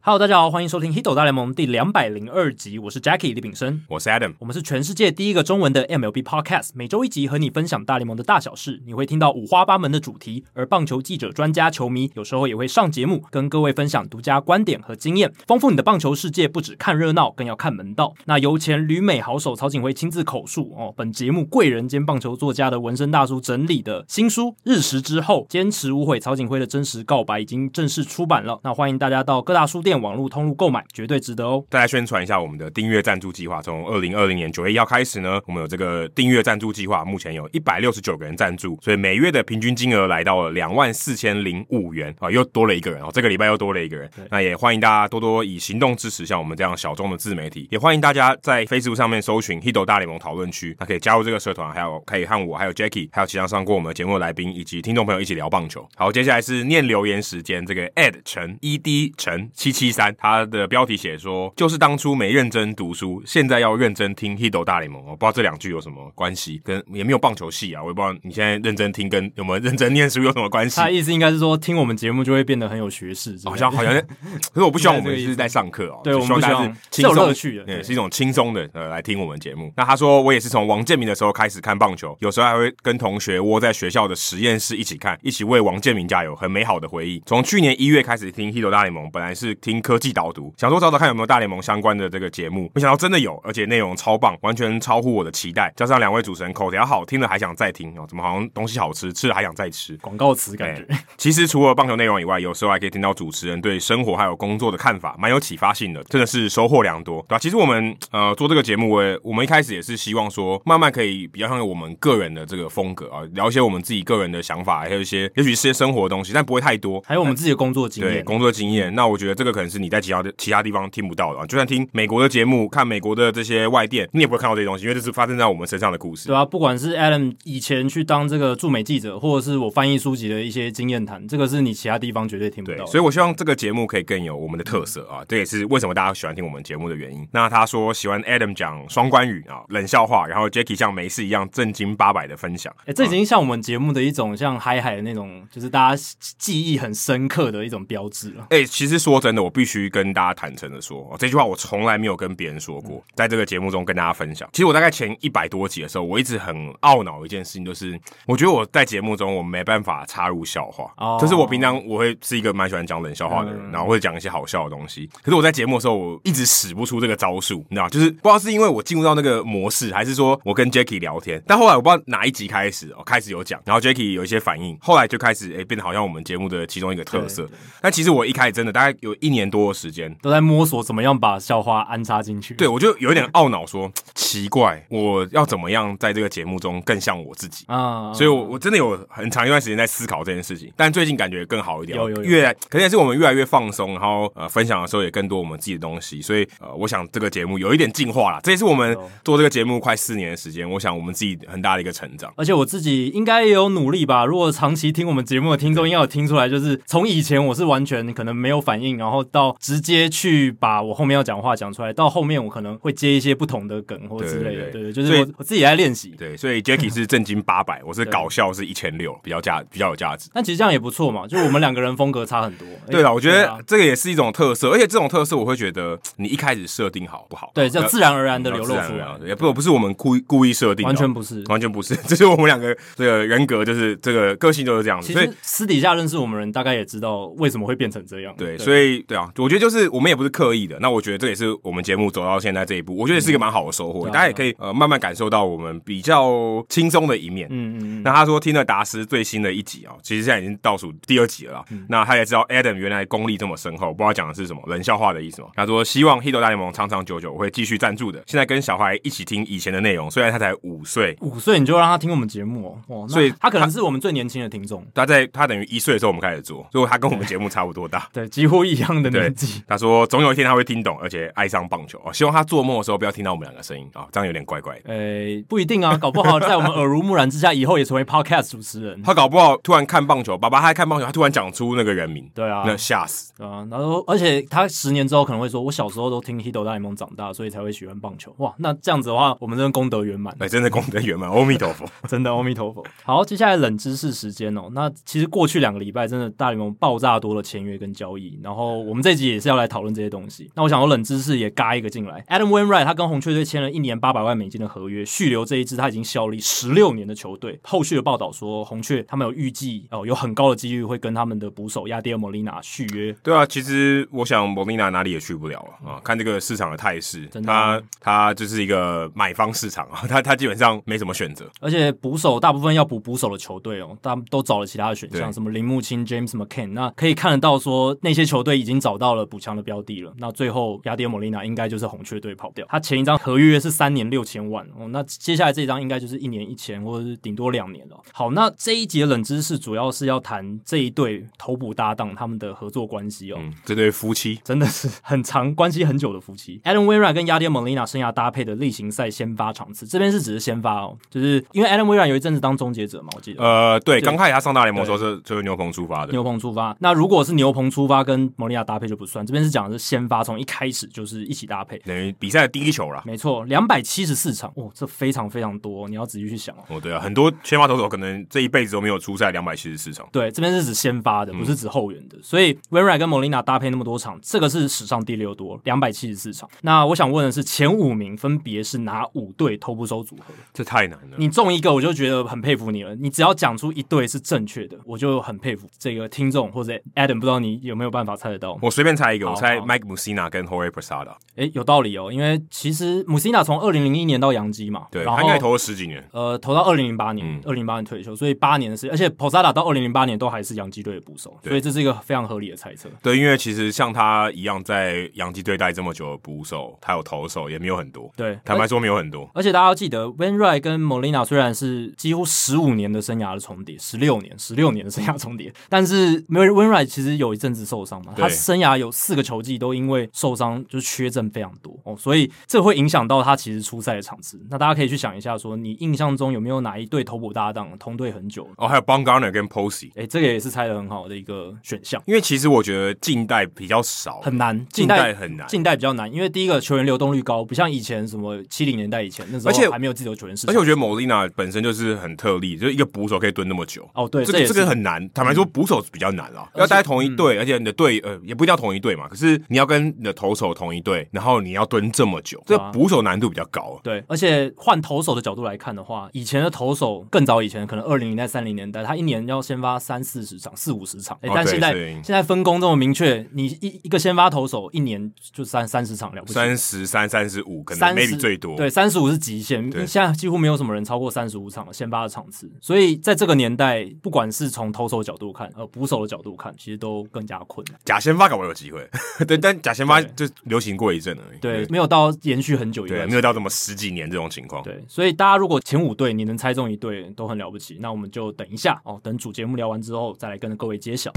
Hello，大家好，欢迎收听《Hito 大联盟》第两百零二集，我是 Jackie 李炳生。我是 Adam，我们是全世界第一个中文的 MLB Podcast，每周一集和你分享大联盟的大小事。你会听到五花八门的主题，而棒球记者、专家、球迷有时候也会上节目，跟各位分享独家观点和经验，丰富你的棒球世界。不只看热闹，更要看门道。那由前旅美好手曹景辉亲自口述哦，本节目贵人兼棒球作家的纹身大叔整理的新书《日食之后：坚持无悔曹景辉的真实告白》已经正式出版了。那欢迎大家到各大书店、网络通路购买，绝对值得哦。大家宣传一下我们的订阅赞助计划。从二零二零年九月一号开始呢，我们有这个订阅赞助计划，目前有一百六十九个人赞助，所以每月的平均金额来到了两万四千零五元啊，又多了一个人哦，这个礼拜又多了一个人。那也欢迎大家多多以行动支持像我们这样小众的自媒体，也欢迎大家在 Facebook 上面搜寻 Hito 大联盟讨论区，那可以加入这个社团，还有可以和我、还有 Jackie、还有其他上过我们节目的来宾以及听众朋友一起聊棒球。好，接下来是念留言时间，这个 Ed 陈 E D 陈七七三，他的标题写说，就是当初没认真读书，现在要认真听 Hito 大联盟。我不知道这两句有什么关系，跟也没有棒球系啊，我也不知道你现在认真听跟有没有认真念书有什么关系他。的意思应该是说，听我们节目就会变得很有学识，好像好 像，可是我不希望我们是在上课哦，对就我希们不望大希望家是是轻有松乐趣的对嗯，是一种轻松的呃来听我们节目。那他说我也是从王建民的时候开始看棒球，有时候还会跟同学窝在学校的实验室一起看，一起为王建民加油，很美好的回忆。从去年一月开始听《h i t 大联盟》，本来是听科技导读，想说找找看有没有大联盟相关的这个节目，没想到真的有，而且内容超棒，完全超乎我的期待。加上两位主持人口条好，听了还想再听哦，怎么好像东西好吃，吃了还想再吃。广告词感觉。其实除了棒球内容以外，有时候还可以听到主持人对生活还有工作的看法， 蛮有启发性的，真的是收获良多，对吧、其实我们呃做这个节目，我也我们一开始也是希望说，慢慢可以比较像我们个人的这个风格啊，聊一些我们自己个人的想法，还有一些也许是一些生活的东西，但不会太多。还有我们自己的工作经对验，工作经验，那我觉得这个可能是你在其他的其他地方听不到的、啊，就算听美国的节目，看美国的这些外电，你也不会看到这些东西，因为这是发生在我们身上的故事对。啊，不管是 Adam 以前去当这个驻美记者，或者是我翻译书籍的一些经验谈，这个是你其他地方绝对听不到对，的。所以以我希望这个节目可以更有我们的特色啊，这也是为什么大家喜欢听我们节目的原因。那他说喜欢 Adam 讲双关语啊，冷笑话，然后 Jackie 像没事一样正经八百的分享。哎、这已经像我们节目的一种像嗨嗨的那种，就是大家记忆很深刻的一种标志了。哎、其实说真的，我必须跟大家坦诚的说，哦、这句话我从来没有跟别人说过，在这个节目中跟大家分享。其实我大概前一百多集的时候，我一直很懊恼一件事情，就是我觉得我在节目中我没办法插入笑话，哦就是我平常我会是一个蛮喜欢讲冷笑话的人，然后会讲一些好笑的东西。可是我在节目的时候，我一直使不出这个招数，你知道，就是不知道是因为我进入到那个模式，还是说我跟 Jacky 聊天。但后来我不知道哪一集开始，哦，开始有讲，然后 Jacky 有一些反应，后来就开始哎、变得好像我们节目的其中一个特色。但其实我一开始真的大概有一年多的时间，都在摸索怎么样把校花安插进去。对我就有一点懊恼说，奇怪，我要怎么样在这个节目中更像我自己？啊，所以我，我真的有很长一段时间在思考这件事情，但最近感觉更好一点，有有有越来可能也是我们越来越放松，然后呃，分享的时候也更多我们自己的东西，所以呃，我想这个节目有一点进化啦，这也是我们有做这个节目快四年的时间，我想我们自己很大的一个成长。而且我自己应该也有努力吧。如果长期听我们节目的听众，应该有听出来，就是从以前我是完全可能没有反应，然后到直接去把我后面要讲的话讲出来，到后面我可能会接一些不同的梗或之类的。对对对对，对就是所以我我自己在练习。对，所以 Jacky 是正经八百，我是搞笑是一千六，比较价比较有价值。但其实这样也不错嘛，就是我们两个人风格差很多。对了，了，我觉啊得这个也是一种特色，而且这种特色我会觉得嗯你一开始设定好不好？对，就要自然而然的要流露哦自然出而来然，也不不是我们故意故意设定的哦，完全不是。完全不是， 这是我们两个这个人格，就是这个个性就是这样子，其所以实。嗯私底下认识我们人，大概也知道为什么会变成这样。对，所以对啊，我觉得就是我们也不是刻意的。那我觉得这也是我们节目走到现在这一步，我觉得是一个蛮好的收获。对啊大家也可以呃慢慢感受到我们比较轻松的一面。嗯嗯嗯，那他说听了达斯最新的一集哦，其实现在已经倒数第二集了啦。嗯那他也知道 Adam 原来功力这么深厚，不知道讲的是什么冷笑话的意思嘛。他说希望《h i t 大联盟》长长久久，我会继续赞助的。现在跟小孩一起听以前的内容，虽然他才五岁，五哦岁你就让他听我们节目哦，哇，那所以他可能是我们最年轻的听众，他在他等于一岁的时候我们开始做，所以他跟我们节目差不多大。对，几乎一样的对年 纪。他说总有一天他会听懂，而且爱上棒球哦。希望他做梦的时候不要听到我们两个声音啊、这样有点怪怪的。呃，不一定啊，搞不好在我们耳濡目染之下，以后也成为 podcast 主持人。他搞不好突然看棒球，爸爸他在看棒球，他突然讲出那个人名，对啊，那吓死。对啊，然后而且他十年之后可能会说，我小时候都听《h i t o 大联盟》长大，所以才会喜欢棒球。哇，那这样子的话，我们真的功德圆满。哎，真的功德圆满，阿弥陀佛。 真的，阿弥陀佛。好，接下来冷知识时间哦。那其实过去两个礼拜，真的大联盟爆炸多了签约跟交易，然后我们们这一集也是要来讨论这些东西。那我想要冷知识也嘎一个进来，Adam Wainwright 他跟红雀队签了一年八百万美金的合约，续留这一支他已经效力十六年的球队。后续的报道说，红雀他们有预计哦，有很高的几率会跟他们的捕手亚迪尔莫利纳续约。对啊，其实我想莫莉娜哪里也去不了了啊！看这个市场的态势，真的他他就是一个买方市场啊， 他他基本上没什么选择。而且捕手大部分要补捕手的球队哦，他们都找了其他的选项，对什么铃木清、James McCann，那可以看得到说那些球队已经找到了补强的标的了。那最后雅典莫利娜应该就是红雀队跑不掉，他前一张合约是三年六千万哦，那接下来这一张应该就是一年一千或者是顶多两年了。好，那这一节冷知识主要是要谈这一对头捕搭档他们的合作关系哦。嗯，这对夫妻真的是很长关系很久的夫妻。Adam Wainwright 跟 Yadier Molina 生涯搭配的例行赛先发场次，这边是只是先发哦，就是因为 Adam Wainwright 有一阵子当终结者嘛，我记得。呃，对，就刚开始他上大联盟的时候是就是牛棚出发的，牛棚出发，那如果是牛棚出发跟莫利亚搭配就不算，这边是讲的是先发，从一开始就是一起搭配，等于比赛的第一球啦。没错，两百七十四场，哦，这非常非常多，你要仔细去想哦。哦，对啊，很多先发投手可能这一辈子都没有出赛两百七十四场。对，这边是指先发的，不是指后援的。所以 w e r a 跟 Molina 搭配那么多场，这个是史上第六多，两百七十四场。那我想问的是，前五名分别是哪五队头部收组合？这太难了。你中一个，我就觉得很佩服你了。你只要讲出一对是正确的，我就很佩服这个听众或者 Adam。不知道你有没有办法猜得到？我随便猜一个，好我猜好 Mike Musina 跟 Jorge Posada，诶，有道理哦，因为其实 Musina 从二零零一年到洋基嘛，对然他后应该也投了十几年。呃，投到二零零八年嗯，二零零八年退休，所以八年的时间，而且 Posada 到二零零八年都还是洋基队的捕手，对所以这是一个非常合理的猜测。对，因为其实像他一样在洋基队待这么久的捕手，他有投手也没有很多。对，坦白说没有很多。而且大家要记得，Wainwright 跟 Molina 虽然是几乎十五年的生涯的重叠，十六年、十六年的生涯重叠， 但是 Wainwright 其实有一阵子受伤嘛，对他生涯有四个球季都因为受伤就是缺阵非常多哦，所以这会影响到他其实出赛的场次。那大家可以去想一下说你印象中有没有哪一对头捕搭档同队很久了？哦，还有 b o n g a r n e r 跟 Posey，诶，这个也是猜的很好的一个选项，因为其实我觉得近代比较少，很难，近代代。很难。近代比较难，因为第一个球员流动率高，不像以前什么七零年代以前那时而且候还没有自由球员市而场且。我觉得 Molina 本身就是很特例，就是一个捕手可以蹲那么久。哦，对，这也个是嗯这个很难，坦白说，捕手比较难啦，要待同一队，而且你的队呃也不一定要同一队嘛，可是你要跟你的投手同一队，然后你要蹲这么久，这对啊捕手难度比较高。对，而且换投手的角度来看的话，以前的投手更早以前，可能二零年代、三零年代，他一年要先发三四十场、四五十场。哎、哦但对现在、所以现在分工这么明确，你一一个先发投手一年就三三十场了不起。三十三、三十五，可能三 maybe 最多。对，三十五是极限，因为现在几乎没有什么人超过三十五场了先发的场次，所以在这个年代，不管是从投手的角度看，呃，捕手的角度看，其实都更加困难。假先发搞不好有机会， 对，但假先发就流行过一阵而已。对，没有到延续很久一对，段没有到这么十几年这种情况。对，所以大家如果前五队你能猜中一队都很了不起，那我们就等一下哦，等主节目聊完之后再来跟各位揭晓。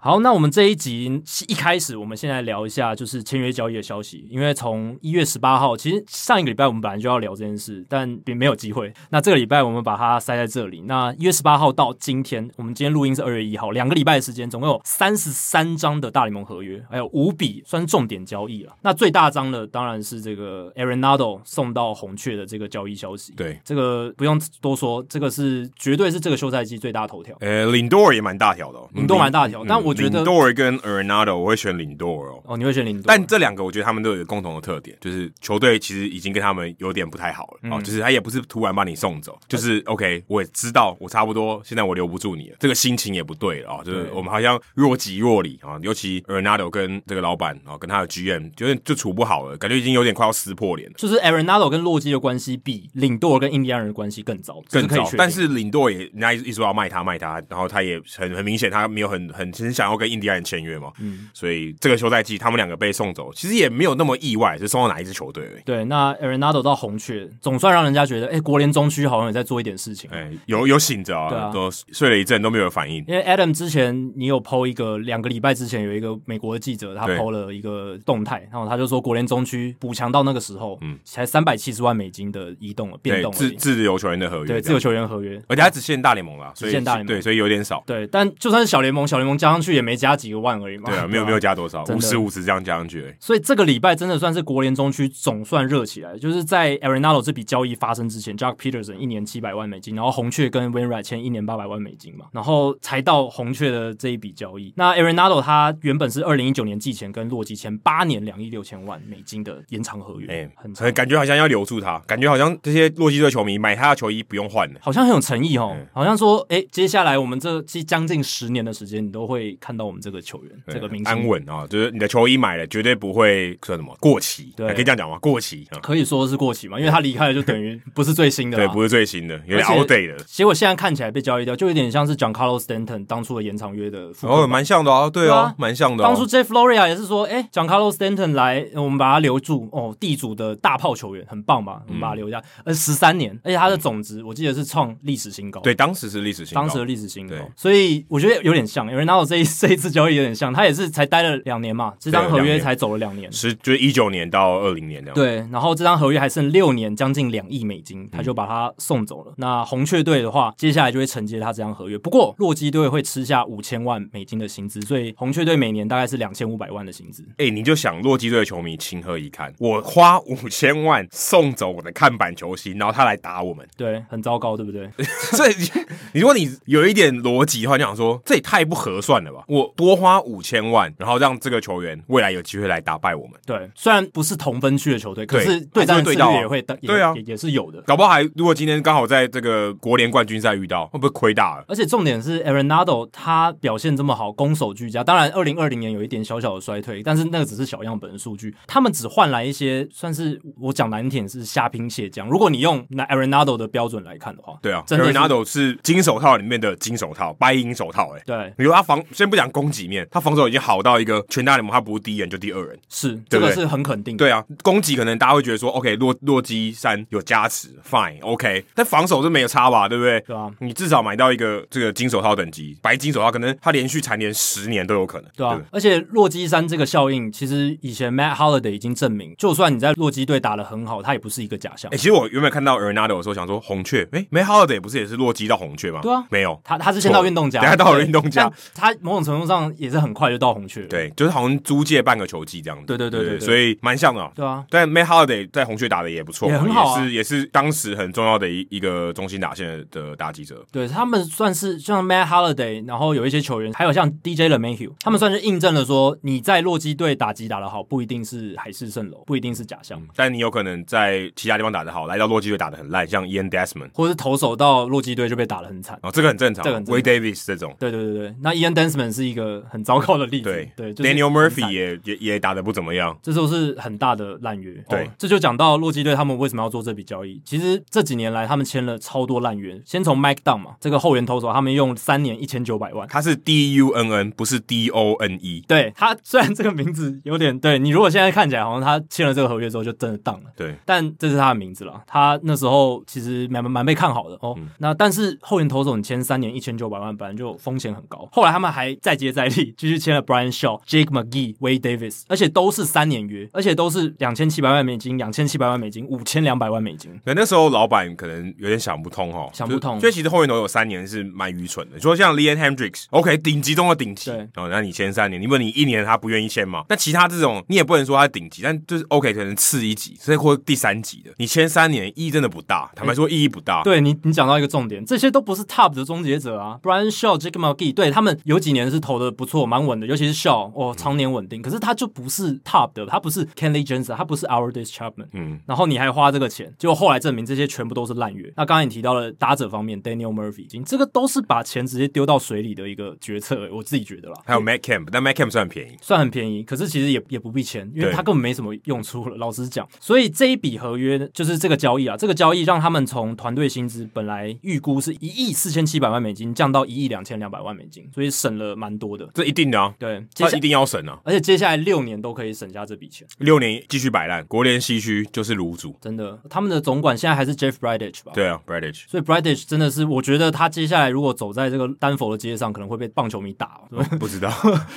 好，那我们这一集一开始，我们先来聊一下就是签约交易的消息，因为从一月十八号，其实上一个礼拜我们本来就要聊这件事，但并没有机会。那这个礼拜我们把它塞在这里。那一月十八号到今天，我们今天录音是二月一号，两个礼拜的时间，总共有三十三张的大联盟合约，还有五笔算是重点交易了。那最大张的当然是这个 Aaron Nado 送到红雀的这个交易消息。对，这个不用多说，这个是绝对是这个休赛季最大头条。呃，领多尔也蛮大条的、哦，领多蛮大条嗯但我觉得领多尔跟 Ernado 我会选领多尔哦。哦，你会选林多？但这两个我觉得他们都有一个共同的特点，就是球队其实已经跟他们有点不太好了、嗯哦，就是他也不是突然把你送走，就是 OK，我也知道我差不多，现在我留不住你了，这个心情也不对了啊、哦，就是对我们好像若即若离啊、尤其 Ernado 跟这个老板啊、哦，跟他的 GM 就是就处不好了，感觉已经有点快要撕破脸了。就是 Arenado 跟洛基的关系比领舵跟印第安人的关系更糟，这更可以糟确定，但是领队也人家一直说要卖他卖他，然后他也很很明显他没有很很很想要跟印第安人签约嘛，嗯所以这个休赛季他们两个被送走，其实也没有那么意外，是送到哪一支球队而已。对，那 Arenado 到红雀，总算让人家觉得，哎、国联中区好像也在做一点事情。哎、有有醒着对啊啊，都睡了一阵都没有反应。因为 Adam 之前你有 PO 一个两个礼拜之前有一个美国的记者，他对 PO 了一个动态，然后他就说国联中区补强到那个时候，嗯，才三百七十万美金的移动了变对动了自，自由球员的合约，对自由，球员合约，而且他只限大联盟啦，所以只限大联盟对，所以有点少。对，但就算是小联盟，小联盟加上去也没加几个万而已嘛。对啊，没有没有加多少，真五的十五十这样加上去而已。所以这个礼拜真的算是国联中区总算热起来，就是在 Arenado 这笔交易发生之前，Jack Peterson 一年七百万美金，然后红雀跟 Winright 签一年八百万美金嘛，然后才到红雀的这一笔交易。那 Arenado 他原本是二零一九年季前跟洛基签八年两亿六千万美金的延长合约，哎、很很感觉好像要留住他，感觉好像这些洛基队球迷买他的球衣不用换了。好像很有诚意哦嗯，好像说，哎、接下来我们这这将近十年的时间，你都会看到我们这个球员，这个明星安稳啊，就是你的球衣买了绝对不会算什么过期，对可以这样讲吗？过期啊，可以说是过期嘛，因为他离开了就等于不是最新的啦，对，不是最新的，有点而且 out date 的，结果现在看起来被交易掉，就有点像是 John Carlos Stanton 当初的延长约的复刻哦，版。蛮像的啊，嗯对对哦啊，蛮像的哦。当初 Jeff Loria 也是说，哎、j o h n Carlos Stanton 来，呃我们把他留住哦，地主的大炮球员，很棒嗯吧？我们把他留下，呃，十三年，而且他的总值、我记得是创历史新高。对，当时是历史性高，当时的历史新高对，所以我觉得有点像 a r e n a d o 这一这一次交易有点像，他也是才待了两年嘛，这张合两约年才走了两年，是就是一九年到二零年这样。对，然后这张合约还剩六年，将近两亿美金，嗯他就把它送走了。那红雀队的话，接下来就会承接他这张合约。不过，洛基队会吃下五千万美金的薪资，所以红雀队每年大概是两千五百万的薪资。哎、你就想洛基队的球迷情何以堪？我花五千万送走我的看板球星，然后他来打我们， 对，很糟糕，对不对？这已经你如果你有一点逻辑的话，你想说这也太不合算了吧？我多花五千万，然后让这个球员未来有机会来打败我们，对，虽然不是同分区的球队，可对是对战的还几是会对到率啊也会大，也对啊也也是有的。搞不好还如果今天刚好在这个国联冠军赛遇到，会不会亏大了？而且重点是 a r e n a d o 他表现这么好，攻守俱佳。当然，二零二零年有一点小小的衰退，但是那个只是小样本的数据。他们只换来一些算是我讲难听点是虾兵蟹将。如果你用那 a r e n a d o 的标准来看的话，对啊 r 真 e 的 n a 是 d o 是金手套里面的金手套，白银手套、欸，哎。对你说他防，先不讲攻击面，他防守已经好到一个全大联盟他不是第一人就第二人。是对这不对个是很肯定的。对啊，攻击可能大家会觉得说，OK，洛洛基山有加持，fine，OK，、但防守这没有差吧，对不对？对啊你至少买到一个这个金手套等级，白金手套，可能他连续蝉联十年都有可能。对啊，而且洛基山这个效应，其实以前 Matt Holiday 已经证明，就算你在洛基队打得很好，它也不是一个假象哎、。其实我原本看到 Ernado 的时候，想说红雀，哎、没 Holiday 不是也是洛基到红雀吗？对啊没有，他他是先到运动家，等下到了运动家对，但他某种程度上也是很快就到红雀了。对，就是好像租借半个球季这样子。对对对对对所以蛮像的啊、对啊，但 May Holiday 在红雀打的也不错嘛，也很好啊也是也是当时很重要的一一个中心打线的打击者。对他们算是像 Matt Holiday，然后有一些球员，还有像 DJ LeMahieu，他们算是印证了说，你在洛基队打击打得好，不一定是海市蜃楼，不一定是假象，但你有可能在其他地方打得好，来到洛基队打得很烂，像 Ian Desmond，或者是投手到洛基队就被打得很惨。哦，这个很正常这个很正 w a y Davis 这种，对对对对，那 Ian Densman 是一个很糟糕的例子，对对、就是 Daniel 很惨 Murphy 也也也打得不怎么样。这就是很大的烂约。对哦这就讲到洛基队他们为什么要做这笔交易。其实这几年来，他们签了超多烂约，先从 Mike Down 嘛，这个后援投手，他们用三年一千九百万。他是 D U N N，不是 D O N E。对他， 虽然这个名字有点对你，如果现在看起来好像他签了这个合约之后就真的当了，对，但这是他的名字啦。他那时候其实蛮蛮被看好的哦。那但是后援投手你签三年一千九百万，本来就风险很高。后来他们还再接再厉，继续签了 Brian Shaw、Jake McGee、Wade Davis，而且都是三年约，而且都是两千七百万美金、两千七百万美金、五千两百万美金。那那时候老板可能有点想不通哦，想不通就所以其实后援投有三年是蛮愚蠢的。你说像 Leon Hendricks，OK，、顶级中的顶级对，哦，那你签三年，因为你一年他不愿意签嘛。那其他这种你也不能说他顶级，但就是 OK，可能次一级，所以或第三级的，你签三年意义真的不大。坦白说，意义不大。对你，你讲到一个重点，这些都不是 top 的终结者啊。Brian Shaw、Jake McGee，对他们有几年是投的不错，蛮稳的，尤其是 Shaw，哦，常年稳定。可是他就不是 top 的，他不是 Kenley Jensen，他不是 Our Days Chapman，嗯，然后你还花这个钱，结果后来证明这些全部都是烂约。那刚才你提到了打者方面，Daniel Murphy 已经这个都是把钱直接丢到水里的一个决策，我自己觉得啦。还有 Matt Camp，但 Matt Camp 算很便宜。算很便宜，可是其实也也不必签，因为对它根本没什么用处了。老实讲，所以这一笔合约呢就是这个交易啊，这个交易让他们从团队薪资本来预估是一亿四千七百万美金，降到一亿两千两百万美金，所以省了蛮多的。这一定的啊，对，接他下一定要省啊！而且接下来六年都可以省下这笔钱，六年继续摆烂，国联西区就是卤煮。真的。他们的总管现在还是 Jeff Bridich 吧？对啊 b r a d i s h 所以 Bradage 真的是，我觉得他接下来如果走在这个丹佛的街上，可能会被棒球迷打、 哦，不知道。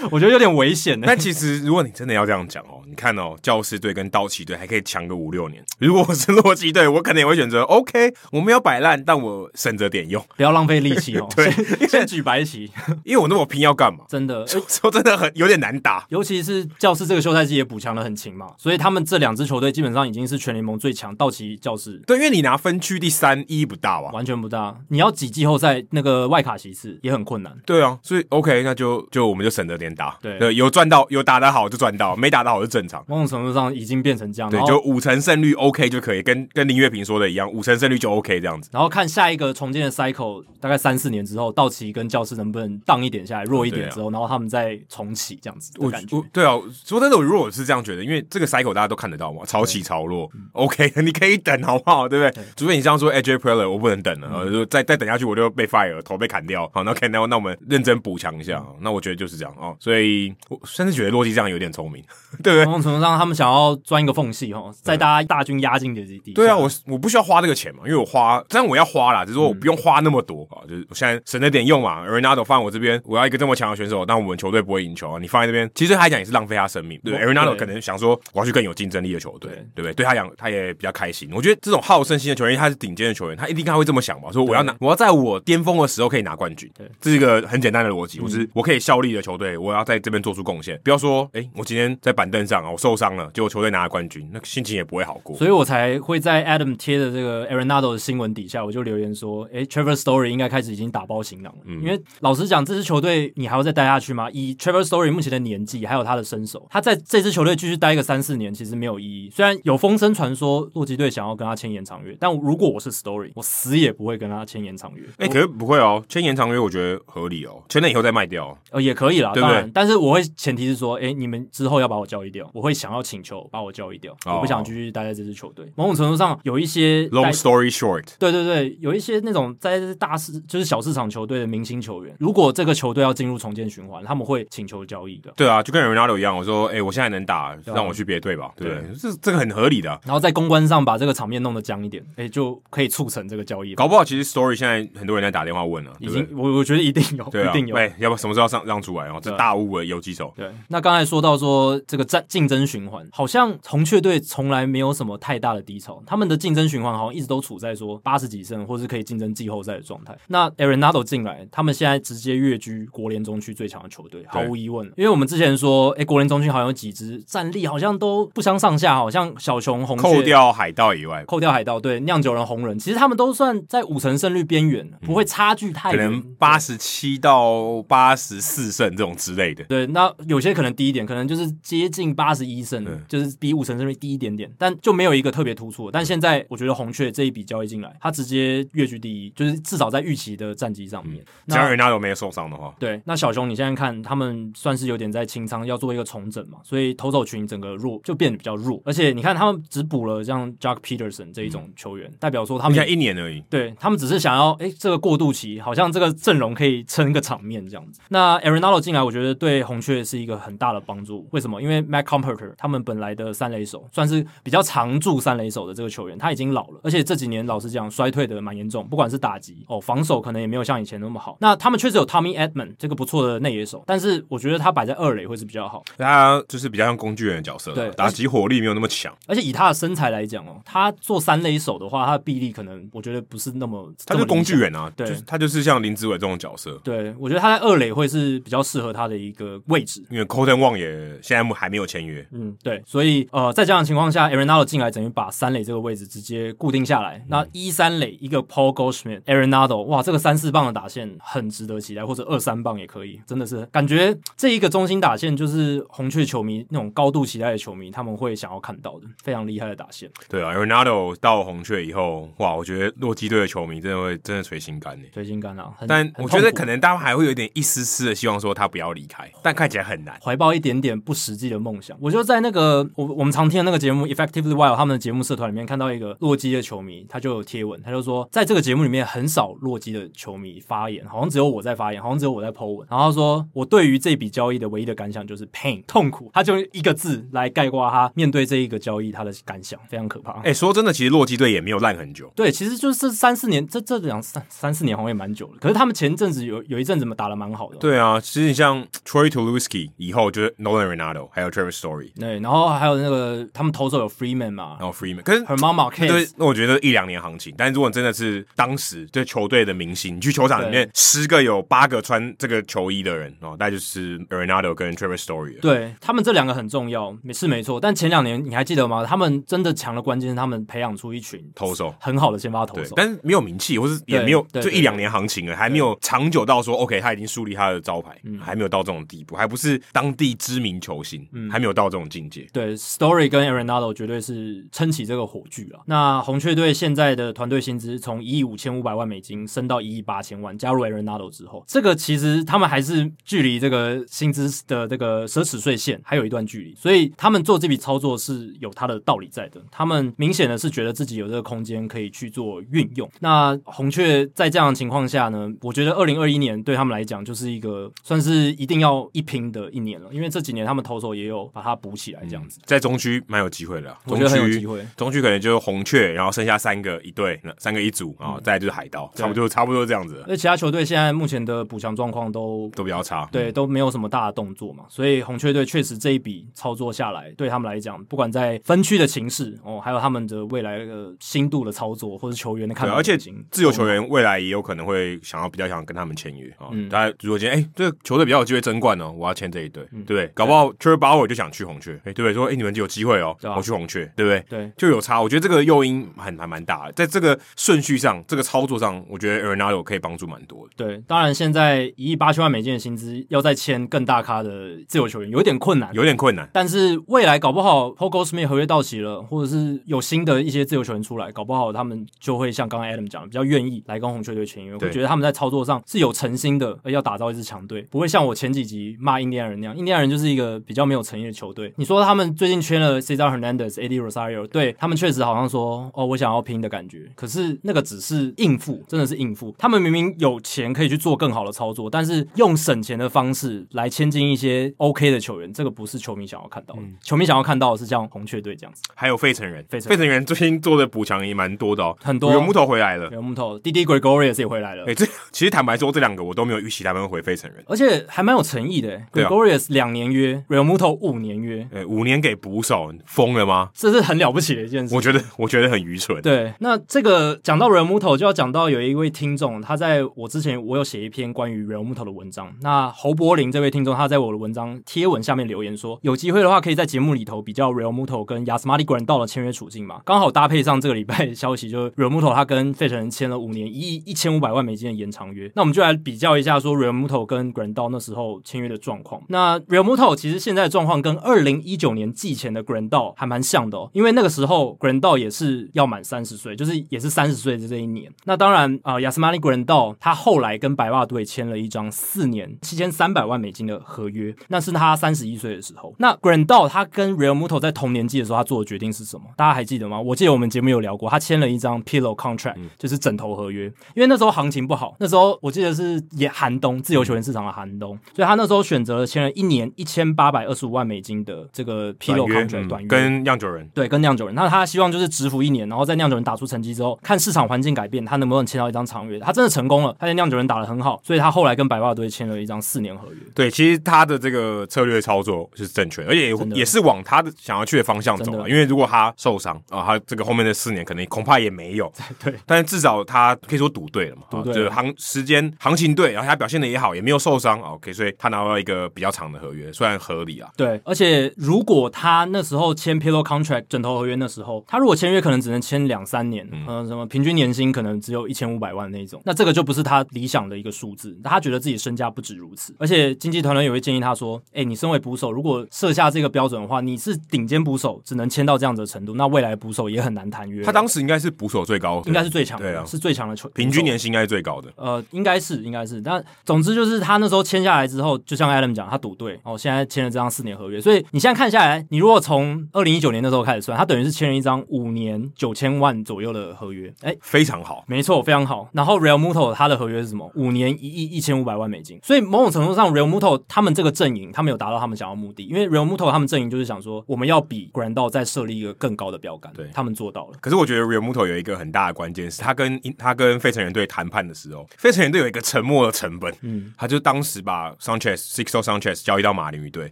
我觉得有点危险呢。但其实，如果你真的要这样讲哦，你看哦，教师队跟道奇队还可以强个五六年。如果我是洛基队，我可能也会选择 OK，我没有摆烂，但我省着点用， 不要浪费力气哦，对先先举白旗，因为我那么拼定要干嘛？真 的，而说真的很有点难打。尤其是教师这个休赛季也补强的很勤嘛，所以他们这两支球队基本上已经是全联盟最强。道奇、教士对，因为你拿分区第三，意义不大吧？完全不搭，你要挤季后赛那个外卡席次也很困难。对啊，所以 OK，那就就我们就省着点打。对有赚到有打得好就赚到，没打得好就正常。某种程度上已经变成这样，对然，后就五成胜率 OK 就可以，跟跟林月平说的一样，五成胜率就 OK 这样子。然后看下一个重建的 cycle，大概三四年之后，道奇跟教师能不能荡一点下来，弱一点之后，然后他们再重启这样子的我感觉啊我。对啊，说真的，我如果是这样觉得，因为这个 cycle 大家都看得到嘛，潮起潮落，OK，你嗯 可以等好不好？对不对？除非你这样说，AJ Preller 我不能等了，嗯然后就再再等下去我就被 fire，头被砍掉。好，那 OK，那那我们认真补强一嗯下。那我觉得就是这样哦，所以我甚至觉得洛基这样有点聪明，对不对？某种程度上，他们想要钻一个缝隙哦，啊在大家大军压境的底下。对啊，我我不需要花这个钱嘛，因为我花，但我要花啦，只嗯是说我不用花那么多啊，就是我现在省着点用嘛。Arenado 放我这边，我要一个这么强的选手，但我们球队不会赢球啊。你放在这边，其实他来讲也是浪费他生命。对对，Arenado 可能想说我要去更有竞争力的球队，对不对？对他讲他也比较开心。我觉得这种好胜心的球员，因为他是顶尖的球员，他一定他会这么想嘛，说我要拿，我要在我巅峰的时候可以拿冠军对，嗯这是一个很简单的逻辑。我是我可以效力的球队，我要在这边做出贡献，不要说诶，我今天在板凳上啊，我受伤了，结果球队拿了冠军，那心情也不会好过。所以我才会在 Adam 贴的这个 Arenado 的新闻底下，我就留言说：“诶 t r e v o r Story 应该开始已经打包行囊了。嗯因为老实讲，这支球队你还要再待下去吗？以 t r e v o r Story 目前的年纪，还有他的身手，他在这支球队继续待个三四年，其实没有意义。虽然有风声传说洛基队想要跟他签延长约，但如果我是 Story，我死也不会跟他签延长约。哎、可是不会哦，签延长约我觉得合理哦，签了以后再卖掉哦。呃，也可以啦，对不当对然，但是我会前提是说，诶，你们之后要把我交易掉，我会想要请求把我交易掉，哦我不想继续待在这支球队。某种程度上，有一些 Long 带 story short，对对对，有一些那种在大市就是小市场球队的明星球员，如果这个球队要进入重建循环，他们会请求交易的。对啊，就跟 Ronaldo 一样，我说，哎、我现在能打，啊让我去别队吧，对不对？这这个很合理的啊。然后在公关上把这个场面弄得僵一点，哎，就可以促成这个交易吧。搞不好其实 Story 现在很多人在打电话问了、对已不对经，我我觉得一定有，对啊，一定有。哎要不什么时候上让出来哦？这对啊大物的游击手，对，那刚才说到说这个战竞争循环，好像红雀队从来没有什么太大的低潮，他们的竞争循环好像一直都处在说八十几胜或是可以竞争季后赛的状态。那 Arenado 进来，他们现在直接跃居国联中区最强的球队，毫无疑问。因为我们之前说，诶，国联中区好像有几支战力好像都不相上下，好像小熊、红雀、扣掉海盗以外，扣掉海盗队、酿酒人、红人，其实他们都算在五成胜率边缘，不会差距太嗯可远。能八十七到八十四胜这种之类的。对，那有些可能低一点，可能就是接近八十一胜，就是比五成胜率低一点点，但就没有一个特别突出的。但现在我觉得红雀这一笔交易进来，他直接跃居第一，就是至少在预期的战绩上面。只要那 Ronaldo 没有受伤的话，对，那小熊你现在看，他们算是有点在清仓，要做一个重整嘛，所以投手群整个弱就变得比较弱，而且你看他们只补了像 Jack Peterson 这一种球员，代表说他他们们现在一年而已。对他们只是想要，诶，这个过渡期好像这个阵容可以撑个场面这样子。那 Arenado 进来，我觉得对红雀是一个很大的帮助。为什么？因为 Mac Comforter 他们本来的三垒手算是比较常驻三垒手的这个球员，他已经老了，而且这几年老实讲衰退的蛮严重，不管是打击哦，防守可能也没有像以前那么好。那他们确实有 Tommy Edman 这个不错的内野手，但是我觉得他摆在二垒会是比较好。他就是比较像工具人的角色，对打击火力没有那么强，而且以他的身材来讲哦，他做三垒手的话，他的臂力可能我觉得不是那么他就是工具人。人啊，对就是他就是像林志伟这种角色。对，我觉得他在二垒会是比较适合他的一个位置。因为 Colton Wong 也现在还没有签约，嗯，对，所以呃，在这样的情况下，Arenado 进来等于把三垒这个位置直接固定下来。嗯那一三垒一个 Paul Goldschmidt、Arenado，哇，这个三四棒的打线很值得期待，或者二三棒也可以，真的是感觉这一个中心打线就是红雀球迷那种高度期待的球迷他们会想要看到的，非常厉害的打线。对啊，Ronaldo 到红雀以后，哇，我觉得洛基队的球迷真的会真的捶心肝呢。最近干啊，很但我觉得可能能大家还会有点一丝丝的希望说他不要离哦开，但看起来很难。怀抱一点点不实际的梦想。我就在那个我我们常听的那个节目《Effectively Wild》他们的节目社团里面看到一个洛基的球迷，他就有贴文，他就说在这个节目里面很少洛基的球迷发言，好像只有我在发言，好像只有我在 Po 文。然后他说我对于这笔交易的唯一的感想就是 pain 痛苦，他就用一个字来概括他面对这一个交易他的感想，非常可怕。哎、说真的，其实洛基队也没有烂很久，对，其实就是这三四年，这这两三三四年好像也蛮久了。可是他们前阵子有有一阵子嘛打的蛮好的，对啊，其实你像 Troy t u l u s k y 以后就是 Nolan Ronaldo，还有 Trevor Story，对，然后还有那个他们投手有 Freeman 嘛然后 Freeman，可是。 ，Her Mama Case，对，那我觉得一两年行情，但如果真的是当时这球队的明星，你去球场里面十个有八个穿这个球衣的人哦，大概就是 Arenado 跟 Trevor Story 了。对他们这两个很重要，没是没错。但前两年你还记得吗？他们真的强的关键是他们培养出一群投手很好的先发投对手，。但是没有名气，或是也对没有对就对一两年行情了，还没有长久到说 OK，他已经树立他的招牌，嗯还没有到这种地步，还不是当地知名球星，嗯还没有到这种境界。对，Story 跟 Arenado 绝对是撑起这个火炬啊。那红雀队现在的团队薪资从一亿五千五百万美金升到一亿八千万，加入 Arenado 之后，这个其实他们还是距离这个薪资的这个奢侈税线还有一段距离，所以他们做这笔操作是有它的道理在的。他们明显的是觉得自己有这个空间可以去做运用。那红雀在这样的情况下呢，我觉得二零二一年对他们来讲就是一个算是一定要一拼的一年了，因为这几年他们投手也有把它补起来这样子。在中区蛮有机会的啊，我中觉得很有区机会中区可能就是红雀，然后剩下三个一队，那三个一组，然后嗯再来就是海盗，差不多差不多这样子了，而其他球队现在目前的补强状况都都比较差。对都没有什么大的动作嘛，所以红雀队确实这一笔操作下来，对他们来讲，不管在分区的形势哦，还有他们的未来的心度的操作，或者球员的看对，法，而且已经自由球员未来也有可能会想要比较想跟他们签约啊。嗯大家如果今天哎、这个球队比较有机会争冠哦，我要签这一队，嗯对不对？搞不好 t r e v o r 就想去红雀，哎、对不对？说哎、你们就有机会哦，对啊我去红雀，对不对？对就有差，我觉得这个诱因很还蛮大的，在这个顺序上，这个操作上，我觉得 a r n a d o 可以帮助蛮多的。对，当然现在一亿八千万美金的薪资，要再签更大咖的自由球员有点困难，有点困难，但是未来搞不好 Pogo Smith 合约到期了，或者是有新的一些自由球员出来，搞不好他们就会像刚刚 Adam 讲，的，比较愿意来跟红雀队签约，对会觉得他们在操作上是有诚心的，呃要打造一支强队，不会像我前几集骂印第安人那样，印第安人就是一个比较没有诚意的球队。你说他们最近缺了 Cesar Hernandez、AD Rosario，对他们确实好像说哦，我想要拼的感觉，可是那个只是应付，真的是应付。他们明明有钱可以去做更好的操作，但是用省钱的方式来签进一些 OK 的球员，这个不是球迷想要看到的。嗯球迷想要看到的是像红雀队这样子，还有费城人，费城费城人最近做的补强也蛮多的哦，很多哦有木头回来了。有木头 D D Gregorius 也回来了哎、。这 其实坦白说，这两个我都没有预期他们会回费城人。而且还蛮有诚意的、欸对啊 Gregorius 两年约，Real Muto 五年约，呃，五年给捕手，你疯了吗？这是很了不起的一件事。我觉得， 我觉得很愚蠢。对，那这个讲到 Real Muto，就要讲到有一位听众，他在我之前我有写一篇关于 Real Muto 的文章。那侯柏林这位听众，他在我的文章贴文下面留言说，有机会的话可以在节目里头比较 Real Muto 跟 Yasmani g r a n d 的签约处境嘛，刚好搭配上这个礼拜的消息，就是 Real Muto 他跟费城人签了五年一亿一千五百万美金的延长约。那我们就来比较一下说 Real Muto 跟 g r a n d 那时候签约的状况。那 Real Muto 其实现在的状况跟二零一九年季前的 g r a n d 还蛮像的哦，因为那个时候 g r a n d 也是要满三十岁，就是也是三十岁的这一年。那当然啊，亚斯马尼 g r a n d 他后来跟白袜队签了一张四年七千三百万美金的合约，那是他三十一岁的时候。那 g r a n d 他跟 Real Muto 在同年纪的时候，他做的决定是什么？大家还记得吗？我记得我们节目有聊过，他签了一张 pillow contract，、就是嗯枕头合约。因为那时候行情不好，那时候我记得是也寒冬，自由球员市场的寒冬，所以他那时候选择了签了一年一千八百二十五万美金的这个 pillow 短约 contract 嗯短约，跟酿酒人，对，跟酿酒人，那他希望就是蛰伏一年，然后在酿酒人打出成绩之后，看市场环境改变，他能不能签到一张长约。他真的成功了，他在酿酒人打得很好，所以他后来跟白袜队签了一张四年合约。对，其实他的这个策略操作是正确的，而且也真的也是往他的想要去的方向走真了。的因为如果他受伤啊，他这个后面的四年可能恐怕也没有。 对，但是至少他可以说赌对了嘛，赌对了啊就是行时间行情对，然后他表现的也好，也没有受伤啊，OK，所以他拿到一个比较长的合约，虽然合理啊，对，而且如果他那时候签 pillow contract 枕头合约那时候，他如果签约可能只能签两三年，嗯、什么平均年薪可能只有一千五百万那种，那这个就不是他理想的一个数字，他觉得自己身价不止如此。而且经纪团队也会建议他说，哎、你身为捕手，如果设下这个标准的话，你是顶尖捕手，只能签到这样子的程度，那未来捕手也很难谈约。他当时应该是捕手最高的，应该是最强的，对啊是最强的球，平均年薪应该是最高的。呃，应该是应该是，但总之就是他那时候签下来之后，就像 Adam 讲，他赌对哦，现在签了这张四年合约，所以你现在看下来，你如果从二零一九年那时候开始算，他等于是签了一张五年九千万左右的合约，哎。非常好，没错，非常好。然后 Real Muto 他的合约是什么？五年一亿一千五百万美金。所以某种程度上，Real Muto 他们这个阵营，他们有达到他们想要的目的。因为 Real Muto 他们阵营就是想说，我们要比 g r a n d 再设立一个更高的标杆。对他们做到了。可是我觉得 Real Muto 有一个很大的关键是，他跟他跟费城人队谈判的时候，费城人队有一个沉默的成本，嗯，他就当时把 Sanchez Sixto Sanchez 交易到马林鱼队，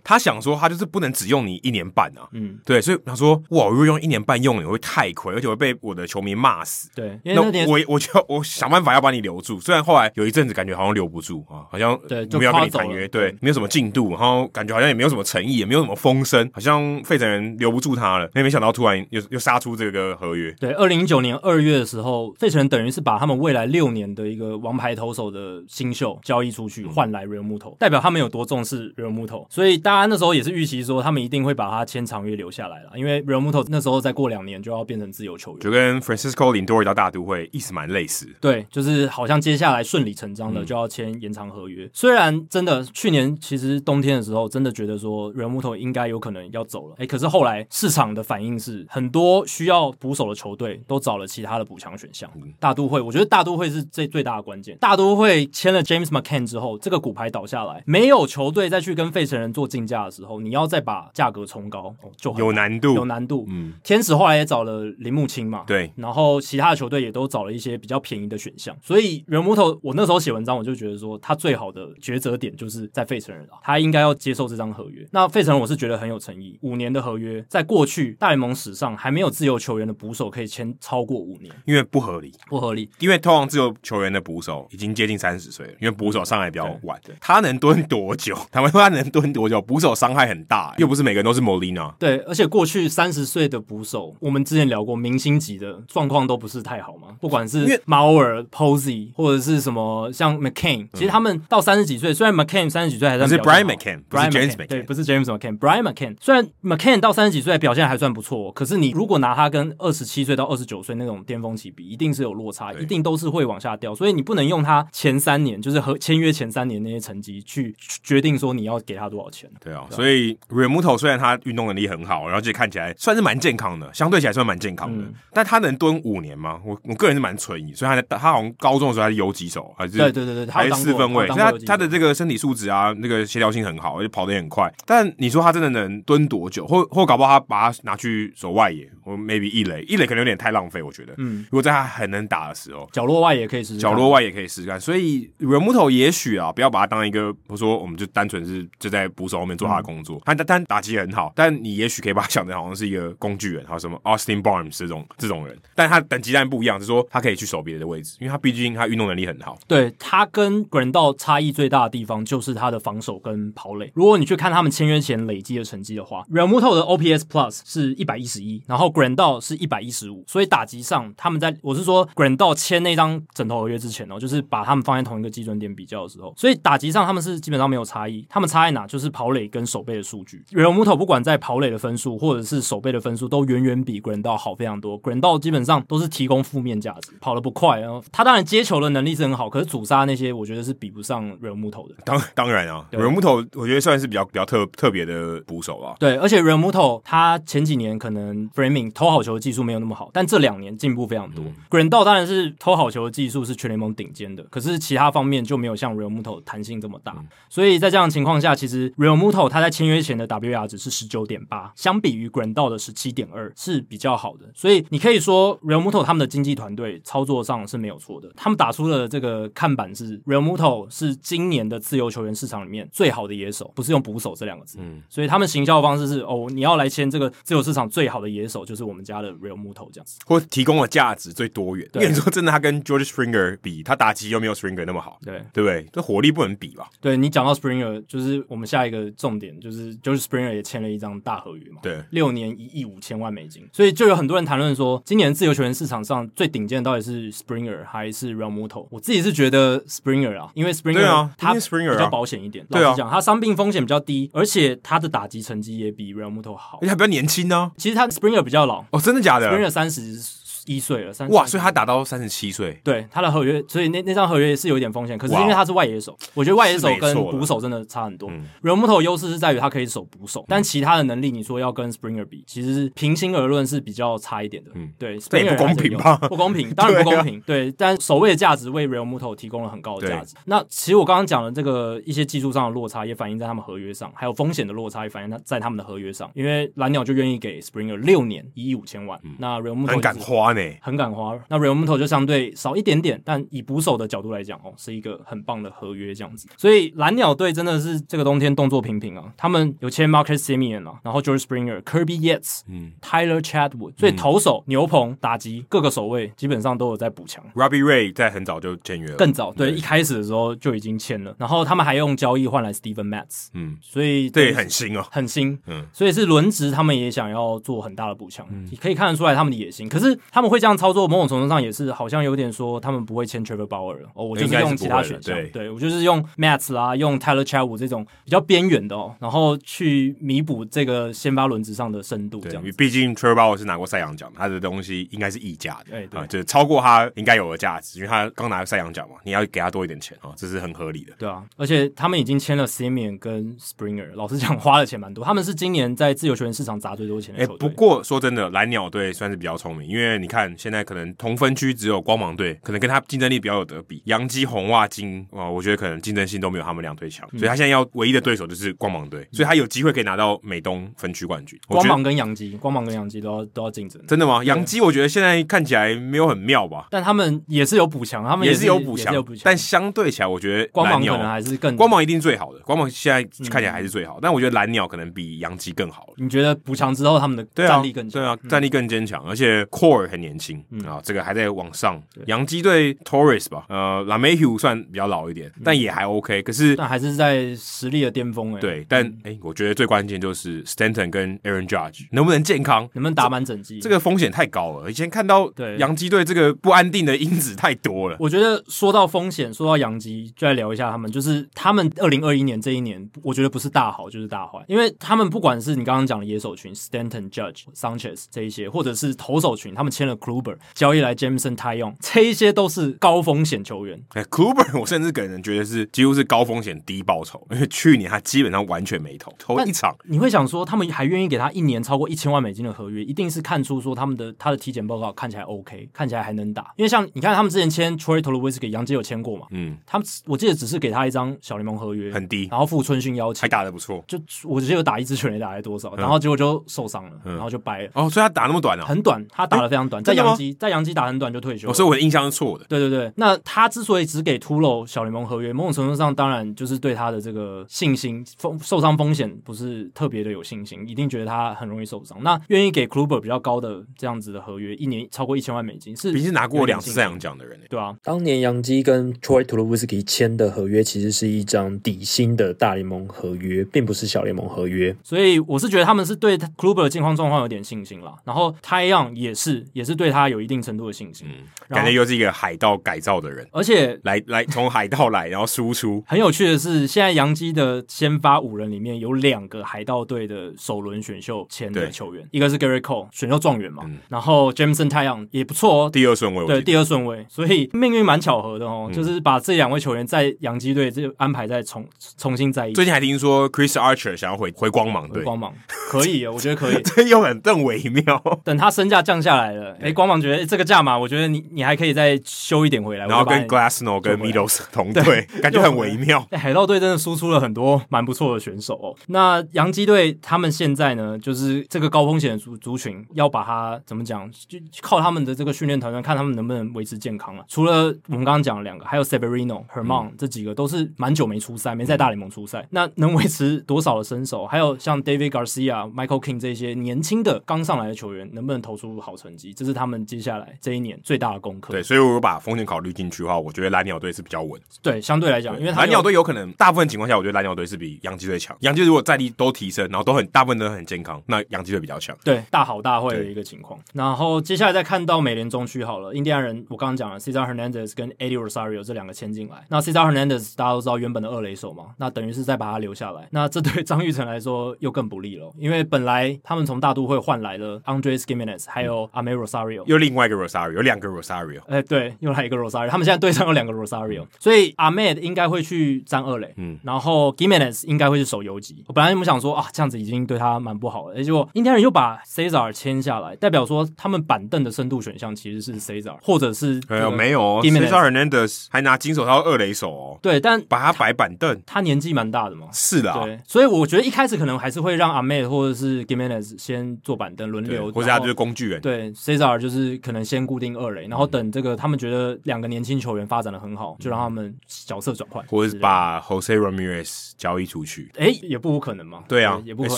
他想说他就是不能只用你一年半啊，嗯，对，所以他说哇，我如果用一年半用你会太亏，而且会被我的球迷骂死。对，因为那那年我我就我想办法要把你留住，虽然后来有一阵子感觉好像留不住，啊，好像对就没有要跟你夸走谈约，了对嗯，没有什么进度，然后感觉好像也没有什么诚意，也没有什么风声，好像费城人留不住他了。那没想到突然又又杀出这个合约，对，二零一九年二月的时候，费城人等于是把他们未来六年的一个王牌投手的新秀交易出去，换来 Real Muto，代表他们有多重视 Real Muto。所以大家那时候也是预期说，他们一定会把他签长约留下来了，因为 Real Muto 那时候再过两年就要变成自由球员。就跟 Francisco Lindor 到大都会意思蛮类似。对，就是好像接下来顺理成嗯章的就要签延长合约。虽然真的去年其实冬天的时候，真的觉得说 Real Muto 应该有可能要走了，哎，可是后来市场的反应是，很多需要捕手的球队都找了其他的补强选项。嗯大都会，我觉得大都会是最最大的关键。大都会签了 James McCann 之后，这个骨牌倒下来，没有球队再去跟费城人做竞价的时候，你要再把价格冲高，哦就很有难难度，有难度。嗯，天使后来也找了铃木清嘛，对，然后其他的球队也都找了一些比较便宜的选项，所以人木头，我那时候写文章我就觉得说，他最好的抉择点就是在费城人啊，他应该要接受这张合约。那费城人我是觉得很有诚意，五年的合约，在过去大联盟史上还没有自由球员的捕手可以签超过五年，因为不合理，不合理。因为通常自由球员的捕手已经接近三十岁了，因为捕手上来比较晚对对，他能蹲多久？ 坦白说，他能蹲多久？捕手伤害很大、嗯又不是每个人都是 Molina。对，而且过去三十岁的捕手，我们之前聊过，明星级的状况都不是太好嘛。不管因为是猫儿、Posey 或者是什么像 McCain，其实他们到三十几岁，虽然 McCain 三十几岁还算可是表现 Brian 好 McCann，不是 Brian James McCann，对， McCann 不是 James McCann，Brian McCann。虽然 McCann 到三十几岁表现还算不错，可是你如果拿他跟二十七岁到二十九岁那种巅峰期比，一定是有落差，对一定都是会往下掉。所以你不能用他前三年，就是和签约前三年那些成绩去去决定说你要给他多少钱。对啊，所以 Remuto 虽然他运动能力很好，然后这看起来算是蛮健康的，相对起来算蛮健康嗯的，但他能蹲五年吗？我我个人是蛮存疑，所以他在他好像高中的时候他是游击手，还是对对对对，他有还是当四过分位，有所当过以他游击他手的这个身体素质啊，那个协调性很好，而且跑得也很快。但你说他真的能蹲多久？或或搞不好他把他拿去守外野，或 maybe 一垒，一垒可能有点太浪费，我觉得。嗯，如果在他很能打的时候，角落外也可以试试看，角落外也可以试试看。所以软木头也许啊，不要把它当一个，我说我们就单纯是就在捕手后面做他嗯的工作。他但但打击很好，但你也许可以把他想的好像是一个工具人，还有什么 Austin Barnes 这种这种人。但他等级当然不一样，是说他可以去守别的位置，因为他毕竟他运动能力很好。对他跟 g r a n d l 差异最大的地方就是他的防守跟跑垒。如果你去看他们签约前累积的成绩的话 r a m u t o 的 OPS Plus 是一百一十一，然后 g r a n d l 是一百一十五，所以打击上他们在我是说 g r a n d l 签那张枕头合约之前哦，就是把他们放在同一个基准点比较的时候，所以打击上他们是基本上没有差异。他们差在哪？就是跑垒跟守备的数据。r a m u t o 不管在跑垒的分数或者是守备的分数，都远远比 g r a n d l 好非常多。g r a n d l 基本上都是提供负面价值，跑得不快，然后他当然接球的能力是很好，可是阻杀那些我觉得是比不上 r a m u t o 的。当当然啊，对软木头我觉得算是比较比较特特别的捕手啊。对，而且 r a m u t o 他前几年可能 framing 投好球的技术没有那么好，但这两年进步非常多。g r a n d l 当然是投好球的技术是全联盟顶尖的，可是其他方面就没有像 r a m u t o 弹性这么大。所以在这样的情况下，其实 r a m u t o 他在签约前的 WAR 值是十九点八，相比于 g r a n d l 的十七点二是比较好的。所以你可以说 r a m u t o 他们的经纪团队操作上是没有错的，他们打出了这个看板是 r a m u t o 是今年的自由球员市场里面最好的野手，不是用捕手这两个字。所以他们行销方式是哦，你要来签这个自由市场最好的野手，就是我们家的 Real 木头这样子。或提供的价值最多元。因对为你说真的，他跟 George Springer 比，他打击又没有 Springer 那么好，对，对不对？这火力不能比吧？对你讲到 Springer，就是我们下一个重点，就是就是 Springer 也签了一张大合约嘛，对六年一亿五千万美金，所以就有很多人谈论说，今年自由球员市场上最顶尖的到底是 Springer 还是 Real Muto？我自己是觉得 Springer 啊，因为 Springer 对啊他因为 Springer 啊比较保险一点，对啊老实讲，他伤病风险比较低，而且他的打击成绩也比 Real Muto 好而且。他比较年轻呢、其实他 Springer 比较老哦，真的假的？ ，Springer 三十一岁了，三哇，所以他打到三十七岁，对他的合约，所以那那张合约是有一点风险，可是哇哦因为他是外野手，我觉得外野手是没跟错嗯啦捕手真的差很多。软木头的优势是在于他可以守捕嗯手，但其他的能力你说要跟 Springer 比，其实是平心而论是比较差一点的。嗯，对，这也不 Springer 公平吧还是有不公平，当然不 对啊公平。对，但守卫的价值为 Real Muto 提供了很高的价值。那其实我刚刚讲的这个一些技术上的落差，也反映在他们合约上，还有风险的落差也反映在他们的合约上。因为蓝鸟就愿意给 Springer 六年一亿五千万，那 Real Muto 嗯很敢就是花呢、呢、很敢花。那 r e m o t o 就相对少一点点，但以捕手的角度来讲，哦，是一个很棒的合约这样子。所以蓝鸟队真的是这个冬天动作频频啊，他们有签 Marcus Simeon 啊，然后 George Springer、Kirby Yates、嗯 Tyler Chadwood，所以投手、牛棚、打击各个守卫基本上都有在补强。 Robbie Ray 在很早就签约了，更早，对，对一开始的时候就已经签了，然后他们还用交易换来 Steven Matz，嗯，所以这也很新哦。很新，嗯嗯，所以是轮值，他们也想要做很大的补强，你可以看得出来他们的野心。可是他们会这样操作，某种程度上也是好像有点说他们不会签 Trevor Bauer 了，哦，我就应该是用其他不会选了项，对我就是用 Mats 啦，用 Tyler Chadwood 这种比较边缘的哦，然后去弥补这个先发轮值上的深度，这对，因样为子。毕竟 t r e v o r 是拿过赛扬奖，他的东西应该是溢价的，哎对啊，就是超过他应该有的价值，因为他刚拿赛扬奖嘛，你要给他多一点钱啊，这是很合理的。对啊，而且他们已经签了 Simeon 跟 Springer，老实讲花了钱蛮多，他们是今年在自由球员市场砸最多钱哎、的球队。不过说真的，蓝鸟队算是比较聪明，因为你看现在可能同分区只有光芒队，可能跟他竞争力比较有得比。洋基、红袜、金啊、呃我觉得可能竞争性都没有他们两队强，嗯所以他现在要唯一的对手就是光芒队，所以他有机会可以拿到美东分区冠军。我觉光得芒跟洋基，光芒跟洋基都要都要竞争。真的吗？洋基我觉得现在看起来没有很妙吧，但他们也是有补强，他们也是是有补也强是有补强，但相对起来，我觉得光蓝芒鸟可能还是嗯更光。芒一定最好的，光芒现在看起来还是最好，但我觉得蓝鸟可能比洋基更好了。你觉得补强之后他们的对啊，战力更强？嗯对啊，战力更坚强，而且 core 很年轻、啊，这个还在往上。洋基队 Torres 吧，呃 l a m e h u 算比较老一点，但也还 OK。可是嗯但还是在实力的巅峰哎、欸。，对，但哎、我觉得最关键就是 Stanton 跟 Aaron Judge 能不能健康，能不能打满整季？这个风险太高了。以前看到嗯对洋基队这个不安定的因子太多了。我觉得说到风险，说到养鸡，就来聊一下他们。就是他们二零二一年这一年，我觉得不是大好就是大坏，因为他们不管是你刚刚讲的野手群 Stanton、Judge、Sanchez 这一些，或者是投手群，他们签了 Kluber，交易来 Jameson、t y o n 这一些都是高风险球员。哎 c u b e r 我甚至给人觉得是几乎是高风险低报酬，因为去年他基本上完全没投，投但一场你会想说，他们还愿意给他一年超过一千万美金的合约，一定是看出说他们的他的体检报告看起来 OK，看起来还能打。因为像你看，他们之前签 Troy t o l o w i s k y 杨基有签过嘛，嗯嗯，他们我记得只是给他一张小联盟合约，很低，嗯然后付春训邀还请，打得不错。就我只有打一支全垒打还多少，然后结果就受伤了，然后就掰了，哦，所以他打那么短啊？很短，他打的非常短，在真的吗杨基在杨基打很短就退休哦，了。所以我的印象是错的。对对对，那他之所以只给秃噜小联盟合约，某种程度上当然就是对他的这个信心风受伤风险不是特别的有信心，一定觉得他很容易受伤。那愿意给 Kluber 比较高的这样子的合约，一年超过一千万美金是毕竟是拿过两次有点信心赛扬奖的人、欸，对啊，当年杨基跟 Troy t u l o w i s k y 签的合约其实是一张底薪的大联盟合约，并不是小联盟合约。所以我是觉得他们是对 Kluber 的近况状况有点信心啦，然后 t y o n 也是也是对他有一定程度的信心，然欸感后觉又是一个海盗改造的人，而且。来来从海盗来，然后输出。很有趣的是，现在洋基的先发五人里面有两个海盗队的首轮选秀签的对嗯球员，一个是 Gary Cole 选秀状元嘛，然后 Jameson 太阳也不错哦。第二顺位，嗯我对，记得第二顺位，所以命运蛮巧合的哦，就是把这两位球员在洋基队这安排在重重新在一起最，近还听说 Chris Archer 想要回回光芒队，。光芒可以哦，我觉得可以 这又很更微妙。等他身价降下来了，诶，光芒觉得诶这个价码，我觉得你你还可以再修一点回来，然哎我后就把跟你 Glassno 跟就回来 Middles 同队， 感觉很微妙。哎，海盗队真的输出了很多蛮不错的选手哦。那洋基队他们现在呢，就是这个高风险的族族群，要把它怎么讲，就靠他们的这个训练团队，看他们能不能维持健康了、啊除了我们刚刚讲的两个，还有 Severino、Herman、这几个都是蛮久没出赛，没在大联盟出赛，那能维持多少的身手？还有像 David Garcia、Michael King 这些年轻的刚上来的球员，能不能投出好成绩？这是他们接下来这一年最大的功课。对，所以如果把风险考虑进去的话，我觉得蓝鸟队是比较稳。对，相对来讲，因为他蓝鸟有队有可能大部分情况下，我觉得蓝鸟队是比洋基队强。洋基如果战力都提升，然后都很大部分都很健康，那洋基队比较强。对，大好大坏的对一个情况。然后接下来再看到美联中区好了，印第安人我刚刚讲了，Cesar Hernandez 跟 Eddie Rosario 这两个签进来。那 Cesar Hernandez 大家都知道原本的二垒手嘛，那等于是再把他留下来。那这对张玉成来说又更不利了，因为本来他们从大都会换来了 Andres Gimenez 还有 Ame Rosario，又另外一个 Rosario，有两个 Rosario，哎、对，又来一个 Rosario，他们现在嗯队上有两个 Rosario，所以 Ahmed 应该会去站二垒，嗯，然后 Gimenez 应该会是守游击。我本来我们想说啊，这样子已经对他蛮不好了，哎结果印第安人又把 Cesar 签下来，代表说他们板凳的深度选项其实是 Cesar，或者是、没有没有哦 Gimenez ，Cesar Hernandez 还拿金手套二垒手哦，对，但把他摆板凳。他年纪蛮大的嘛。是的、啊，对，所以我觉得一开始可能还是会让 Ahmed 或者是 Gimenez 先坐板凳轮对流，或者然他就后是工具人。对 Cesar Cesar 就是可能先固定二垒，然嗯后等这个他们觉得两个年轻球员发展的很好，就让他们角色转换，或者之是类的把 Jose Ramirez 交易出去。哎也不无可能嘛。对啊，也不欸可能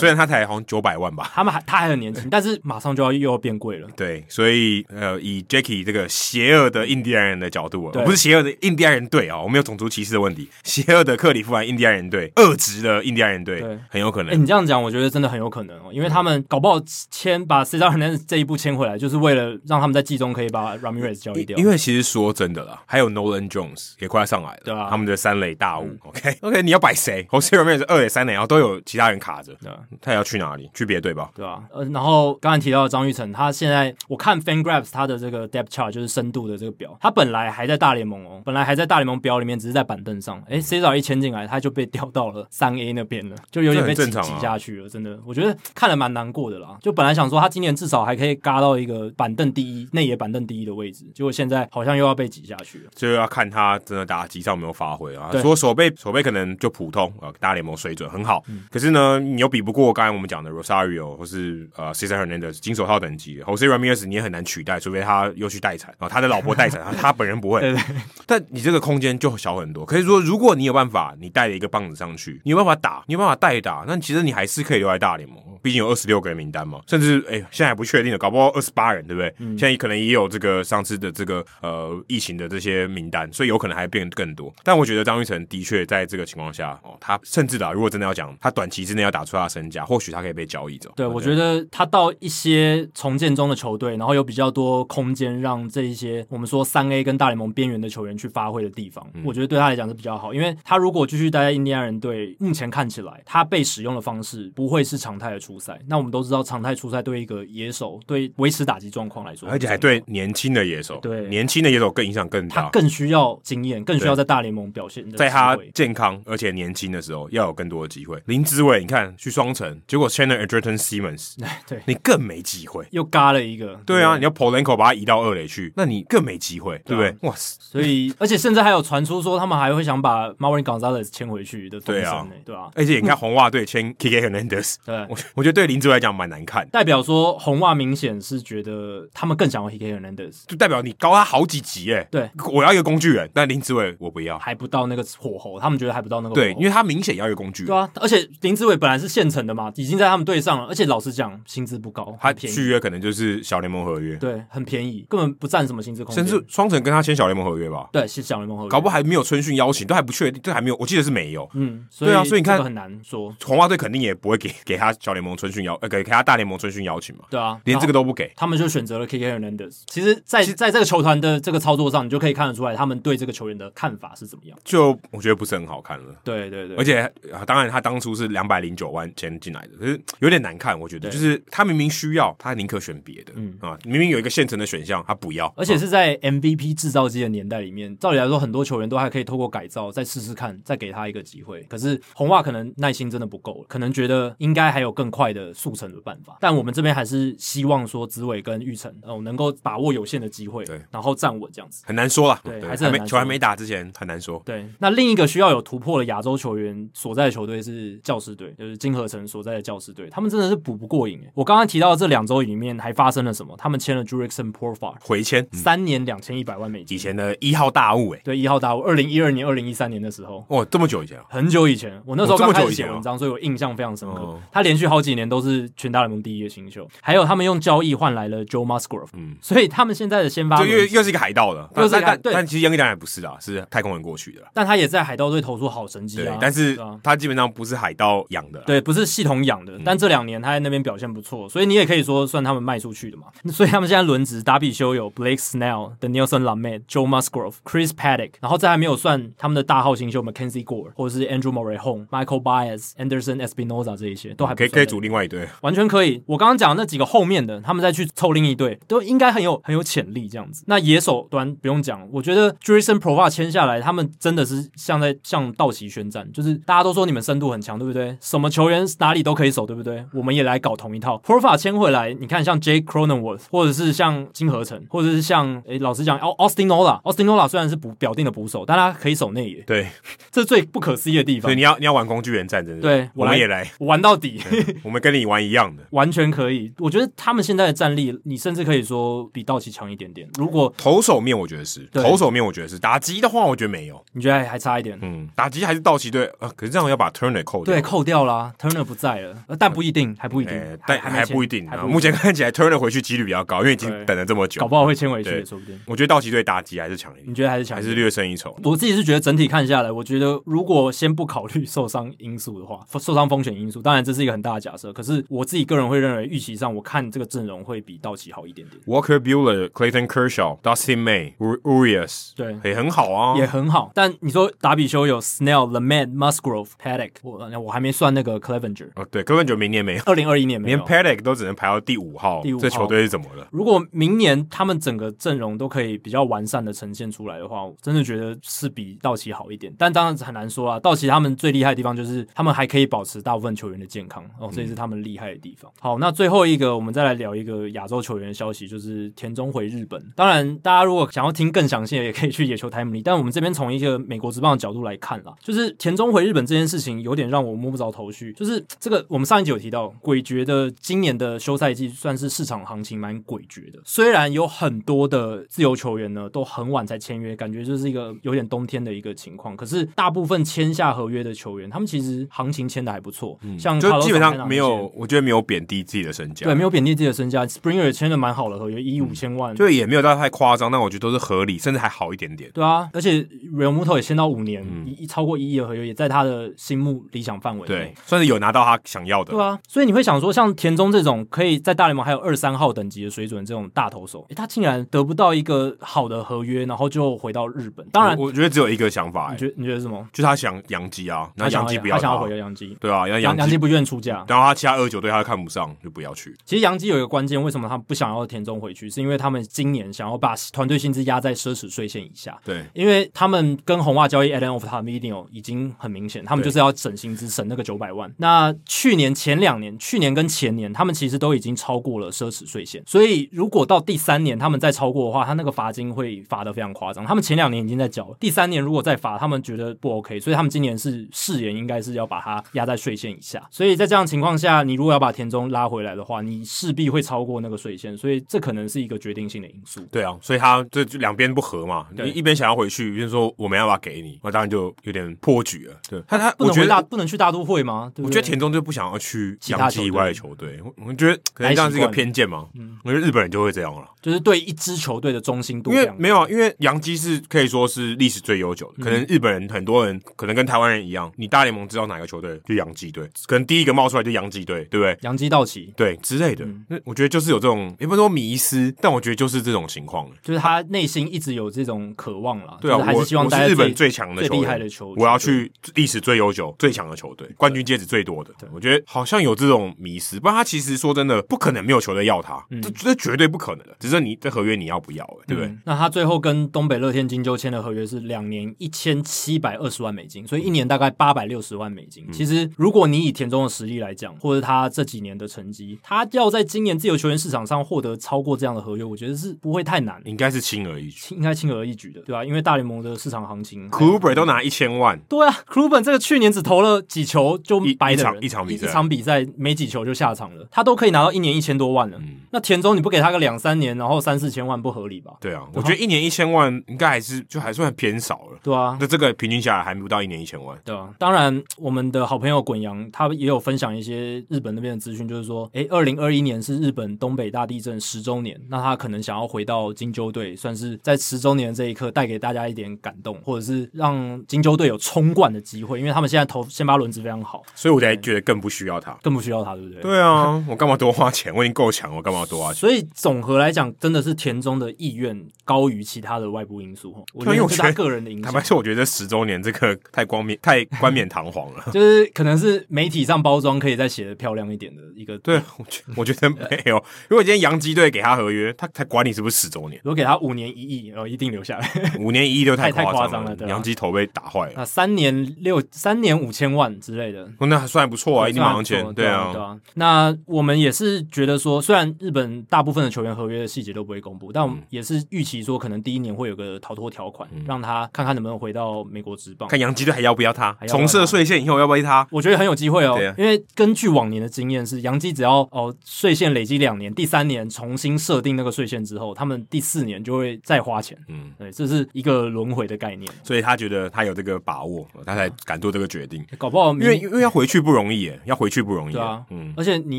虽然嗯他才好像九百万吧。他们还他还很年轻，但是马上就要又要变贵了。对，所以呃，以 Jackie 这个邪恶的印第安人的角度，啊对不是邪恶的印第安人队啊、我们有种族歧视的问题。邪恶的克里夫兰印第安人队，恶质的印第安人队对，很有可哎、能。你这样讲，我觉得真的很有可能哦，因为嗯他们搞不好签把 Cesar Hernandez 这一步签回来，就是为了让他们在季中可以把 Ramirez 交易因掉。因为其实说真的啦，还有 Nolan Jones 也快要上来了，对啊嗯他们的三垒大物、o k OK，你要摆谁？Jose Ramirez 二垒、三垒，然后都有其他人卡着，对啊他要去哪里？去别队吧。对啊，呃，然后刚才提到的张玉成，他现在我看 FanGraphs 他的这个 depth chart 就是深度的这个表，他本来还在大联盟哦，本来还在大联盟表里面，只是在板凳上。诶 c e s a r 一签进来，他就被调到了三 A 那边了，就有点被这挤很正常啊挤下去了。真的，我觉得看了蛮难过的啦。就本来想说他今年至少还可以嘎到一个板凳第一、内野板凳第一的位置，结果现在好像又要被挤下去了。就要看他真的打击上有没有发挥啊。对说手背手背可能就普通啊、呃大联盟水准很好，嗯可是呢，你又比不过刚才我们讲的 Rosario 或是呃 Cesar Hernandez 金手套等级的，Jose Ramirez 你也很难取代，除非他又去待产啊、他的老婆待 产，他他本人不会。对对但你这个空间就小很多。可以说，如果你有办法，你带了一个棒子上去，你有办法打，你有办法代打，那其实你还是可以留在大联盟。毕竟有二十六个人名单嘛，甚至哎、现在还不确定的，搞不好二十八人，对不对？现在可能也有这个上次的这个呃疫情的这些名单，所以有可能还变更多。但我觉得张玉成的确在这个情况下，哦，他甚至啊，如果真的要讲，他短期之内要打出他的身价，或许他可以被交易走。对，我觉得他到一些重建中的球队，然后有比较多空间让这一些我们说三 A 跟大联盟边缘的球员去发挥的地方，嗯我觉得对他来讲是比较好，因为他如果继续待在印第安人队，目前看起来他被使用的方式不会是常态的出赛。那我们都知道，常态出赛对一个野手对维持打击状况来说，而且还对年轻的野手，对年轻的野手更影响更大。他更需要经验，更需要在大联盟表现的在他机会健康而且年轻的时候，要有更多的机会。林志伟，你看去双城，结果 Chandler Edgerton Simmons， 对你更没机会。又嘎了一个，对啊，不你要 Polanco 把他移到二垒去，那你更没机会，对对啊不对？哇塞，所以而且甚至还有传出说他们还会想把 Marvin Gonzalez 签回去的风声对啊呢，对啊。而且你看红袜队签 K K Hernandez，对，我我觉得对林志伟来讲蛮难看，代表说红袜明显是觉得他们更想要 Hike Hernandez，就代表你高他好几级哎。对，哦我要一个工具人，但林志伟我不要。还不到那个火候，他们觉得还不到那个火候对，因为他明显要一个工具对人，啊，而且林志伟本来是现成的嘛，已经在他们队上了，而且老实讲，薪资不高，他很便续宜，约可能就是小联盟合约，对，很便宜，根本不占什么薪资空间，甚至双城跟他签小联盟合约吧。哦对是小联盟合约，搞不好还没有春训邀请，都还不确定，都还没有，我记得是没有。嗯，所以对啊所以你看这个很难说，红袜队肯定也不会给 给他小联盟春训邀，呃，给给他大联盟春训邀请嘛，对啊，连这个都。都不给。他们就选择了 K K Hernandez。其实在，在这个球团的这个操作上，你就可以看得出来，他们对这个球员的看法是怎么样。就我觉得不是很好看了。对对对，而且啊，当然他当初是两百零九万签进来的，可是有点难看，我觉得对就是他明明需要，他宁可选别的，嗯啊，明明有一个现成的选项，他不要，而且啊是在 MVP 制造机的年代里面，照理来说，很多球员都还可以透过改造再试试看，再给他一个机会。可是红袜可能耐心真的不够了，可能觉得应该还有更快的速成的办法。但我们这边还是希望说，紫伟跟玉成哦、呃能够把握有限的机会对，然后站稳这样子。很难说了，对对，还是很没难球还说没打之前很难说。对，那另一个需要有突破的亚洲球员所在的球队是教师队，就是金合成所在的教师队，他们真的是补不过瘾欸。我刚刚提到这两周里面还发生了什么？他们签了 Jurickson Porfar，回签、嗯三年两千一百万美金以。前的一号大物、欸，对，一号大物，二零一二年、二零一三年的时候，哇，这么久以前啊，很久以前，我那时候哦这么刚开久始以前写哦文章，所以我印象非常深刻。哦他连续好几年都是全大联盟第一的新秀，还有他们用交易换来了 Joe Musgrove，嗯所以他们现在的先发就又轮，又是一个海盗了，但又是一个海但对但其实杨一丹也不是啊，是太空人过去的啦，但他也在海盗队投出好成绩对，啊。但是对啊他基本上不是海盗养的啦，嗯对，不是系统养的，但这两年他在那边表现不错，所以你也可以说算他们卖出去的嘛。 所以他们现在轮值达比修有 Blake Snell、的 Nelson Lamet、Joe Musgrove、Chris Paddock，然后这还没有算他们的大号新秀 Mackenzie Gore 或者是 Andrew Murray、Home、Michael Bias、Anderson Espinosa 这一些都还不可以算可以在组另外一队。完全可以。我刚刚讲的那几个后面的，他们再去凑另一队，都应该很有很有潜力这样子。那野手端不用讲，我觉得 Jason Prova 签下来，他们真的是像在向道奇宣战，就是大家都说你们深度很强，对不对？什么球员哪里都可以守，对不对？我们也来搞同一套。Prova 签回来，你看像 Jake Cronenworth，或者是像金合成，或者是像诶，老实讲，Au-，Austin Nola，Austin Nola 虽然是补表定的捕手，但他可以守内野，对，这是最不可思议的地所方以。你要你要玩工具人战争，不对我我们来也来，玩到底。我们跟你玩一样的。完全可以。我觉得他们现在的战力，你你甚至可以说比道奇强一点点。如果投手面我觉得是，对投手面我觉得是，打击的话我觉得没有。你觉得还还差一点，嗯，打击还是道奇队，呃，可是这样要把 Turner 扣掉。对，扣掉啦，Turner 不在了，呃但不一定，还不一定哎，，但还还没不一签定还啊。不一目前看起来 Turner 回去几率比较高，因为已经对等了这么久，搞不好会签回去对也说不定。我觉得道奇队打击还是强一你点，觉得还是强还一点？是略胜一筹。我自己是觉得整体看下来，我觉得如果先不考虑受伤因素的话，受伤风险因素，当然这是一个很大的假设。可是我自己个人会认为，预期上我看这个阵容会比道奇好一点点， Walker Bueller、Clayton Kershaw、Dustin May、Ur- Urias，对也很好啊，也很好。但你说达比修有 Snell、Leman、Musgrove、Paddock，我我还没算那个 Clevenger，哦，对，根本就明年没有，二零二一年没连有。 Paddock 都只能排到第五号第五，号这球队是怎么了？如果明年他们整个阵容都可以比较完善的呈现出来的话，我真的觉得是比道奇好一点。但当然很难说啊，道奇他们最厉害的地方就是他们还可以保持大部分球员的健康哦，这也是他们厉害的地方。好，那最后一个我们再来聊一个亚洲球员的消息，就是田中回日本。当然，大家如果想要听更详细的，也可以去野球台姆里。但我们这边从一个美国职棒的角度来看啦，就是田中回日本这件事情有点让我摸不着头绪。就是这个，我们上一集有提到，鬼觉得今年的休赛季算是市场行情蛮诡谲的。虽然有很多的自由球员呢都很晚才签约，感觉就是一个有点冬天的一个情况。可是大部分签下合约的球员，他们其实行情签的还不错，像嗯就 Carlos 基本 Santana 上那没有啊些。，我觉得没有贬低自己的身价，对，没有贬低自己的身价。Springer 也签的蛮好的合约，一亿五千万，嗯就也没有到太夸张，但我觉得都是合理，甚至还好一点点。对啊，而且 Real Muto 也签到五年，一、一超过一亿的合约，也在他的心目理想范围内嗯对，。算是有拿到他想要的。对啊，所以你会想说，像田中这种可以在大联盟还有二三号等级的水准的这种大投手，诶他竟然得不到一个好的合约，然后就回到日本。当然，我我觉得只有一个想法、你欸，觉得你觉得是什么？就是他想杨基啊，那杨基不他他想要回到杨基，对啊，要杨杨杨基不愿出价。然后他其他二九队他看不上，就不要去。其实杨基有一个关键，为什么他们不想要田中回去，是因为他们今年想要把团队薪资压在奢侈税线以下。对，因为他们跟红袜交易 a l a n of Tamino 已经很明显，他们对就是要省薪资，省那个九百万。那去年前两年，去年跟前年，他们其实都已经超过了奢侈税线，所以如果到第三年他们再超过的话，他那个罚金会罚的非常夸张。他们前两年已经在缴了，第三年如果再罚，他们觉得不 OK，所以他们今年是誓言应该是要把它压在税线以下。所以在这样的情况下，你如果要把田中拉回来的话，你势必会超过那个税线，所以这可能是一个决定性的因素。对啊，所以他这就两边不合嘛，对你一边想要回去，一边说我没办法给你，那当然就有点破局了。对他他，不我能觉回大，得。不能去大都会吗？对不我对觉得田中就不想要去其他洋基以外的球队，我我觉得可能这样是一个偏见嘛。嗯我觉得日本人就会这样了，就是对一支球队的忠心度因这为样。没有，啊，因为洋基是可以说是历史最悠久的。可嗯能日本人很多人可能跟台湾人一样，你大联盟知道哪个球嗯队就洋基队，可能第一个冒出来就洋基队，对不对？杨基道奇，对之类的。嗯那我觉得就是有这种，也不是说迷失，但我觉得就是这种情况。就是他内心一直有这种渴望啦，对啊，啊就是还我希望我待是在日本最强的最球队厉害的球队，我要去历史最悠久、最强的球队，冠军戒指最多的。我觉得好像有这种迷失，不然他其实说真的，不可能没有球队要他，这这绝对不可能的。只是你这合约你要不要，对不对？嗯那他最后跟东北乐天金鹫签的合约是两年一千七百二十万美金，所以一年大概八百六十万美嗯金。其实，如果你以田中的实力来讲，或者他这几年的成绩，他要在今年自由球员市场上获得超过这样的合约，我觉得是不会太难，应该是轻而易举。应该轻而易举的，对吧、啊因为大联盟的市场行情还有 Kluber 都嗯拿一千万，对啊 c r u b e n 这个去年只投了几球就一白的一场人一场比赛一场比赛没几球就下场了，他都可以拿到一年一千多万了。嗯那田中你不给他个两三年，然后三四千万不合理吧？对啊，我觉得一年一千万应该还是就还算偏少了。对啊，那这个平均下来还不到一年一千万，对啊，当然，我们的好朋友滚阳他也有分享一些日本那边的资讯，就是说，诶，二零二一年是日本东北大地震十周年，那他可能想要回到金州队，算是在十周年这一刻带给大家一点感动，或者是让金州队有冲冠的机会，因为他们现在投先发轮值非常好，所以我才觉得更不需要他。更不需要他，对不对？对啊，我干嘛多花钱？我已经够强，我干嘛 多花钱？所以总和来讲，真的是田中的意愿高于其他的外部因素。吼我觉啊因为得我是觉他得个人的影坦响白，说，我觉得这十周年这个太光冕、 太冠冕堂皇 了。就是可能是媒体上包装可以再写的漂亮一点的一个。对，我觉 我觉得没有。如果今天洋基队给他合约，他才管你是不是十 ，周年如果给他五年一亿，呃，一定留下 来。五年一亿就太夸夸张了对啊洋基头被打坏了。那三年六三年五千万之类的，哦那还算不错啊，一定算还马不上签错，对对啊对。啊。那我们也是觉得说，虽然日本大部分的球员合约的细节都不会公布，但我嗯们也是预期说，可能第一年会有个逃脱条款，让他看看能不能回到美国职棒。看洋基队还要不要他还？要不要重设税线以后要不要他？我觉得很有机会哦对啊，因为根据往年的经验是，杨基只要哦税线累积两年，第三三年重新设定那个税线之后，他们第四年就会再花钱。嗯，对，这是一个轮回的概念。所以他觉得他有这个把握，他啊才敢做这个决定。搞不好因为明因为要回去不容易耶，要回去不容易嗯耶。对啊嗯，而且你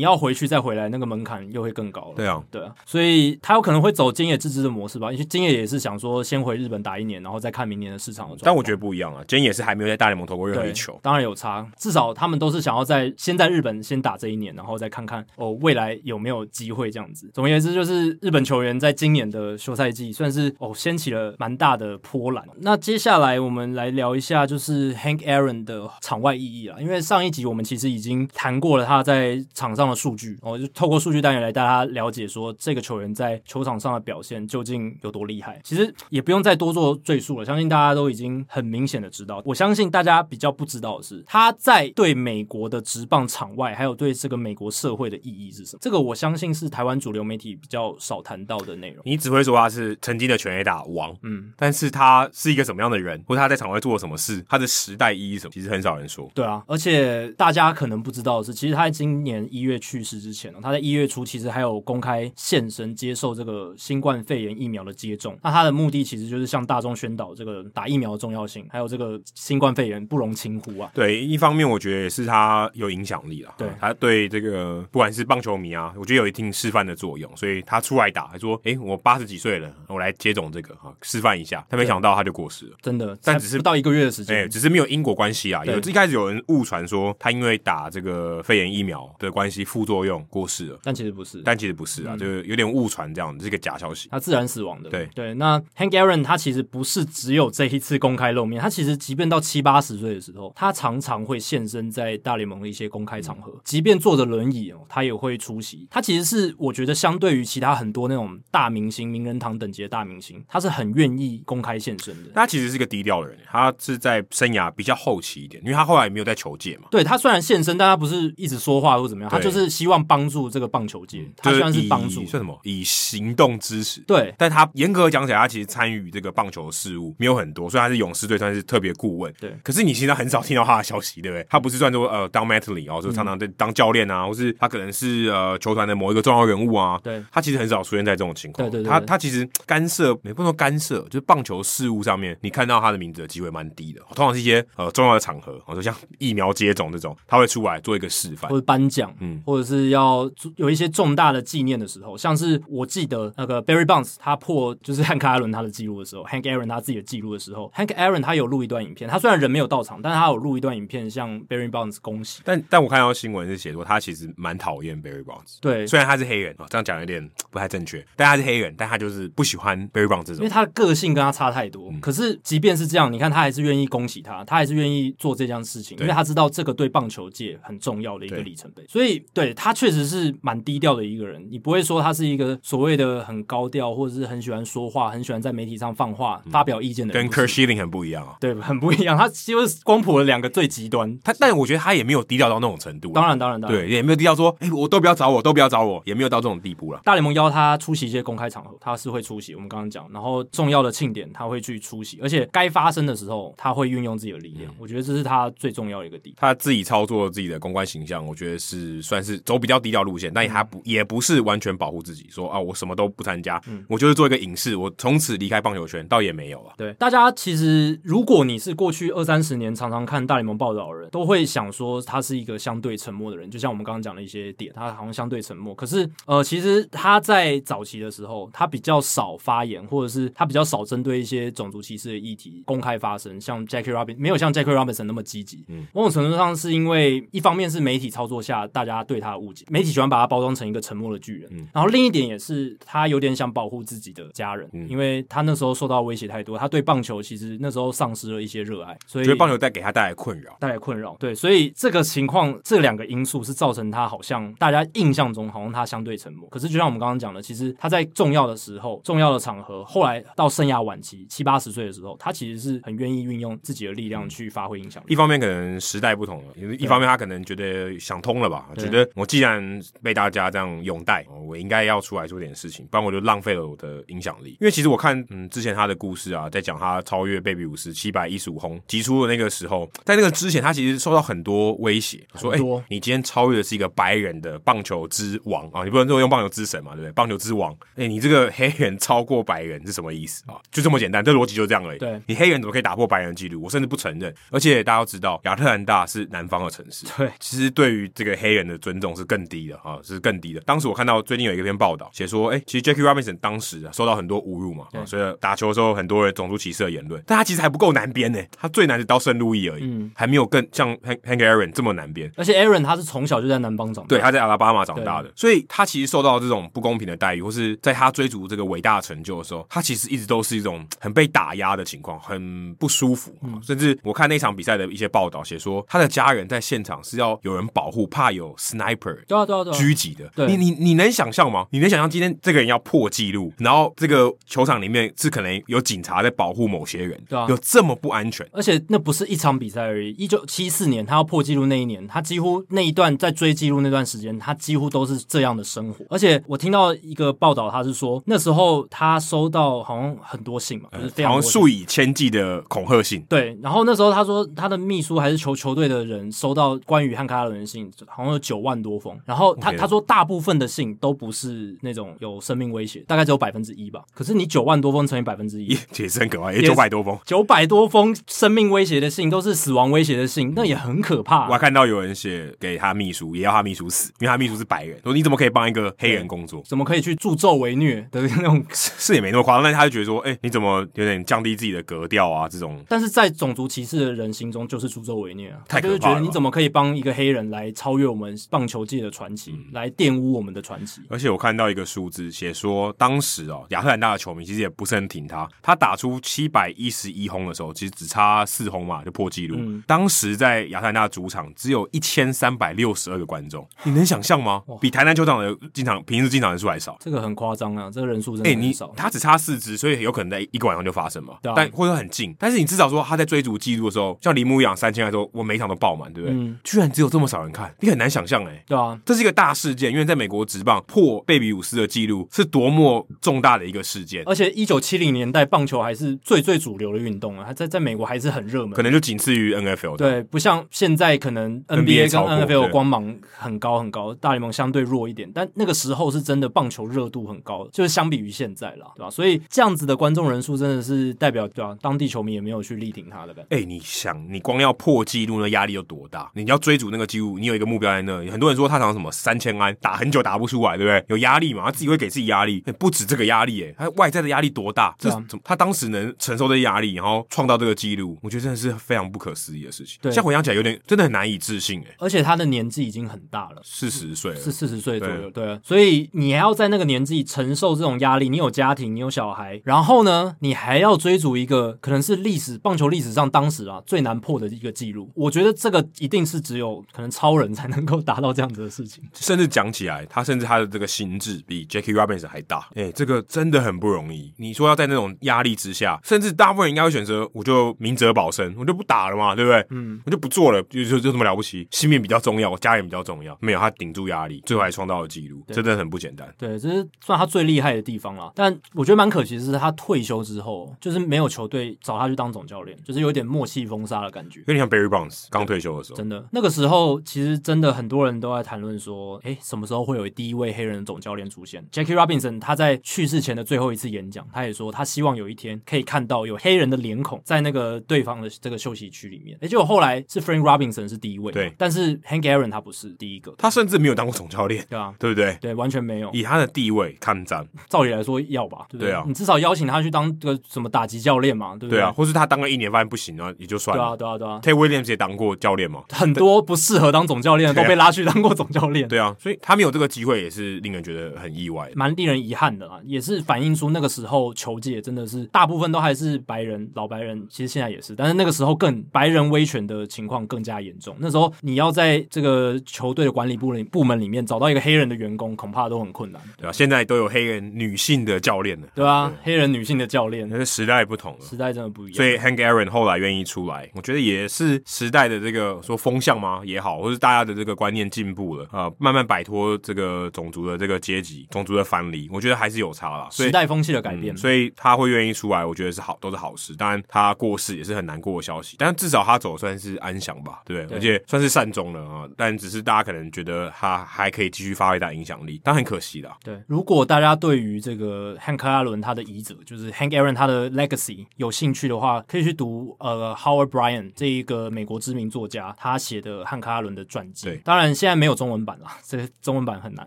要回去再回来，那个门槛又会更高了。对啊，对啊，所以他有可能会走菅野自治的模式吧，因为菅野也是想说先回日本打一年，然后再看明年的市场的状况。但我觉得不一样啊，今天也是还没有在大联盟投过任何对一球，。当然有差，至少他们都是想要在先在日本先打这一年，然后再看看哦未来有没有机会这样子。总而言之，就是日本球员在今年的休赛季算是哦掀起了蛮大的波澜。那接下来我们来聊一下就是 Hank Aaron 的场外意义啦，啊因为上一集我们其实已经谈过了他在场上的数据，哦就透过数据单元来大家了解说这个球员在球场上的表现究竟有多厉害。其实也不用再多做赘述了，相信大家都已经很明显的知道。我相信大家比较不知道的是，他在对美国的职棒场外，还有对这个美国社会的意义是什么？这个我相信是台湾主流媒体比较少谈到的内容。你只会说他是曾经的全垒打王，嗯，但是他是一个什么样的人，或者他在场外做了什么事，他的时代意义是什么，其实很少人说。对啊，而且大家可能不知道的是，其实他在今年一月去世之前哦呢、他在一月初其实还有公开现身接受这个新冠肺炎疫苗的接种。那他的目的其实就是向大众宣导这个打疫苗的重要性，还有这个新冠肺炎不容轻忽啊。对，一方面我觉得也是他有影响力啦，对他对这个不管是棒球迷啊，我觉得有一定示范的作用，所以他出来打，他说：“诶，我八十几岁了，我来接种这个哈，示范一下。”他没想到他就过世了。真的，但才只是不到一个月的时哎、间，只是没有因果关系啊。对有一开始有人误传说他因为打这个肺炎疫苗的关系副作用过世了，但其实不是，但其实不嗯是啊，就是有点误传这样，这是个假消息。他自然死亡的。对对，那 Hank Aaron 他其实不是只有这一次公开露面，他其实即便到七八十岁的时候，他常常会现身在大联盟的一些公开场嗯合，即便坐着轮椅哦，他也会出席。他其实是我觉得相对于其他很多那种大明星、名人堂等级的大明星，他是很愿意公开现身的。他其实是个低调的人，他是在生涯比较后期一点，因为他后来也没有在求界嘛，对他虽然现身，但他不是一直说话或怎么样，他对嗯就是希望帮助这个棒球界，他虽然就是以帮助算，什么以行动支持。对，但他严格讲起来，他其实参与这个棒球事务没有很多，所以他是勇士队算是特别顾问。对可是你现在很少听到他的消息，对不对？他不是算说呃当 Matley 哦，就常常在当教练啊，或是他可能是呃球团的某一个重要人物啊。对他其实很少出现在这种情况。对对对他对他其实干涉，也不能说干涉，就是棒球事务上面，你看到他的名字的机会蛮低的。通常是一些呃重要的场合，我说像疫苗接种这种，他会出来做一个示范或。者颁奖，嗯嗯，或者是要做有一些重大的纪念的时候，像是我记得那个 Barry Bonds 他破就是汉克·艾伦他的记录的时候，Hank Aaron 他自己的记录的时候，Hank Aaron 他有录一段影片，他虽然人没有到场，但是他有录一段影片向 Barry Bonds 恭喜。但但我看到新闻是写说，他其实蛮讨厌 Barry Bonds。对，虽然他是黑人啊、哦这样讲有点不太正确，但他是黑人，但他就是不喜欢 Barry Bond 这因为种。他的个性跟他差太嗯多。可是即便是这样，你看他还是愿意恭喜他，他还是愿意做这件事情，对因为他知道这个对棒球界很重要的一个对里程碑。所以对他确实是蛮低调的一个人，你不会说他是一个所谓的很高调，或者是很喜欢说话、很喜欢在媒体上放话、嗯发表意见的人。跟不是 Kurt Schilling 很不一样啊、对很不一样，他就是光谱的两个最极端。他但我觉得他也没有低调到那种程度、啊当，然，当然，当然。对，也没有低调说，哎、我都不要找我，都不要找我，也没有到这种地步了。大联盟邀他出席一些公开场合，他是会出席。我们刚刚讲，然后重要的庆典他会去出席，而且该发生的时候他会运用自己的力量。我觉得这是他最重要的一个地方。他自己操作自己的公关形象，我觉得是算是走比较低调路线，但也还嗯不也不是完全保护自己，说啊我什么都不参加，嗯我就是做一个影视，我从此离开棒球圈，倒也没有啊。对，大家其实如果你是过去二三十年常常看大联盟报道的人，都会想说他是一个相对沉默的人，就像我们刚刚讲的一些点，他好像相对沉默。可是呃，其实他在早期的时候，他比较少发言，或者是他比较少针对一些种族歧视的议题公开发声，像 Jackie Robinson 没有像 Jackie Robinson 那么积极。某种程度上是因为一方面是媒体操作下大家对他的误解，媒体喜欢把他包装成一个沉默的巨人，嗯然后另一点也是他有点想保护自己的家人，嗯因为他那时候受到威胁太多，他对棒球其实那时候丧失了一些热爱，所以觉得棒球带给他带来困扰。带来困扰。对，所以这个情况，这两个因素是造成他好像大家印象中好像他相对沉默。可是就像我们刚刚讲的，其实他在重要的时候、重要的场合，后来到生涯晚期七八十岁的时候，他其实是很愿意运用自己的力嗯量去发挥影响力。一方面可能时代不同了，一方面他可能觉得想通了吧，对觉得我既然被大家这样拥戴，哦我应该要出来做点事情，不然我就浪费了我的影响力。因为其实我看，嗯，之前他的故事啊，在讲他超越贝比鲁斯七百一十五轰击出的那个时候，在那个之前，他其实受到很多威胁，说，哎、很多你今天超越的是一个白人的棒球之王啊，你不能这都用棒球之神嘛，对不对？棒球之王，哎，你这个黑人超过白人是什么意思啊？就这么简单，这逻辑就这样而已。对你黑人怎么可以打破白人的记录？我甚至不承认。而且大家都知道，亚特兰大是南方的城市，对，其实对于这个黑人的尊重是更低的啊，是更低的。当时我看到最近有一篇报道，写说，哎、其实 Jackie Robinson 当时啊受到很多侮辱嘛，啊对所以打球的时候很多人种族歧视的言论，但他其实还不够南边呢、他最难的到圣路易而已，嗯还没有更像 Hank Hank Aaron 这么南边。而且 Aaron 他是从小就在南邦长大，对，他在阿拉巴马长大的，所以他其实受到这种不公平的待遇，或是在他追逐这个伟大的成就的时候，他其实一直都是一种很被打压的情况，很不舒服。嗯甚至我看那场比赛的一些报道写说，他的家人在现场是要有人保护，怕有 sniper 对啊对啊对啊，狙击的。对你你你能想象吗？你能想象今天这个人要破纪录，然后这个球场里面是可能有警察在保护某些人，对啊有这么不安全？而且那不是一场比赛而已。一九七四年他要破纪录那一年，他几乎那一段在追纪录那段时间，他几乎都是这样的生活。而且我听到一个报道，他是说那时候他收到好像很多信嘛，就是非常呃好多像信数以千计的恐吓信。对，然后那时候他说他的秘书还是球球队的人收到关于汉卡伦的信，好像有九万多封。然后他 OK 他说大部分的信都不是那种有生命威胁，大概只有百分之一吧。可是你九万多封乘以百分之一也，也是很可怕，也也是九百多封。九百多封生命威胁的信都是死亡威胁的信，嗯那也很可怕、我还看到有人写给他秘书，也要他秘书死，因为他秘书是白人，说你怎么可以帮一个黑人工作？怎么可以去助纣为虐的那种？ 是也没那么夸张，但是他就觉得说，哎、你怎么有点降低自己的格调啊？这种但是在种族歧视的人心中，就是助纣为虐啊！太他可就是怕觉了得你怎么可以帮一个黑人来超越我们棒球界的传奇，嗯来玷污我们的传奇？而且我看到一个数字，写说当时哦，亚特兰大的球迷其实也不是很挺他。他打出七百一十一轰的时候，其实只差四轰嘛，就破纪录。嗯当时在亚特兰大主场只有一千三百六十二个观众，你能想象吗？比台南球场的进场平时进场人数还少。这个很夸张啊！这个人数真哎、的很你少。他只差四支，所以有可能在一个晚上就发生嘛。对啊但或者很近，但是你至少说他在追逐记录的时候，像铃木一朗三千的时候，我每一场都爆满，对不对？嗯居然只有这么少人看，你很难想象哎、对啊，这是一个大事件，因为在美国职棒破贝比鲁斯的记录是多么重大的一个事件，而且一九七零年代棒球还是最最主流的运动啊，它在在美国还是很热门。可能就仅次于 NFL 的。对，不像现在可能 NBA NBA 超过跟对 NFL 光芒很高很高，大联盟相对弱一点，但那个时候是真的棒球热度很高，就是相比于现在啦，对吧？所以这样子的观众人数真的是代表对吧？当地球迷也没有去力挺他的感觉。哎、你想，你光要破纪录，那压力有多大？你要追逐那个纪录，你有一个目标在那。很多人说他常常什么三千安，打很久打不出来，对不对？有压力嘛，他自己会给自己压力。哎不止这个压力、哎，他外在的压力多大？这对啊怎么？他当时能承受这些压力，然后创造这个纪录，我觉得真的是非常不可思议的事情。对现在回想起来，有点真的很难以置信、哎，而且他的年纪已经很大了。四十岁了，是四十岁左右，对，啊所以你还要在那个年纪承受这种压力，你有家庭，你有小孩，然后呢，你还要追逐一个可能是历史棒球历史上当时啊最难破的一个记录，我觉得这个一定是只有可能超人才能够达到这样子的事情。甚至讲起来，他甚至他的这个心智比 Jackie Robinson 还大。嗯哎、这个真的很不容易。你说要在那种压力之下，甚至大部分人应该会选择，我就明哲保身，我就不打了嘛，对不对？嗯，我就不做了，就就就这么了不起。性命比较重要，我家人比较重要。没有，他顶住压力，最后还创造了纪录，真的很不简单。对，这是算他最厉害的地方啦。但我觉得蛮可惜的是，他退休之后，就是没有球队找他去当总教练，就是有点默契封杀的感觉。有点像 Barry Bonds 刚退休的时候，真的，那个时候其实真的很多人都在谈论说，诶，什么时候会有第一位黑人总教练出现？Jackie Robinson 他在去世前的最后一次演讲，他也说他希望有一天可以看到有黑人的脸孔在那个对方的这个休息区里面。诶，结果后来是 Frank Robinson 是第一位嘛，对但是 Hank Aaron 他不是第一个，他甚至没有当过总教练，对啊，对不对？对，完全没有。以他的地位看战，照理来说要吧，对不对？对啊你至少邀请他去当这个什么打击教练嘛，对不对啊，，或是他当了一年半不行啊，也就算对啊，了。对啊，对啊。 Tay Williams 也当过教练嘛，很多不适合当总教练的对啊都被拉去当过总教练，对啊，所以他没有这个机会也是令人觉得很意外的。蛮令人遗憾的啦，啊也是反映出那个时候球界真的是大部分都还是白人，老白人，其实现在也是，但是那个时候更白人威权的情况更加严重。那时候你要在这个球队的管理部门部门里面找到一个黑人的员工，恐怕都很困难，对啊，现在都有黑人女性的教练了，对啊，黑人女性的教练那是时代不同了。时代真的不一样，所以 Hank Aaron 后来愿意出来，我觉得也是时代的这个说风向吗也好，或是大家的这个观念进步了啊、呃慢慢摆脱这个种族的这个阶级、种族的藩篱，我觉得还是有差啦。所以时代风气的改变。嗯所以他会愿意出来，我觉得是好，都是好事。当然，他过世也是很难过的消息，但至少他走算是安详吧，对不对？对而且算是善终了啊。但只是大家可能觉得他还可以继续发挥他的影影响力，但很可惜啦。对，如果大家对于这个汉克·阿伦他的遗者，就是 Hank Aaron 他的 legacy 有兴趣的话，可以去读呃 Howard Bryan 这一个美国知名作家他写的汉克·阿伦的传记。对当然现在没有中文版啦， 这个中文版很难。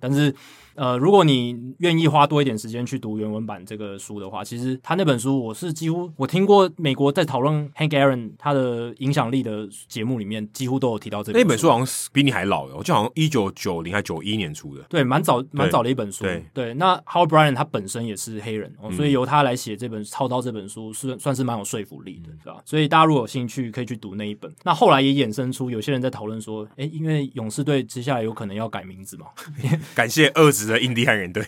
但是呃，如果你愿意花多一点时间去读原文版这个书的话，其实他那本书我是几乎我听过美国在讨论 Hank Aaron 他的影响力的节目里面，几乎都有提到这那本本书好像是比你还老的，我记得好像一九九零还九一年出的。对，蛮早蛮早的一本书。对嗯那 Howard Bryan 他本身也是黑人，哦所以由他来写这本《操刀》这本书是算是蛮有说服力嗯的，对吧？所以大家如果有兴趣，可以去读那一本。那后来也衍生出有些人在讨论说，诶，因为勇士队接下来有可能要改名字嘛， 感谢二职的印第安人队，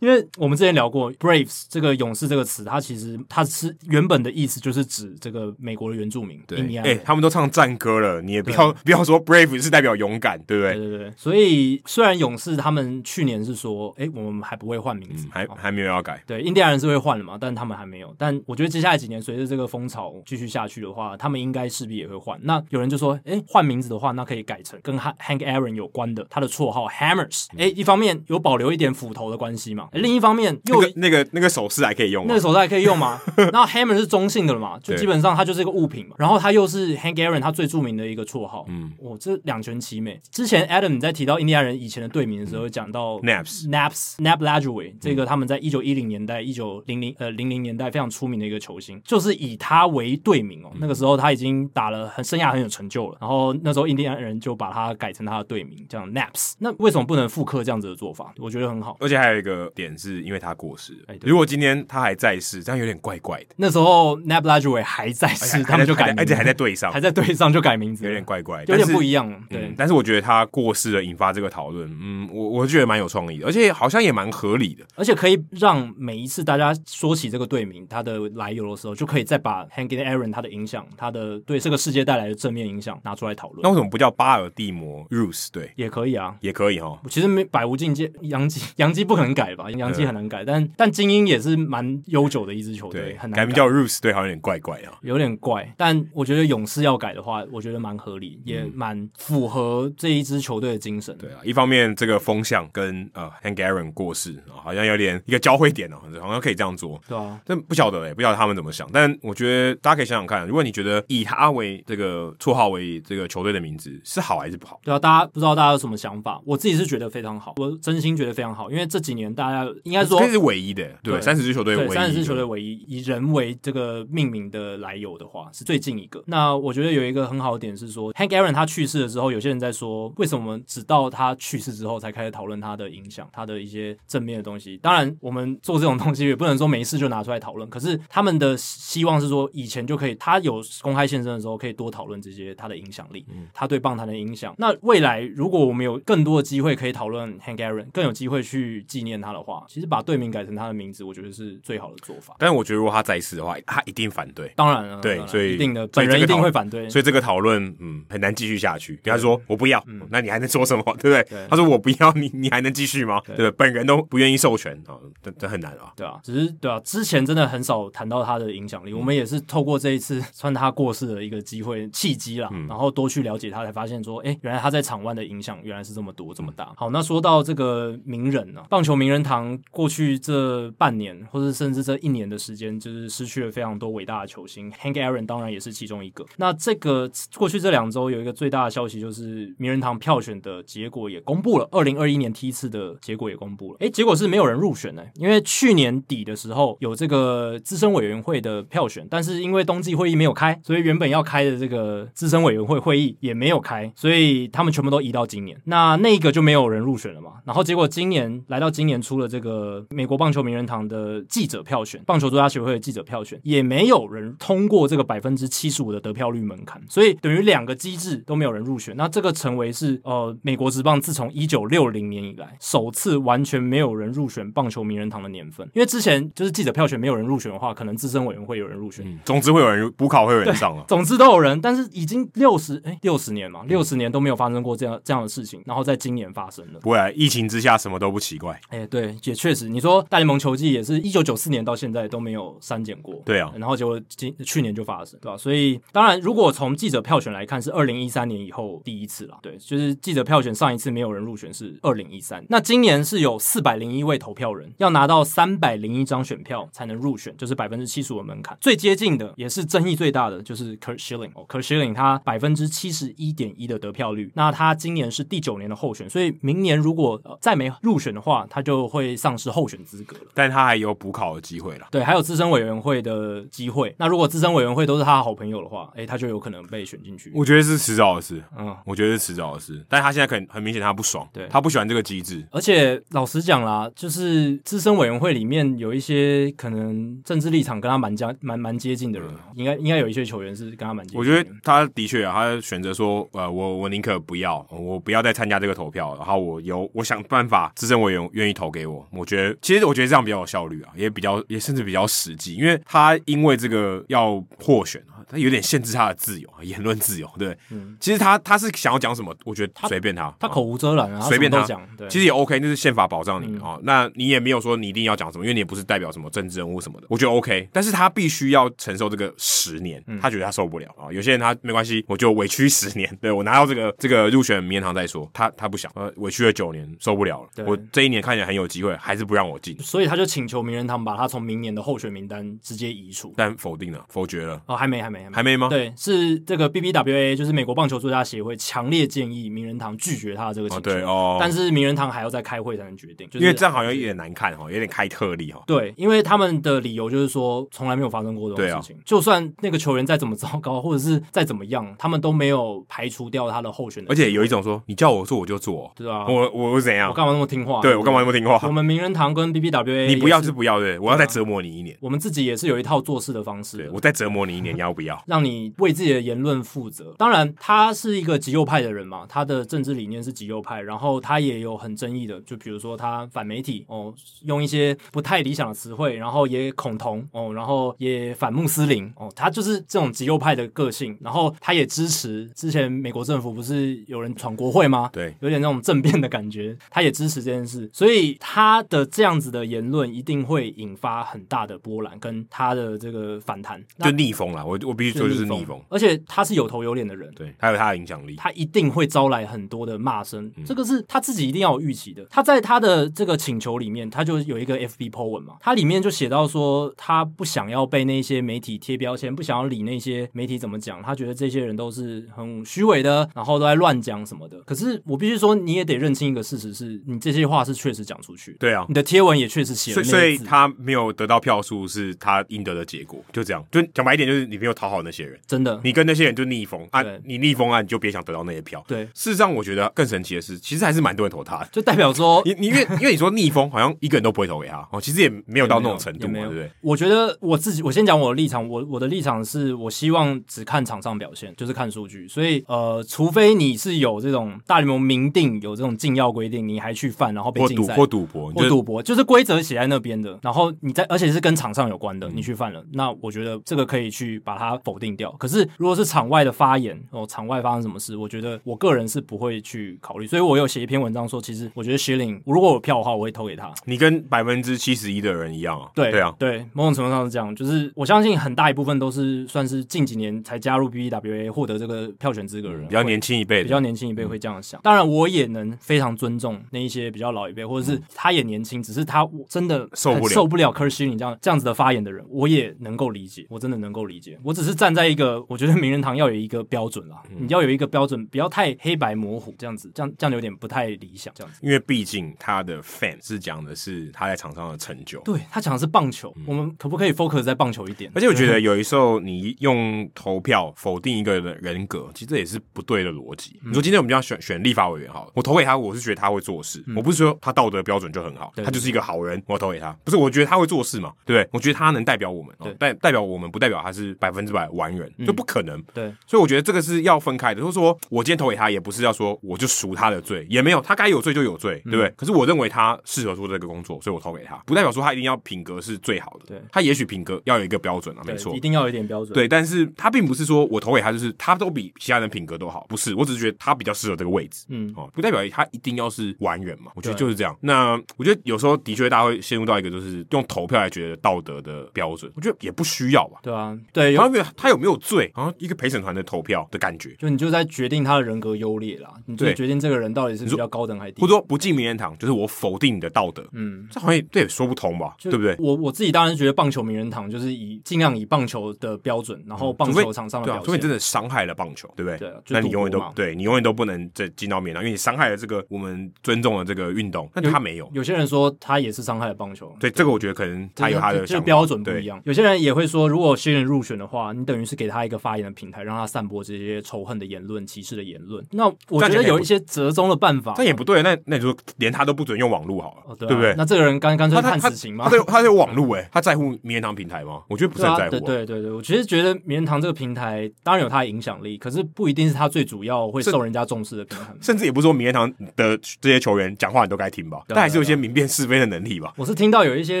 因为我们之前聊过 Braves 这个勇士这个词，它其实它是原本的意思就是指这个美国的原住民，印第安哎、人。他们都唱战歌了，你也不要不要说 brave 是代表勇敢，对不对？对对对，所以虽然勇士他们去年是说，诶，我们还不会换名字，嗯还哦还没有要改，对，印第安人是会换的嘛，但他们还没有。但我觉得接下来几年，随着这个风潮继续下去的话，他们应该势必也会换。那有人就说，诶，换名字的话，那可以改成跟 Han- Hank Aaron 有关的，他的绰号 Hammers。诶，一方面有保留一点斧头的关系嘛，诶另一方面那又个那个那个手势还可以用那吗个？手袋可以用 吗？那 Hammer 是中性的了嘛，就对基本上它就是一个物品嘛。然后它又是 Hank Aaron 他最著名的一个绰号，嗯嗯，我这两全其美。之前 Adam 你在提到印第安人以前的队名的时候，讲到嗯 Naps 嗯 Naps Nap Ladjeway 这个他们在一九一零年代、一九零零呃零零年代非常出名的一个球星，就是以他为队名嗯哦。那个时候他已经打了很生涯很有成就了，然后那时候印第安人就把他改成他的队名，这样 Naps。那为什么不能复刻这样子的做法？我觉得很好。而且还有一个点是因为他过世了，哎对如果今天他还在世，这样有点怪怪的。那时候 Nap Ladjeway 还在而世，且他们就哎还改在名字，而且还在队上还，在队上就改名字了，有点怪怪，有但点是不一样。嗯对，，但是我觉得他过世了，引发这个讨论，嗯，我我觉得蛮有创意的，而且好像也蛮合理的。而且可以让每一次大家说起这个队名它的来由的时候，就可以再把 Hank Aaron 他的影响，他的对这个世界带来的正面影响拿出来讨那论，为什么不叫巴尔的摩 Rus 队也可以啊。也可以哦哈？其实没百无禁忌，洋基洋基不可能改吧？洋基很难改，但但精英也是蛮悠久的一支球队，对，很改难名叫 Rus 队好像有点怪怪啊。有点怪，但我觉得勇士要改的话，我觉得蛮合理，也蛮符合这一支球队的精神。嗯对啊，一方面这个风向跟呃 Hank Aaron 过世、啊好像有点一个交汇点哦、好像可以这样做。对啊，但不晓得哎、不晓得他们怎么想。但我觉得大家可以想想看，如果你觉得以他为这个绰号为这个球队的名字是好还是不好？对啊，大家不知道大家有什么想法？我自己是觉得非常好，我真心觉得非常好，因为这几年大家应该说这是唯一的，对，对三十支球队唯一对的，三十支球队唯一以人为这个命名的来由的话，是最近一个。那我觉得有一个很好的点是说，Hank Aaron 他去世的时候，有些人在说，为什么我们直到他去世之后才开始讨论他的影响，他的一些正面的东西？当然，我们做这种东西也不能说没事就拿出来讨论，可是他们的希望是说，以前就可以，他有公开现身的时候，可以多讨论这些他的影响力，他对棒坛的影响。那未来如果我们有更多的机会可以讨论 Hank Aaron，更有机会去纪念他的话，其实把队名改成他的名字，我觉得是最好的做法。但我觉得如果他在世的话，他一定反对。当然了，对当然所以一定的，所以本人这个一定讨会反对。所以这个讨论，嗯，很难继续下去。跟他说我不要，那你还能说什么？ 对不对？嗯对他说我不要，你你还能继续吗？对对不对？本人都不愿意授权啊，这这很难啊。对啊，只是对啊，之前真的很少谈到他的影响力。嗯我们也是透过这一次 算他过世的一个机会契机啦，嗯然后多去了解他，才发现说，哎，原来他在场外的影响原来是这么嗯多这么大。好，那说到这个名人呢、棒球名人堂过去这半年，或是甚至这一年的时间，就是失去了非常多伟大的球星，Hank Aaron 当然也是其中一个。那这个过去这两周有一个最大的消息，就是名人堂票选的结果也公布了，二零二一年梯次的结果也公布了。诶，结果是没有人入选呢、因为去年底的时候有这个资深委员会的票选，但是因为冬季会议没有开，所以原本要开的这个资深委员会会议也没有开，所以他们全部都移到今年。那那个就没有人入选了嘛。然后结果今年来到今年出了这个美国棒球名人堂的记者票选，棒球作家协会的记者票选，也没有人通过这个百分之七十五的得票率门槛，所以等于两个机制都没有人入选。那这个成为是呃美国职棒自从一九六零年以来首次完全没有人入选棒球名人堂的年份，因为之前就是记者票选没有人入选的话，可能资深委员会有人入选，嗯，总之会有人补考，会有人上啊了。总之都有人，但是已经六十哎六十年嘛，六十年都没有发生过这样这样的事情，然后在今年发生了。不会啊，疫情之下什么都不奇怪。哎、对，也确实，你说大联盟球季也是一九九四年到现在都没有删减过，对啊然后结果今去年就发生，对吧、所以当然，如果从记者票选来看，是二零一三年以后第一次了，对，就是记者票选上一次没有人入选是至二零一三。那今年是有四百零一位投票人，要拿到三百零一张选票才能入选，就是百分之七十五的门槛。最接近的也是争议最大的就是 Kurt Schilling，哦，Kurt Schilling 他百分之七十一点一的得票率，那他今年是第九年的候选，所以明年如果、呃再没入选的话，他就会丧失候选资格了。但他还有补考的机会啦。对，还有资深委员会的机会。那如果资深委员会都是他的好朋友的话，诶、他就有可能被选进去。我觉得是迟早的事，嗯，我觉得是迟早的事。但他现在很很明显他不爽，对他不喜欢这个机制。而且老实讲啦，就是资深委员会里面有一些可能政治立场跟他蛮将蛮蛮接近的人，应该应该有一些球员是跟他蛮接近嗯我的。觉得他的确啊，他选择说，呃，我我宁可不要，我不要再参加这个投票，然后我有我想办法，资深委员愿意投给我。我觉得其实我觉得这样比较有效率啊，也比较也甚至比较实际，因为他因为这个要获选啊，他有点限制他的自由，啊言论自由。对，其实他他是想要讲什么，我觉得随便他，嗯他口无遮拦啊，随便什么他都讲。对，嗯其实实也 OK，那是宪法保障你啊、哦。那你也没有说你一定要讲什么，因为你也不是代表什么政治人物什么的，我觉得 OK。但是他必须要承受这个十年，嗯他觉得他受不了啊、有些人他没关系，我就委屈十年，对我拿到这个这个入选名人堂再说。他他不想，呃，委屈了九年，受不了了对。我这一年看起来很有机会，还是不让我进，所以他就请求名人堂把他从明年的候选名单直接移除。但否定了，否决了，哦，还没，还没，还没。还没吗？对，是这个 BBWA，就是美国棒球作家协会强烈建议名人堂拒绝他的这个请哦求。对哦，但是名人堂还要再开会才能决定，就是因为这样好像有点难看哈，有点开特例哈。对，因为他们的理由就是说，从来没有发生过这对种啊事情。就算那个球员再怎么糟糕，或者是再怎么样，他们都没有排除掉他的候选人。而且有一种说，你叫我做我就做，对啊，我我我我怎样？干嘛那么听话？对我干嘛那么？么听话？我们名人堂跟 BBWA，你不要也是是，不要对，我要再折磨你一年，我们自己也是有一套做事的方式对的。我再折磨你一年，你要不 要？让你为自己的言论负责。当然，他是一个极右派的人嘛，他的政治理念是极右派，然后他也有很争议的，就比如说他反媒体哦，用一些不太理想的词汇，然后也恐同哦，然后也反穆斯林哦，他就是这种极右派的个性。然后他也支持之前美国政府不是有人闯国会吗？对，有点那种政变的感觉，他也支持这件事，所以他的这样子的言论一定会引发很大的波澜，跟他的这个反弹。那就逆风了，我我必须说就是逆风，而且他是有头有脸的人，对，还有他的影响力，他一定会招来很多的骂声，嗯这个是他自己一定要有预期的。他在他的这个请求里面，他就有一个 FB po 文嘛，他里面就写到说，他不想要被那些媒体贴标签，不想要理那些媒体怎么讲，他觉得这些人都是很虚伪的，然后都在乱讲什么的。可是我必须说，你也得认清一个事实是，你这些话是确实讲出去的，对啊你。的贴文也确实写所了那以，所些以字。他没有得到票数是他应得的结果，就这样。就讲白一点，就是你没有讨好那些人，真的，你跟那些人就逆风啊嗯对，你逆风啊，你就别想得到那些票。对事实上，我觉得更神奇的是，其实还是蛮多人投他的。就代表说你你因为因为你说逆风，好像一个人都不会投给他哦，其实也没有到那种程也度嘛，没对有不对？？我觉得我自己，我先讲我的立场。我我的立场是我希望只看场上表现，就是看数据。所以呃，除非你是有这种大联盟明定有这种禁药规定，你还去犯，然后被或禁赌赛。或赌博，你或就赌博就是规则写在那边的，然后你在，而且是跟场上有关的，你去犯了，那我觉得这个可以去把它否定掉。可是如果是场外的发言哦，场外发生什么事，我觉得我个人是不会去考虑。所以我有写一篇文章说，其实我觉得 Shilling 如果有票的话，我会投给他。你跟百分之七十一的人一样啊，对对啊，对，某种程度上是这样，就是我相信很大一部分都是算是近几年才加入 BBWA 获得这个票选资格的人，嗯比较年轻一辈比的，较年轻一辈会这样想。当然，我也能非常尊重那一些比较老一辈，或者是他也年轻，只是他真的受不了很受不了 k u r s h i n 这样这样子的发言的人，我也能够理解，我真的能够理解。我只是站在一个，我觉得名人堂要有一个标准嗯啦，你要有一个标准，不要太黑白模糊，这样子，这样这样有点不太理想，这样子。因为毕竟他的 fan 是讲的是他在场上的成就。对他讲的是棒球，我们可不可以 focus 在棒球一点？嗯而且我觉得有一时候你用投票否定一个人人格，其实这也是不对的逻辑。嗯你说今天我们要选选立法委员好了，我投给他，我是觉得他会做事，我不是说他道德标准就很好，嗯对他就是一个好人，我投给他，不是我觉得他会做事嘛，对不对？我觉得他能代表我们，对嗯哦代代表我们不代表他是百分之百完人，就不可能。对。所以我觉得这个是要分开的，就是说我今天投给他，也不是要说我就赎他的罪，也没有他该有罪就有罪，嗯对不对？可是我认为他适合做这个工作，所以我投给他，不代表说他一定要品格是最好的，对他也许品格要有一个标准啊，没对错一。定要有一点标准。对，但是他并不是说我投给他就是他都比其他人品格都好，不是，我只是觉得他比较适合这个位置，嗯哦，不代表他一定要是完人嘛，我觉得对就是这样。那我觉得有时候的确大家会陷入到一个就是用投票来觉得道德的标准，我觉得也不需要吧，对啊，对，然后有个他有没有罪，好像一个陪审团的投票的感觉。就你就在决定他的人格优劣啦，你就对决定这个人到底是比较高等还是低或者等。说不进名人堂，就是我否定你的道德，嗯，这好像也这也说不通吧，就对不对？我我自己当然是觉得棒球名人堂就是以尽量以棒球的标准，然后棒除非球场上的对啊表，除现非你。真的伤害了棒球，对不对？对啊就那你赌永远博都嘛对你永远都不能再进到名人堂，因为你伤害了这个我们尊重的这个运动，但他没有。有些人说他也是伤害了棒球，对，这个我觉得可能他有他的这想个法标准不对一样。有些人也会说，如果新人入选的话，你等于是给他一个发言的平台，让他散播这些仇恨的言论、歧视的言论。那我觉但也得可以有不一些折中的办法，但也不对，那那你说连他都不准用网络好了，哦对对啊不对？那这个人干干脆他他判他死刑吗他？对他对网络哎，他在乎名人堂平台吗？我觉得不是对很啊，在乎对啊。对对对，我其实觉得名人堂这个平台当然有它的影响力，可是不一定是它最主要会是受人家重视的平台。甚至也不是说名人堂的这些球员讲话你都该听吧，对啊但还是有一些明辨是非的能力吧。我是听到有一些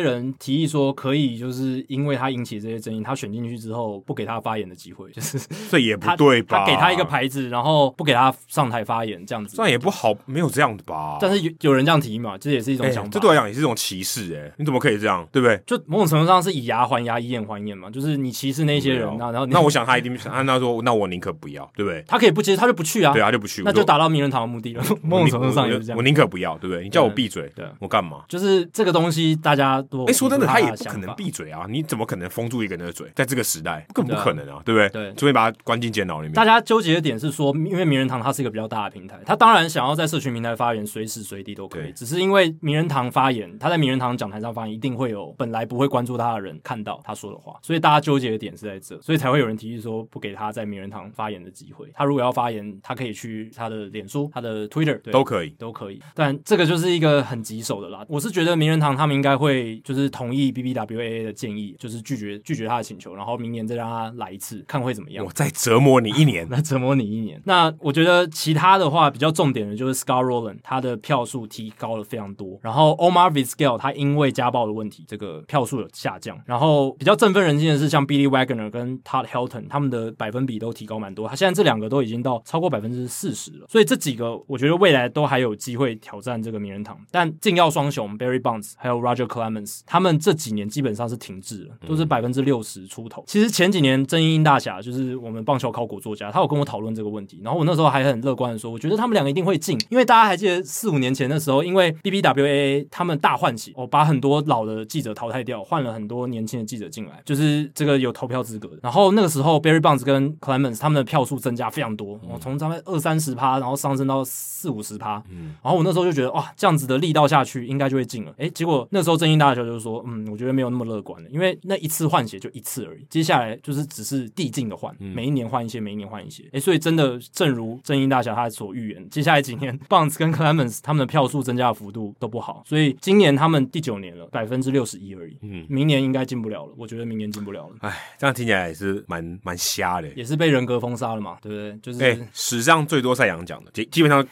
人提议说，可以就是因为他引起这些争议，他选进去之后不给他发言的机会，就是这也不他对吧？他给他一个，牌子，然后不给他上台发言这样子这。样也不好，没有这样的吧？但是有有人这样提议嘛，这也是一种哎想法。这对我来讲也是一种歧视哎、你怎么可以这样，对不对？就某种程度上是以牙还牙，以眼还眼嘛，就是你歧视那些人，对那啊然后你那我想他一定按他说，那我宁可不要，对不对？他可以不接，他就不去啊，对啊，就不去，那我就达到名人堂的目 的了。某种程度上也是这我样我。宁可不要，对不对？你叫我闭嘴，对啊我干嘛？就是这个东西，大家都哎，说真的，他他的也不可想能法闭嘴啊！你怎么可能封住一个人的嘴？在这个时代，根对本不啊可能啊，对不对？对除非把他关进监牢里面大。家纠结的点是说，因为名人堂它是一个比较大的平台，他当然想要在社群平台发言，随时随地都可以。对只是因为名人堂发言，他在名人堂讲台上发言，一定会有本来不会关注他的人看到他说的话，所以大家纠结的点是在这，所以才会有人提议说不给他在名人堂发言的机会。他如果要发言，他可以去他的脸书、他的 Twitter 对都可以，都可以，但这个就是一个很棘手的啦。我是觉得名人堂他们应该会就是同意 BBWAA 的建议，就是拒绝拒绝他的请求，然后明年再让他来一次，看会怎么样我。再折磨你 。一年那折磨你一年。那我觉得其他的话比较重点的就是 Scar Rowland，他的票数提高了非常多。然后 Omar Vizquel 他因为家暴的问题，这个票数有下降。然后比较振奋人心的是，像 Billy Wagner 跟 Todd Helton 他们的百分比都提高蛮多。他现在这两个都已经到超过百分之四十了。所以这几个我觉得未来都还有机会挑战这个名人堂。但禁药双雄 Barry Bonds 还有 Roger Clemens 他们这几年基本上是停滞了，都是百分之六十出头。其实前几年郑英大侠就是我们棒球考古作家，他有跟我讨论这个问题，然后我那时候还很乐观的说，我觉得他们两个一定会进，因为大家还记得四五年前的时候，因为 BBWAA 他们大换血，哦，把很多老的记者淘汰掉，换了很多年轻的记者进来，就是这个有投票资格的。然后那个时候 Barry Bonds 跟 Clemens 他们的票数增加非常多，哦，从大概二三十趴，然后上升到四五十趴，嗯然后我那时候就觉得哇，这样子的力道下去应该就会进了。诶，结果那时候正英大学就是说，嗯，我觉得没有那么乐观了，因为那一次换血就一次而已，接下来就是只是递进的换，嗯每一年换一些，每一年换一些。诶，所以真的正如正英大侠他所预言，接下来几年 Bounce 跟 Clemens 他们的票数增加的幅度都不好，所以今年他们第九年了，百分之六十一而已，嗯，明年应该进不了了，我觉得明年进不了了，哎，这样听起来也是蛮蛮瞎的。也是被人格封杀了嘛，对不对？就是。哎、史上最多赛扬奖的，基基本上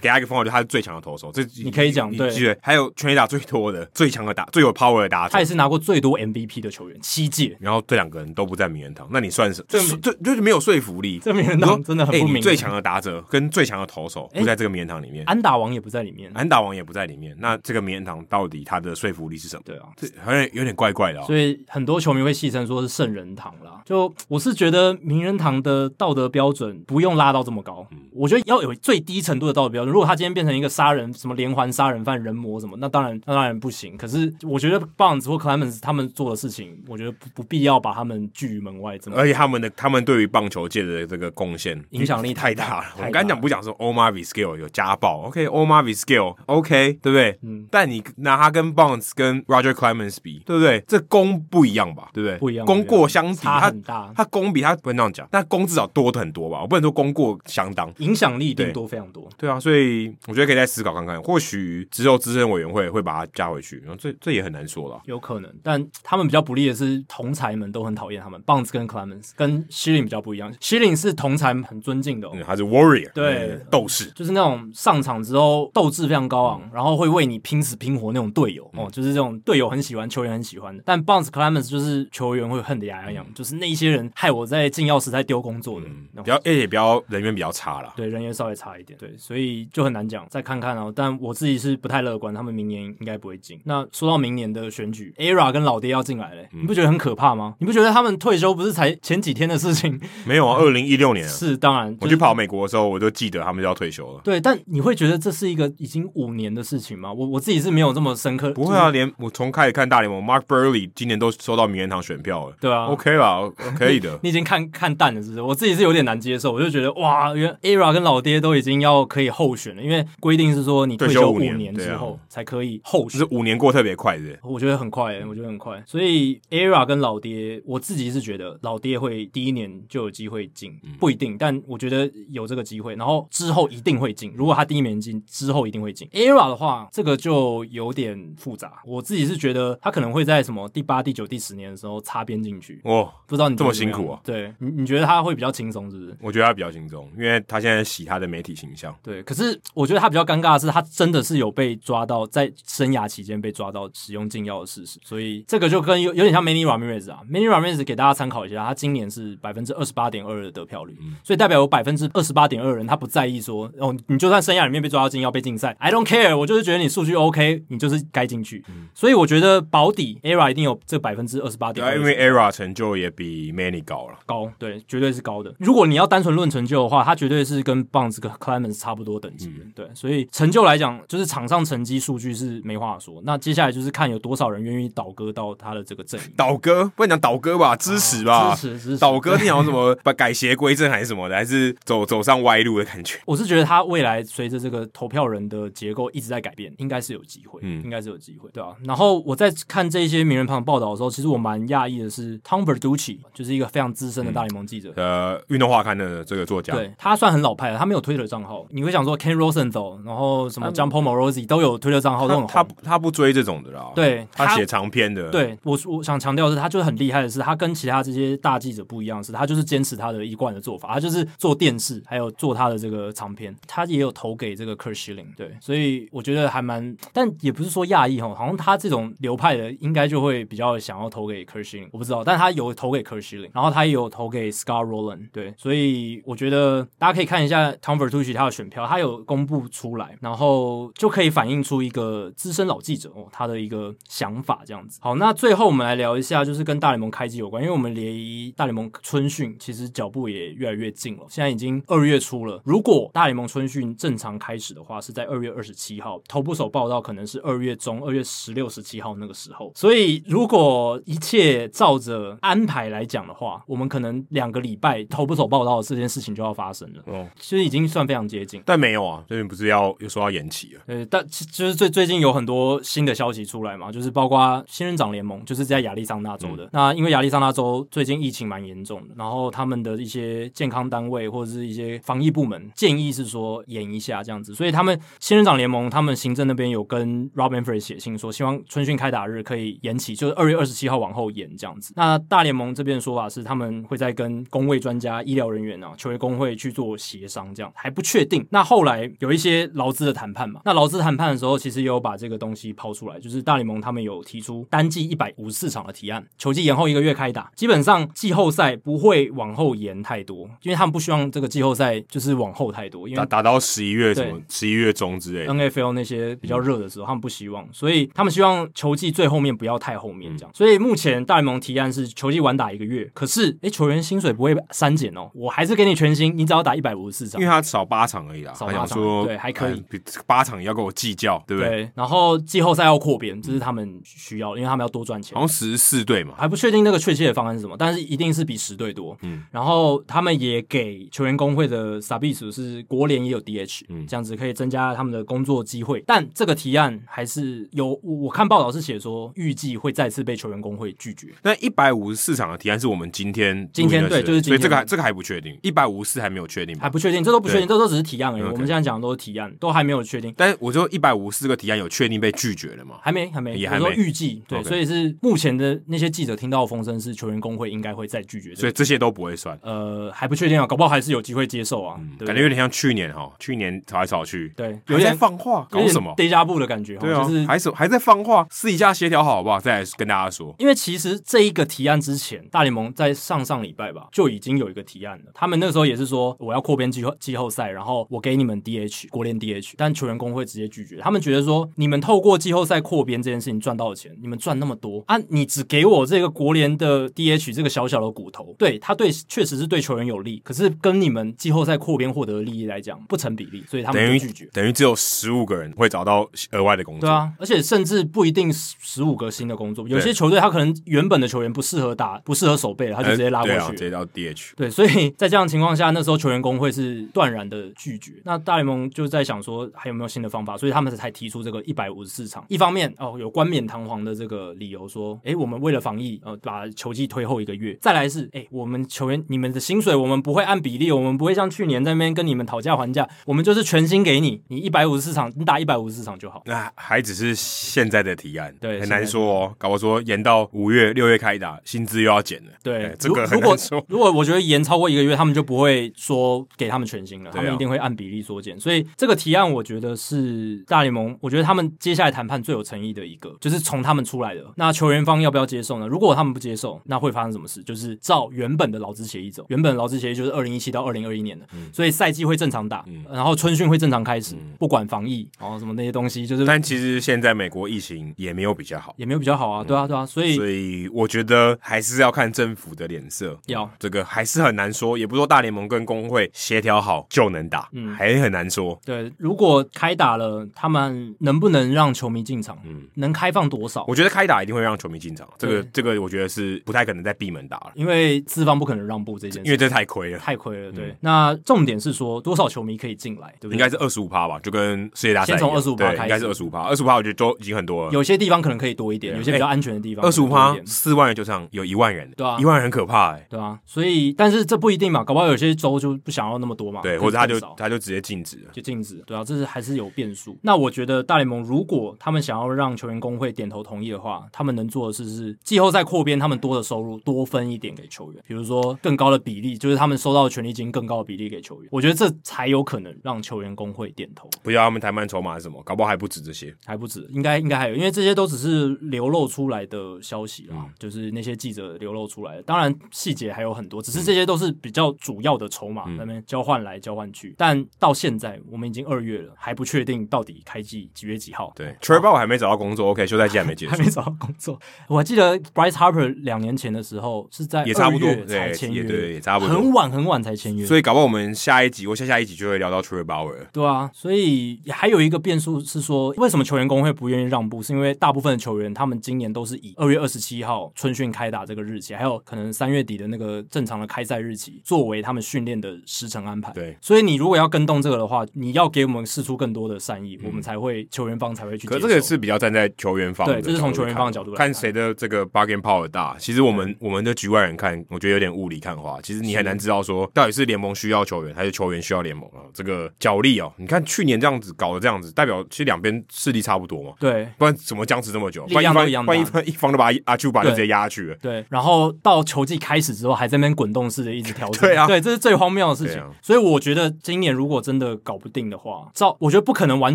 给他一个封号，就是他是最强的投手。这你可以讲你对记得还有全垒打最多的、最强的打、最有 power 的打者他也。是拿过最多 MVP 的球员，七届。然后这两个人都不在名人堂，那你算是这个这这就是没有说服力。这名人堂真的很哎不明哎你最强的打者跟最强的投手不在这个名人堂里面，安打王也不在里面。安打王也不在里面，那这个名人堂到底他的说服力是什么？对啊，这好像有点怪怪的、哦。所以很多球迷会戏称说是圣人堂啦。就我是觉得名人堂的道德标准不用拉到这么高，我觉得要有最低程度的道德标准。如果他今天变成一个杀人什么连环杀人犯、人魔什么，那当然那当然不行。可是我觉得 Bonds 或 Clemens 他们做的事情，我觉得不不必要把他们拒于门外。这么而且他们的他们对于棒球界的这个贡献影响力太太大大了太。我大们刚才讲不讲说 Omar v i s c a l 有家暴，OK，Omar v i s c a l OK，对不对？嗯。但你拿他跟 Bonds 跟 Roger Clemens 比，对不对？这功不一样吧？对不对？不一样功过相比，差他很大他功比他不能这样讲，但功至少多很多吧？我不能说功过相当。影响力一定对多非常多。对啊，所以我觉得可以再思考看看，或许只有资深委员会会把它加回去，然后这这也很难说了。有可能，但他们比较不利的是，同才们都很讨厌他们。Bonds 跟 Clemens 跟 Shilling 比较不一样，Shilling 是同才很尊敬的、哦，嗯，他是 warrior，对嗯斗士，就是那种上场之后斗志非常高嗯昂，然后会为你拼死拼活那种队友、哦，就是这种队友很喜欢，球员很喜欢的。但 Bounce Clemens 就是球员会恨得牙痒痒，就是那一些人害我在禁药时代丢工作的。嗯那比种较而且比较人缘比较差啦。啊，对，人也稍微差一点，对，所以就很难讲，再看看哦。但我自己是不太乐观，他们明年应该不会进。那说到明年的选举，ERA 跟老爹要进来嘞，你不嗯觉得很可怕吗？你不觉得他们退休不是才前几天的事情？没 有啊，二零一六年啊，是，当然，我就是去跑美国的时候，我就记得他们就要退休了。对，但你会觉得这是一个已经五年的事情吗？我我自己是没有这么深刻，不会啊，连我从开始看大联盟，Mark Burley 今年都收到名人堂选票了。对啊。OK 啦，可以的你已经看看淡了，是不是？我自己是有点难接受，我就觉得哇，原 ERA 跟老爹都已经要可以候选了，因为规定是说你退退休休五五年年对之啊后才可以候就选是。五年过特别快的，我觉得很快、欸，我觉得很快。所以 ERA 跟老爹，我自己是觉得老爹会第一年就有机会进，嗯不一定，但我觉得有这个机会。然后之后一定会进，如果他第一年进，之后一定会进。ERA 的话，这个就有点复杂。我自己是觉得他可能会在什么第八、第九、第十年的时候擦边进去。哦，不知道你觉得这么辛苦啊怎么样？对你，你觉得他会比较轻松，是不是？我觉得他比较轻松，因为他现在洗他的媒体形象。对，可是我觉得他比较尴尬的是，他真的是有被抓到在生涯期间被抓到使用禁药的事实，所以这个就跟有有点像 Many Ramirez 啊，Many Ramirez 给大家参考一下，他今年是百分之二十八点二的得票率，嗯所以代表有百分之二十八点二人他不在意说，哦，你就算生涯里面被抓到禁药被禁赛，I don't care，我就是觉得你数据 OK，你就是该进去，嗯所以我觉得保底 ERA 一定有这百分之二十八对点啊，二，因为 ERA 成就也比 Many 高了。高，对，绝对是高的。如果你要单纯论成就的话，他绝对是跟 Bonds 跟 Clemens 差不多等级的，嗯对。所以成就来讲，就是场上成绩数据是没话说。那接下来就是看有多少人愿意倒戈到他的这个阵营。倒戈，不能讲倒戈吧，啊支持吧，支持支持倒戈，你想要什么？把改邪归正还是什 么的？还是走走上歪路的感觉？我是觉得他未来随着这个投票人的结构一直在改变，应该是有机会，嗯应该是有机会，对啊。然后我在看这些名人堂报道的时候，其实我蛮讶异的是，Tom Berducci 就是一个非常资深的嗯大联盟记者，呃，运动画刊的这个作家，对他算很老派了，他没有推特账号。你会想说 Ken Rosenthal，然后什么 j u m p o Morosi 都有推特账号，都他很嗯他红。不他不追这种的啦，对他他写长篇的，，对我我想强调的是，他就是很厉害的是，他跟其他这些大记者不一样的是，他就是坚持他的一贯的做法，他就是做电视，还有做他的这个长篇，他也有投给这个 Kurt Schilling。对，所以我觉得还蛮，但也不是说亚裔哈，好像他这种流派的应该就会比较想要投给 Kurt Schilling，我不知道，但他有投给 Kurt Schilling，然后他也有投给 Scott Rowland。对，所以我觉得大家可以看一下 Tom Vertucci 他的选票，他有公布出来，然后就可以反映出一个资深老记者哦他的一个想法这样子。好，那最后我们来聊一下，就是跟大联盟开机有关，因为我们离大联盟春训其实脚步也越来越近了，现在已经二月初了。如果大联盟春训正常开始的话，是在二月二十七号，头部手报道可能是二月中，二月十六、十七号那个时候。所以如果一切照着安排来讲的话，我们可能两个礼拜头部手报道这件事情就要发生了，哦，其实已经算非常接近。但没有啊，这边不是要又说要延期了。呃，但其就是最最近有很多新的消息出来嘛，就是包括仙人掌联盟，就是在亚利桑那州的。那因为亚利桑那州最近疫情蛮严重的，然后他们的一些健康单位或者是一些防疫部门建议是说延一下这样子，所以他们仙人掌联盟他们行政那边有跟 Rob Manfred 写信说，希望春训开打日可以延期，就是二月二十七号往后延这样子。那大联盟这边的说法是，他们会在跟工位专家、医疗人员啊、球员工会去做协商，这样还不确定。那后来有一些劳资的谈判嘛，那劳资谈判的时候，其实也有把这个东西抛出来，就是大联盟他们有提出单季一百五十四场的提案，球季延后一个月开打，基本上季后赛不会往后延太多，因为他们不希望这个季后赛就是往后太多，因打为打到十一月什对嗯么十一月中之类的， N F L 那些比较热的时候，他们不希望，所以他们希望球季最后面不要太后面这样。所以目前大联盟提案是球季晚打一个月，可是诶球员薪水不会删减哦，我还是给你全薪，你只要打一百五十四场因为。他少八场而已啦，少他八想场说对还可以，哎八场也要跟我计较，对不对？对，然后季后赛要扩编，这是他们需要的，因为他们要多赚钱好。像十四队嘛，还不确定那个确切的方案是什么，但是一定是比十队多。嗯，然后他们也给球员工会的 s a b i s 是国联也有 DH，嗯，这样子可以增加他们的工作机会。但这个提案还是有，我我看报道是写说预计会再次被球员工会拒绝。那一百五十四场的提案是我们今天今天录音的对就是时间所以今天这个还这个还不确定，一百五十四还没有确定吧还不确定，这都不确定，对这都只是提案而已。 OK 我们现在讲的都是提案，都还没有确定，但是我说一百五十四个提案有确定被拒绝了嘛？还没，还没。也我还没说预计，对 OK 所以是目前的那些记者听到的风声是球员工会应该会再拒绝这个所以这些都不会算，呃，还不确定啊，搞不好还是有机会接受啊，对不对嗯感觉有点像去年哈，去年吵来吵去，对，有有点点放话，搞什么？ d 加布的感觉，对哈，啊哦就是，还是还在放话，私底下协调好好不好？再来跟大家说，因为其实这一个提案之前，大联盟在上上礼拜吧就已经有一个提案了，他们那时候也是说我要扩编边季后季后赛，然后我给你们 DH 国联 DH，但球员工会直接拒绝，他们觉得说你们透过季后赛扩编这件事情赚到的钱，你们赚那么多啊，你只给我这个国联的 DH 这个小小的骨头，对他对确实是对球员有利，可是跟你们季后赛扩编获得的利益来讲不成比例，所以他等们于就拒绝。等于只有十五个人会找到额外的工作。对啊，而且甚至不一定十五个新的工作，有些球队他可能原本的球员不适合打，不适合守备了，他呃，就直接拉过对啊去直。接到 DH。对，所以在这样的情况下，那时候球员工会是断然的拒绝。那大联盟就在想说，还有没有新的方法？所以他们才提出这个一百五十四场。一方面，哦，有冠冕堂皇的这个理由说，诶，我们为了防疫，呃，把球季推后一个月。再来是，诶，我们球员你们的薪水我们不会按比例，我们不会像去年在那边跟你们讨价还价，我们就是全薪给你，你一百五十四场，你打一百五十四场就好。那还只是现在的提案，对很现在难的说哦。搞不好说延到五月、六月开打，薪资又要减了。对，哎这个如 很如果难说。如果我觉得延超过一个月，他们就不会说给他们全薪了，对啊他们一定会按比例缩减。所以这个提案，我觉得是大联盟，我觉得他们接下来谈判最有诚意的一个，就是从他们出来的。那球员方要不要接受呢？如果他们不接受，那会发生什么事？就是照原本的劳资协议走，原本的劳资协议就是二零一七到二零二一年的，嗯所以赛季会正常打，然后春训会正常开始，不管防疫，然后什么那些东西，就是但其实现在美国疫情也没有比较好，也没有比较好啊，对啊，对啊，所以嗯所以我觉得还是要看政府的脸色。要这个还是很难说，也不是说大联盟跟工会协调好就能打，嗯还很难说。对，如果开打了，他们能不能让球迷进场？嗯，能开放多少？我觉得开打一定会让球迷进场，这个对这个我觉得是不太可能在闭门打了，因为资方不可能让步这件因事，为这太亏了，太亏了。对，那重点是说多少球迷可以进来，对不对？ 应该是二十五趴吧，就跟世界大赛嗯先从一样25%对开始应该是二十五趴，二十五趴我觉得都已经很多了。有些地方可能可以多一点，嗯对啊有些比较安全的地方二十五可能趴多一点四万人球场有一万人，对啊一万人很可怕哎、对啊，所以但是这不一定嘛，搞不好有些州就不想要那么多嘛，对，更或者他就啊更少他就直接禁止了。就禁止，对啊，这是还是有变数。那我觉得大联盟如果他们想要让球员工会点头同意的话，他们能做的事是季后赛扩编他们多的收入多分一点给球员，比如说更高的比例，就是他们收到的权利金更高的比例给球员。我觉得这才有可能让球员工会点头，不知道他们谈判筹码是什么，搞不好还不止这些。还不止，应该应该还有，因为这些都只是流露出来的消息嗯啦，就是那些记者流露出来的。当然细节还有很多，只嗯是这些都是比较主要的筹码，那边交换来交换去。但到现在我们已经二月了，还不确定到底开季几月几号。对 t r e v o r 还没找到工作，OK，休赛期还没结哦 还束没，找到工作，我还记得 Bryce Harper 两年前的时候是在也差不多2月才对签也约，对也差不多很晚很晚才签约，所以搞不好我们下一集或下下一集就会聊到 t r e v o r 对啊，所以还有一个变数是说，为什么球员工会不愿意让步？是因为大部分的球员他们今年都是以二月二十七号春训开打这个日期，还有可能三月底的那个正常的开赛日期作为他们训练的时程安排。对，所以你如果要跟动这个的话，你要给我们试出更多的善意，我们才会球员方才会去接可受。这个是比较站在球员方的对角度这看，是从球员方的角度来看看谁的这个 bargain power 大。其实我们我们的局外人看，我觉得有点雾里看花。其实你很难知道说到底是联盟需要球员，还是球员需要联盟啊。这个角力哦，你看去年这样子搞的这样子，代表其实两边势力差不多嘛。对。不然怎么僵持这么久？力不然量一方都一样大不然一方一方都把阿丘巴就对直接压下去了。对，然后到球季开始之后，还在那边滚动式的一直调整， 对啊这是最荒谬的事情。对啊所以我觉得今年如果真的搞不定的话，照我觉得不可能完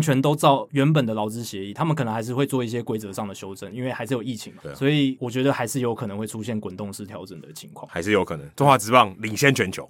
全都照原本的劳资协议，他们可能还是会做一些规则上的修正，因为还是有疫情嘛，对啊所以我觉得还是有可能会出现滚动式调整的情况。还是有可能，中华职棒领先 全球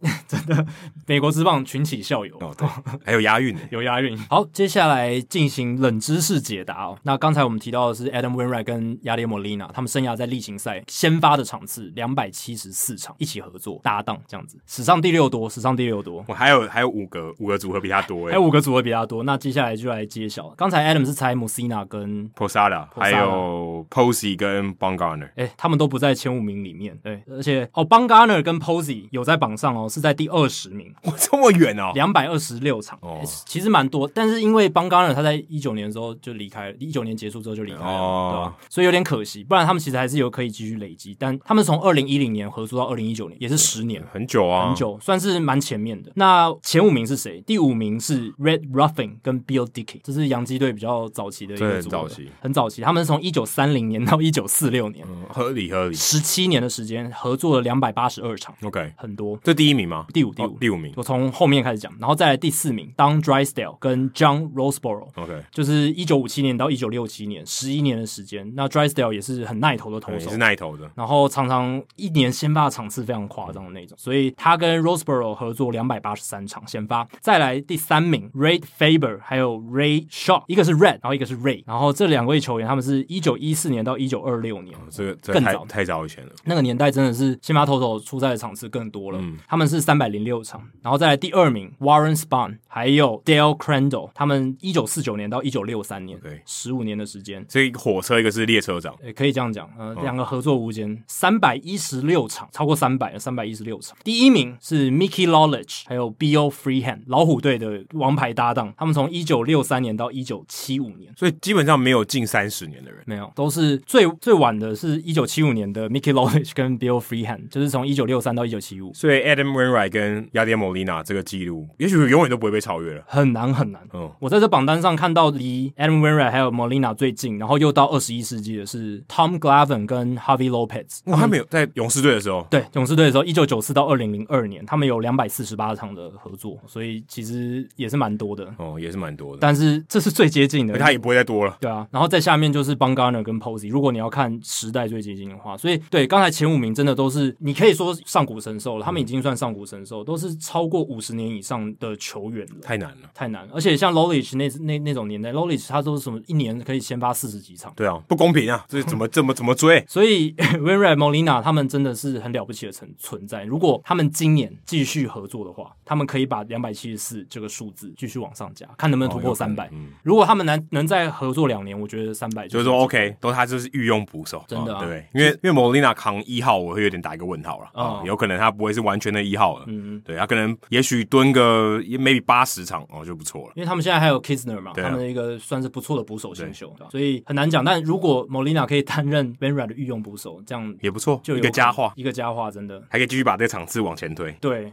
美国之棒群起效尤，哦，对，还有押韵呢。有押韵。好，接下来进行冷知识解答哦。那刚才我们提到的是 Adam Wainwright 跟亚列莫利娜，他们生涯在例行赛先发的场次两百七十四场，一起合作搭档这样子，史上第六多，史上第六多。我还有还有五个五个组合比他多还哎有五个组合比较多，那接下来就来揭晓。刚才 Adam 是猜 Messina 跟，Posada 还有 Posey 跟 Bongarner，哎、他们都不在前五名里面，对，而且哦 b a n g a r n e r 跟 Posey 有在榜上哦，是在第二十名，哇，这么远哦，两百二十六场，哦诶其实蛮多。但是因为邦加尔他在一九年的时候就离开了，一九年结束之后就离开了，哦对吧？所以有点可惜，不然他们其实还是有可以继续累积。但他们从二零一零年合作到二零一九年，也是十年。很久啊，很。久，算是蛮前面的。那前五名是谁？第五名是 Red Ruffin 跟 Bill Dickey，这是洋基队比较早期的一这个很组合，早期，很早期。他们是从一九三零年到一九四六年，嗯合理合理十七、年的时间合作了两百八十二场， ，OK，很多。这第一名吗？第五，第哦五，第五名我从后面开始讲，然后再来第四名，Don Drysdale 跟 John Roseboro， ，OK，就是一九五七年到一九六七年十一年的时间。那 Drysdale 也是很耐投的投也手哎是，那一头的，然后常常一年先发的场次非常夸张的那种，所以他跟 Roseboro 合作两百八十三场先发。再来第三名 Ray Faber，还有 Ray Shaw，一个是 Red，然后一个是 Ray，然后这两位球员他们是一九一四年到一九二六年。这个这个更太早太早以前了。那个年代真的是先发投手出赛的场次更多了，他们是三百零六场，然后再来第二名 Warren Spahn，还有 Dale Crandall，他们一九四九年到一九六三年对，十五年的时间，所以火车一个是列车长，也可以这样讲，呃，两个合作无间，三百一十六场，超过三百，三百一十六场。第一名是 Mickey Lawledge，还有 B.O. Freehand，老虎队的王牌搭档，他们从一九六三年到一九七五年。所以基本上没有近三十年的人。没有，都是最最晚的是一九七五年的 Mickey Lawledge 跟 Bill Freehand，就是从一九六三到一九七五，所以 Adam Wainwright 跟雅典莫莉娜这个记录，也许永远都不会被超越了。很难很难。嗯，我在这榜单上看到离 Adam Wainwright 还有 Molina 最近，然后又到二十一世纪的是 Tom Glavine 跟 Harvey Lopez。哦哇，他们有在勇士队的时候，对勇士队的时候，一九九四到二零零二年，他们有两百四十八场的合作，所以其实也是蛮多的。哦，也是蛮多的，但是这是最接近的而，他也不会再多了。对啊，然后在下面就是 b a n g a r n e r 跟 Posey，如果你要看时代最接近的话，所以对刚才前五名真的都是你可以说上古神兽了，他们已经算上古神兽，都是超过五十年以上的球员了。太难了，太难了，而且像 Lolich 那那那种年代，Lolich 他都是什么一年可以先发四十几场，对啊，不公平啊！这怎么怎么怎么追？所以 Winry Molina 他们真的是很了不起的存存在。如果他们今年继续合作的话，他们可以把两百七十四这个数字继续往上加，看能不能突哦有破可三能百、嗯如果他们能能再合作两年，我觉得三百就是说，OK，都哦他就是御用捕手，真的啊哦对，因为因为莫莉娜扛一号，我会有点打一个问号了，哦哦，有可能他不会是完全的一号了，嗯，对他可能也许蹲个 maybe 八十场哦就不错了，因为他们现在还有 Kisner 嘛，对啊他们的一个算是不错的捕手新秀，对吧所以很难讲。但如果 Molina 可以担任 Winry 的御用捕手，这样也不错，就有一个佳话，一个佳话真的还可以继续把这个场次往前推。对。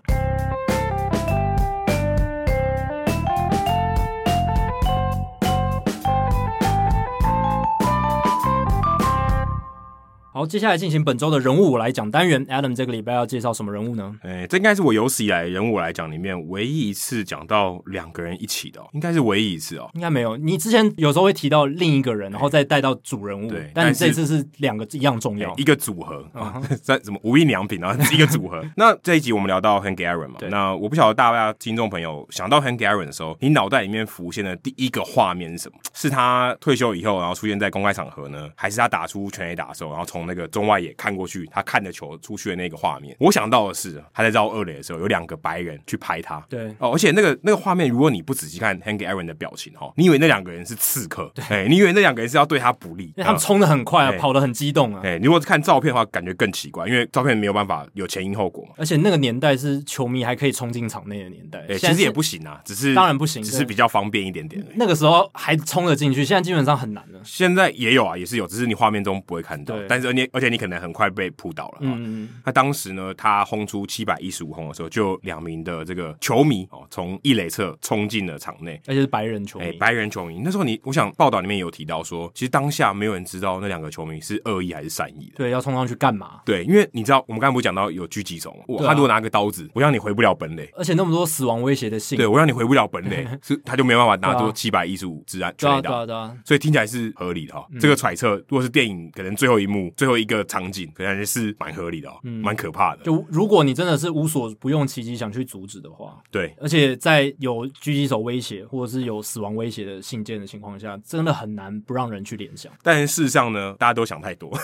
好，接下来进行本周的人物我来讲单元。Adam 这个礼拜要介绍什么人物呢？哎、这应该是我有史以来人物来讲里面唯一一次讲到两个人一起的、哦，应该是唯一一次哦。应该没有。你之前有时候会提到另一个人，然后再带到主人物对，但你但这是次是两个一样重哎要。一个组合嗯啊， 在什么无印良品啊， 一个组合。那这一集我们聊到 Hank Aaron 嘛对，那我不晓得大家听众朋友想到 Hank Aaron 的时候，你脑袋里面浮现的第一个画面是什么？是他退休以后，然后出现在公开场合呢，还是他打出全垒打的时候，然后从那个中外野看过去，他看着球出去的那个画面？我想到的是他在绕二垒的时候，有两个白人去拍他，对，哦，而且那个那个画面，如果你不仔细看 Hank Aaron 的表情哦，你以为那两个人是刺客，哎、你以为那两个人是要对他不利，因为他们嗯冲的很快啊，哎跑得很激动啊，哎、你如果看照片的话，感觉更奇怪，因为照片没有办法有前因后果嘛。而且那个年代是球迷还可以冲进场内的年代，哎、现在其实也是不行啊，只是当然不行只对是比较方便一点点而已。那个时候还冲了进去，现在基本上很难了。现在也有啊，也是有，只是你画面中不会看到对。但是而且而且你可能很快被扑倒了、啊。嗯，那当时呢，他轰出七百一十五轰的时候，就有两名的这个球迷哦，从一垒侧冲进了场内。而且是白人球迷，哎、白人球迷，那时候你，我想报道里面有提到说，其实当下没有人知道那两个球迷是恶意还是善意的。对，要冲上去干嘛？对，因为你知道，我们刚才不是讲到有狙击手嘛，哇，对啊他如果拿个刀子，我让你回不了本垒，而且那么多死亡威胁的信，对我让你回不了本垒， 是他就没办法拿对出啊七百一十五支安对全啊，垒对啊，嗯打。对啊，所以听起来是合理的哈、这个揣测如果是电影，可能最后一幕、最后一个场景，可能是蛮合理的哦，蛮、可怕的。嗯就如果你真的是无所不用其极想去阻止的话，对，而且在有狙击手威胁或者是有死亡威胁的信件的情况下，真的很难不让人去联想，但事实上呢，大家都想太多，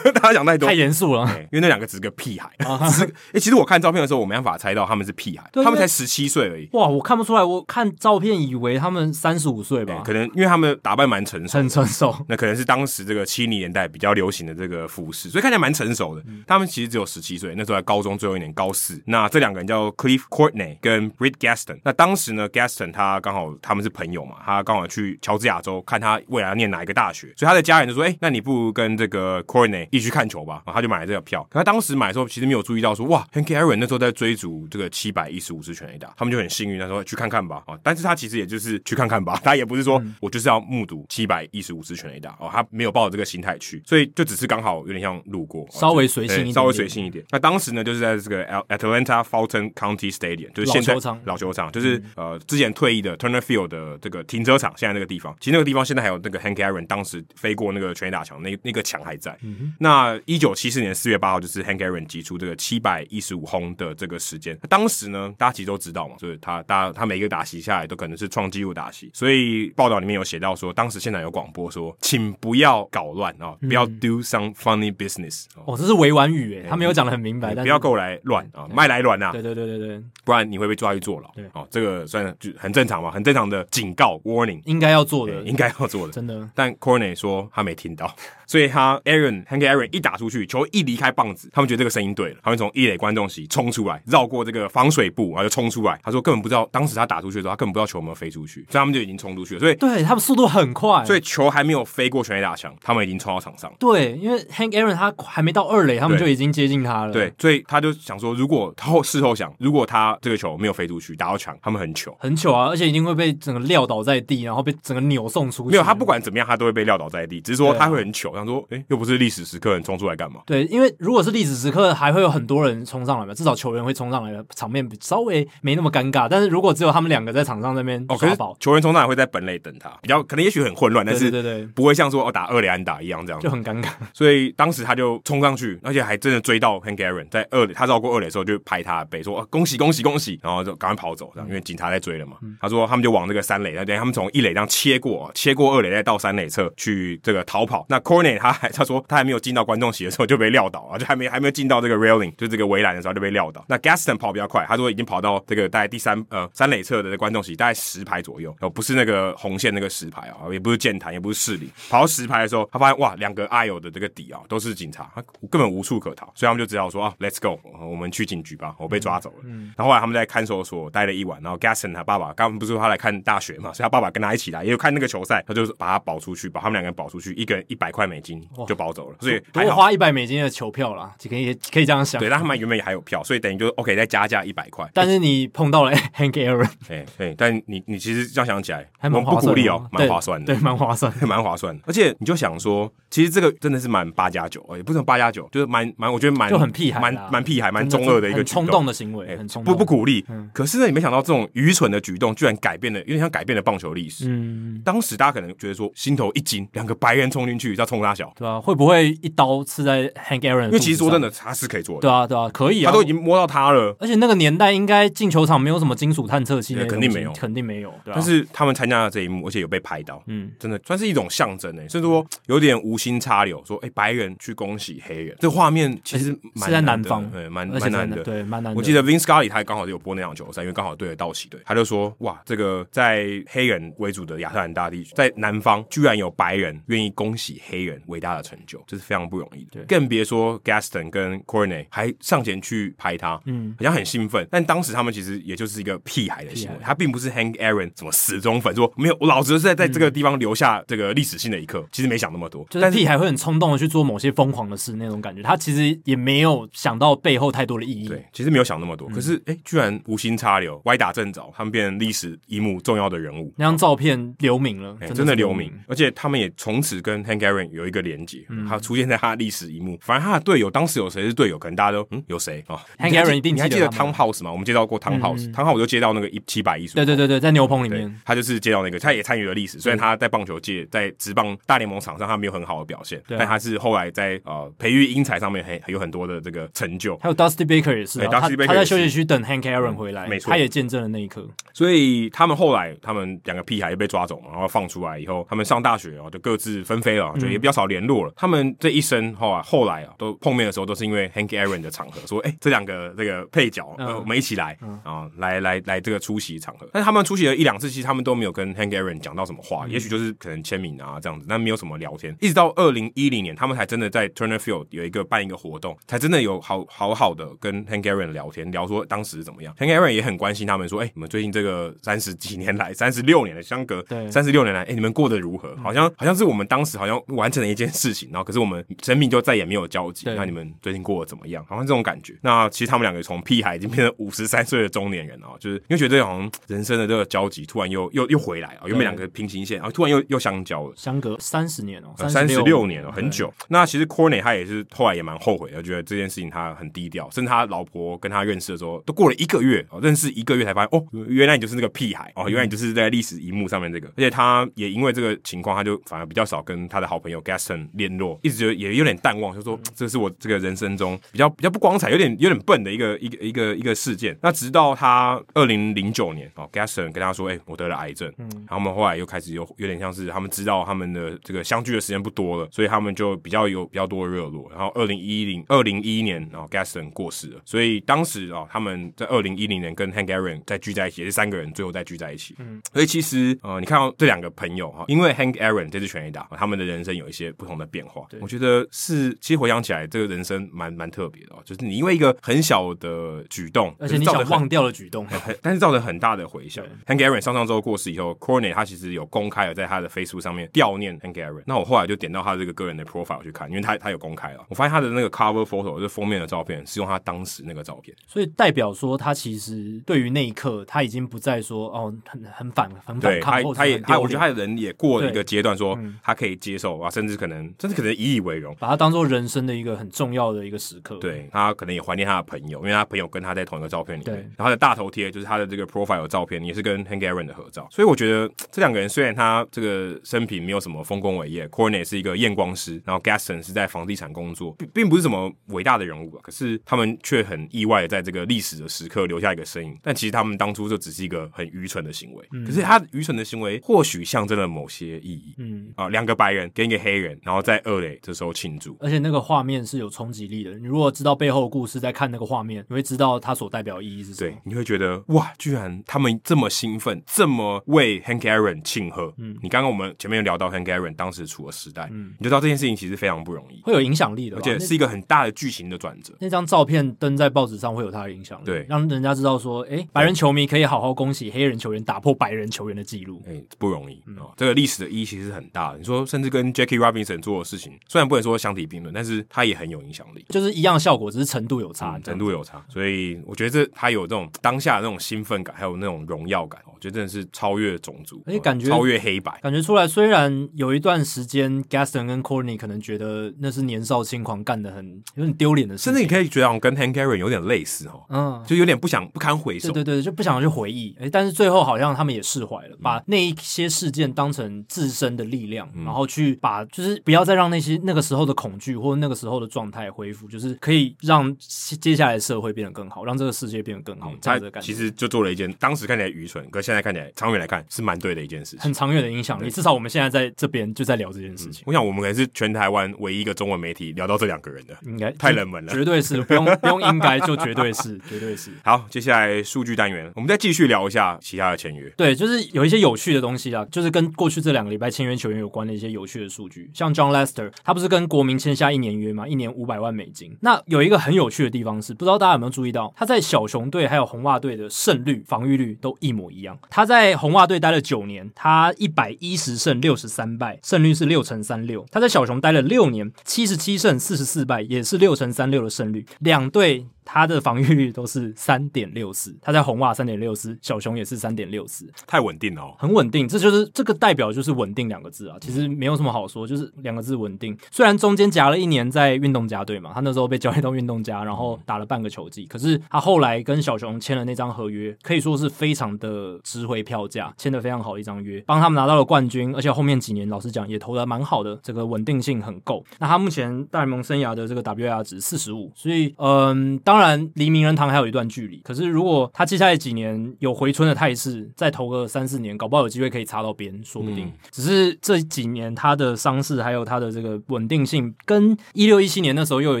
大家想太多太，严肃了。 哎因为那两个只是个屁孩， 只是哎、其实我看照片的时候，我没办法猜到他们是屁孩，对啊他们因为才十七岁而已。哇，我看不出来，我看照片以为他们三十五岁哎吧可，能因为他们打扮蛮成熟的很成熟。那可能是当时这个七零年代比较流行的这个服饰，所以看起来蛮成熟的。他们其实只有十七岁，那时候在高中最后一年，高四。那这两个人叫 Cliff Courtney 跟 Britt Gaston。那当时呢，Gaston 他刚好他们是朋友嘛，他刚好去乔治亚州看他未来要念哪一个大学，所以他的家人就说：“哎、那你不如跟这个 Courtney 一起去看球吧。”啊然后他就买了这个票。可他当时买的时候，其实没有注意到说，哇，Hank Aaron 那时候在追逐这个七百一十五支全垒打，他们就很幸运，他说去看看吧啊。但是他其实也就是去看看吧， 他也嗯不啊是说我就是要目睹七百一十五支全垒打哦，他没有抱着这个心态去，所以就只是刚好有有点像路过，稍微随性一对点稍微点随性一点。那当时呢，就是在这个 Al- Atlanta Fulton County Stadium，就是现在老球场老球场，就是、嗯呃之前退役的 Turner Field 的这个停车场，现在那个地方，其实那个地方现在还有那个 Hank Aaron 当时飞过那个全垒打墙，那那个墙还在。嗯那一九七四年四月八号，就是 Hank Aaron 击出这个七百一十五轰的这个时间。当时呢，大家其实都知道嘛，就是他大家他每一个打席下来都可能是创纪录打席，所以报道里面有写到说，当时现场有广播说，请不要搞乱啊、不要 do some funny business 哦、嗯哦，这是委婉语诶，他没有讲的很明白，你但哎不是嗯要给我来乱啊，卖来乱啊对，对对对对，不然你会被抓去坐牢对。哦，这个算就很正常嘛，很正常的警告 warning，应该要做对 的，应该要做的。真的但 Corney 说他没听到， 所以他 Aaron Hank Aaron 一打出去，球一离开棒子，他们觉得这个声音对了，他们从一垒观众席冲出来，绕过这个防水布，然后就冲出来。他说根本不知道当时他打出去的时候，他根本不知道球有没有飞出去，所以他们就已经冲出去了。所以对，他们速度很快，所以球还没有飞过全垒打墙，他们已经冲到场上了。对，因为 Hank Aaron 他还没到二垒，他们对就已经接近他了，对，，所以他就想说，如果他后事后想，如果他这个球没有飞出去，打到墙，他们很糗。很糗啊，而且一定会被整个撂倒在地，然后被整个扭送出去。没有，他不管怎么样，他都会被撂倒在地。只是说对啊他会很糗，想说，诶，又不是历史时刻，你冲出来干嘛？对，因为如果是历史时刻，还会有很多人冲上来嘛，至少球员会冲上来，场面比稍微没那么尴尬。但是如果只有他们两个在场上那边哦，可耍是宝，球员冲上来会在本垒等他，比较可能也许很混乱，但对是对对对，不会像说哦打二垒安打一样这样就。很尴尬。所以当时他就冲上去，而且还真的追到 Hank Aaron，在二垒他绕过二垒的时候就拍他的背说、哦、恭喜恭喜恭喜，然后就赶快跑走，这样因为警察在追了嘛。他说他们就往这个三垒，那等于他们从一垒这样切过，哦切过二垒再到三垒侧去这个逃跑。那 Corney 他还他说他还没有进到观众席的时候就被撂倒啊，就还没还没有进到这个 railing 就这个围栏的时候就被撂倒。那 Gaston 跑比较快，他说已经跑到这个大概第三呃三垒侧的这个观众席大概十排左右，哦不是那个红线那个十排啊，也不是剑潭，也不是市里，跑到十排的时候，他发现哇两个阿友的这个底啊都是警察，他根本无处可逃，所以他们就只好说啊 Let's go，呃我们去警局吧，我被抓走了。嗯然后后来他们在看守所待了一晚，然后 Gaston 他爸爸刚刚不是说他来看大学嘛，所以他爸爸跟他一起来，也有看那个球赛，他就是把他保出去，把他们两个人保出去，一个人一百块美金就保走了，所以还多好。花啊一百美金的球票啦，就可以可以这样想对，。但他们原本也还有票，所以等于就是 OK 再加价一百 块。但是你碰到了 Hank Aaron，哎、对，但你你其实这样想起来，还我蛮们划不算的鼓励哦，蛮对划算的，对，蛮划算的。蛮划算的。而且你就想说，其实这个真的是蛮八加九，也不是八加九，就是蛮蛮，我觉得蛮就很屁孩啦蛮蛮屁孩，蛮真中二的一个很举冲动的行为，哎很冲不动。不鼓励。嗯可是呢，你没想到这种愚蠢的举动，居然改变了，有点像改变了棒球历史。嗯，当时大家可能觉得说心头一惊，两个白人冲进去要冲他小，对啊，会不会一刀刺在 Hank Aaron？因为其实说真呃的肚子的，他是可以做上，的，对啊，对啊，可以啊，他都已经摸到他了。而且那个年代应该进球场没有什么金属探测器那些对东呃肯西，定没有肯定没有。对啊、但是他们参加了这一幕，而且有被拍到，嗯，真的算是一种象征欸诶，甚至说有点无心插柳，说哎、诶白人去恭喜黑人，这画面其实蛮哎是在难南的方，对，蛮而且蛮在难南的。对，蛮难的。我记得 Vin Scully 他刚好有播那场球赛，因为刚好对了道奇队，他就说哇，这个在黑人为主的亚特兰大地区，在南方居然有白人愿意恭喜黑人伟大的成就，这是非常不容易的对。更别说 Gaston 跟 Corney 还上前去拍他，嗯，好像很兴奋，但当时他们其实也就是一个屁孩的行为屁，他并不是 Hank Aaron 什么死忠粉，说没有，我老子是在在这个地方留下这个历史性的一刻，其实没想那么多，就但是屁孩会很冲动的去做某些疯狂的事那种感觉，他其实也没有想到背后太多的意义。对，其实没有想那么嗯多，可是哎、诶居然无心插柳，歪打正着，他们变成历史一幕重要的人物。那张照片留名了，哎，是嗯真的留名，。而且他们也从此跟 Hank Aaron 有一个连结，他出现在他的历史一幕。反正他的队友当时有谁是队友，可能大家都嗯有谁哦。 Hank 你还记 Aaron 一定你还记记得得他们 Tom House 吗？我们介绍过 Tom House，Tom House 我就接到那个一七百一十嗯对对对对，在牛棚里对面，，他就是接到那个，他也参与了历史。虽然他在棒球界、在职棒大联盟场上他没有很好的表现，对啊但他是后来在呃培育英才上面很有很多的这个成就。还有 Dusty Baker 也是啊、哎，Dusty 他 Baker 他在也是嗯休息区等 Hank Aaron 回来，没错他也见证了那一刻。所以他们后来，他们两个屁孩就被抓走嘛，然后放出来以后，他们上大学哦，就各自分飞了，就也比较少联络了。他们这一生后啊，后来啊，都碰面的时候都是因为 Hank Aaron 的场合，说，哎、这两个这个配角，呃，嗯我们一起来啊、来来来这个出席场合。但是他们出席了一两次，其实他们都没有跟 Hank Aaron 讲到什么嗯话，也许就是可能签名啊这样子，但没有什么聊天。一直到二零一零年，他们才真的在 Turner Field 有一个办一个活动，才真的有好好好的跟 Hank Aaron 聊天，聊说当时怎么样。Hank Aaron 也很关心他们，说：“哎、你们最近这个三十几年来，三十六年的相隔，对三十六年来，哎、你们过得如何？好像好像是我们当时好像完成了一件事情，然后可是我们生命就再也没有交集。对那你们最近过得怎么样？好像这种感觉。那其实他们两个从屁孩已经变成五十三岁的中年人啊，就是因为觉得好像人生的这个交集突然又又又回来啊，原本两个平行线，然后突然又又相交了。”相隔三十年哦、三十六六年了，很久。那那其实 Corney 他也是后来也蛮后悔的，觉得这件事情他很低调，甚至他老婆跟他认识的时候，都过了一个月，哦、认识一个月才发现，哦，原来你就是那个屁孩，嗯哦，原来你就是在历史荧幕上面这个。而且他也因为这个情况，他就反而比较少跟他的好朋友 Gaston 联络，一直觉得也有点淡忘，就说嗯这是我这个人生中比较比较不光彩，有点有点笨的一个一个一个一个事件。那直到他二零零九年，哦，Gaston 跟他说，哎、我得了癌症，嗯，然后他们后来又开始有有点像是他们知道他们的这个相聚的时间不多了，所以他们就比较有比较多的热络。然后二零一零二零一一年，然后 Gaston 过世了，所以当时啊、哦他们在二零一零年跟 Hank Aaron 再聚在一起，也是三个人最后再聚在一起。嗯，所以其实呃，你看到这两个朋友哈、因为 Hank Aaron 这次全垒打、哦他们的人生有一些不同的变化。我觉得是，其实回想起来，这个人生蛮蛮特别的、哦，就是你因为一个很小的举动，而且你可是造想得很忘掉的举动，很但是造成很大的回响。Hank Aaron 上上周过世以后，Corney 他其实有公开了在他的 Facebook 上面悼念 Hank Aaron。那我后来就点到他这个个人的 profile 去看，因为他他有公开了，哦我发现他的那个 cover photo 就是封面的照片是用他当时那个照片。所以代表说他其实对于那一刻，他已经不再说哦很很反很反对抗，他或，者他也很他，丢我觉得脸他的人也过了一对嗯个阶段，说他可以接受啊，甚至可能，甚至可能以以为荣。把它当做人生的一个很重要的一个时刻。，对他可能也怀念他的朋友，因为他朋友跟他在同一个照片里对面。然后他的大头贴就是他的这个 profile 照片，也是跟 Hank Aaron 的合照。所以我觉得嘖这两个人虽然他这个生平没有什么丰功伟业，Corney 是一个验光师，然后 Gaston 是在房地产工作，并并不是什么伟大的人物吧。可是他们却很意外的在这个历史的时刻留下一个身影。但其实他们当初就只是一个很愚蠢的行为，可是他愚蠢的行为或许象征了某些意义。嗯。啊、两个白人跟一个黑人，然后在二垒这时候庆祝，而且那个画面是有冲击力的。你如果知道背后的故事，再看那个画面，你会知道它所代表的意义是什对么。，你会觉得哇，居然他们这么兴奋，这么为 Hank Aaron 庆贺。嗯，你刚刚我们前面有聊到 Hank Aaron 当时处的时代，嗯，你就知道这件事情其实非常不容易，会有影响力的而吧，且那是一个很大的剧情的转折。那张照片登在报纸上会有它的影响力，对让人家知道说，诶，白人球迷可以好好恭喜黑人球员打破白人球员的记录。哎、不容易嗯啊、哦！这个历史的意义其实很大的。你说，甚至跟 Jackie Robinson 做的事情，虽然不能说相提并论，但是他也很有影响力。嗯就是一样的效果，只是程度有差。程度有差，所以我觉得这他有这种当下的那种兴奋感，还有那种荣耀感，哦我觉得真的是超越种族，而且感觉超越黑白。感觉出来，虽然有一段时间，Gaston 跟 Corny 可能觉得那是年少轻狂，干的很有点丢脸的事甚至情，你可以觉得好像跟 Hank Aaron 有点类似哦，嗯，就有点不想不堪回首。对对对，就不想去回忆。诶，但是最后好像他们也释嗯怀了，把那一些事件当成自身的力量，嗯然后去把就是不要再让那些那个时候的恐惧或那个时候的状态恢复，就是可以让接下来的社会变得更好，让这个世界变得更好，这样嗯他子的感觉。其实就做了一件当时看起来愚蠢，可现在看起来长远来看是蛮对的一件事情。很长远的影响力，至少我们现在在这边就在聊这件事情，我想我们可能是全台湾唯一一个中文媒体聊到这两个人的。应该太冷门了绝对是不用不用应该就绝对是绝对是。好，接下来数据单元，我们再继续聊一下其他的签约。对，就是有一些有趣的东西啊，就是跟过去这两个礼拜签约球员有关的一些有趣的数据，像 John Lester，他不是跟国民签下一年约嘛，一年五百万美金。那有一个很有趣的地方是，不知道大家有没有注意到，他在小熊队还有红袜队的胜率、防御率都一模一样。他在红袜队待了九年，他一百一十胜六十三败，胜率是六成三六。他在小熊待了六年，七十七胜四十四败，也是六成三六的胜率。两队他的防御率都是三点六四，他在红袜三点六四，小熊也是三点六四，太稳定了、哦，很稳定。这就是这个代表就是稳定两个字啊，其实没有什么好说，就是两个字稳定。虽然中间夹了一年在运动家队嘛，他那时候被交易到运动家，然后打了半个球季，可是他后来跟小熊签了那张合约，可以说是非常的值回票价，签的非常好的一张约，帮他们拿到了冠军，而且后面几年老实讲也投的蛮好的，这个稳定性很够。那他目前大联盟生涯的这个 WAR 值四十五，所以嗯，当然离名人堂还有一段距离。可是如果他接下来几年有回春的态势，再投个三四年，搞不好有机会可以擦到边，说不定。嗯只是这几年他的伤势还有他的这个稳定性，跟一六一七年那时候又有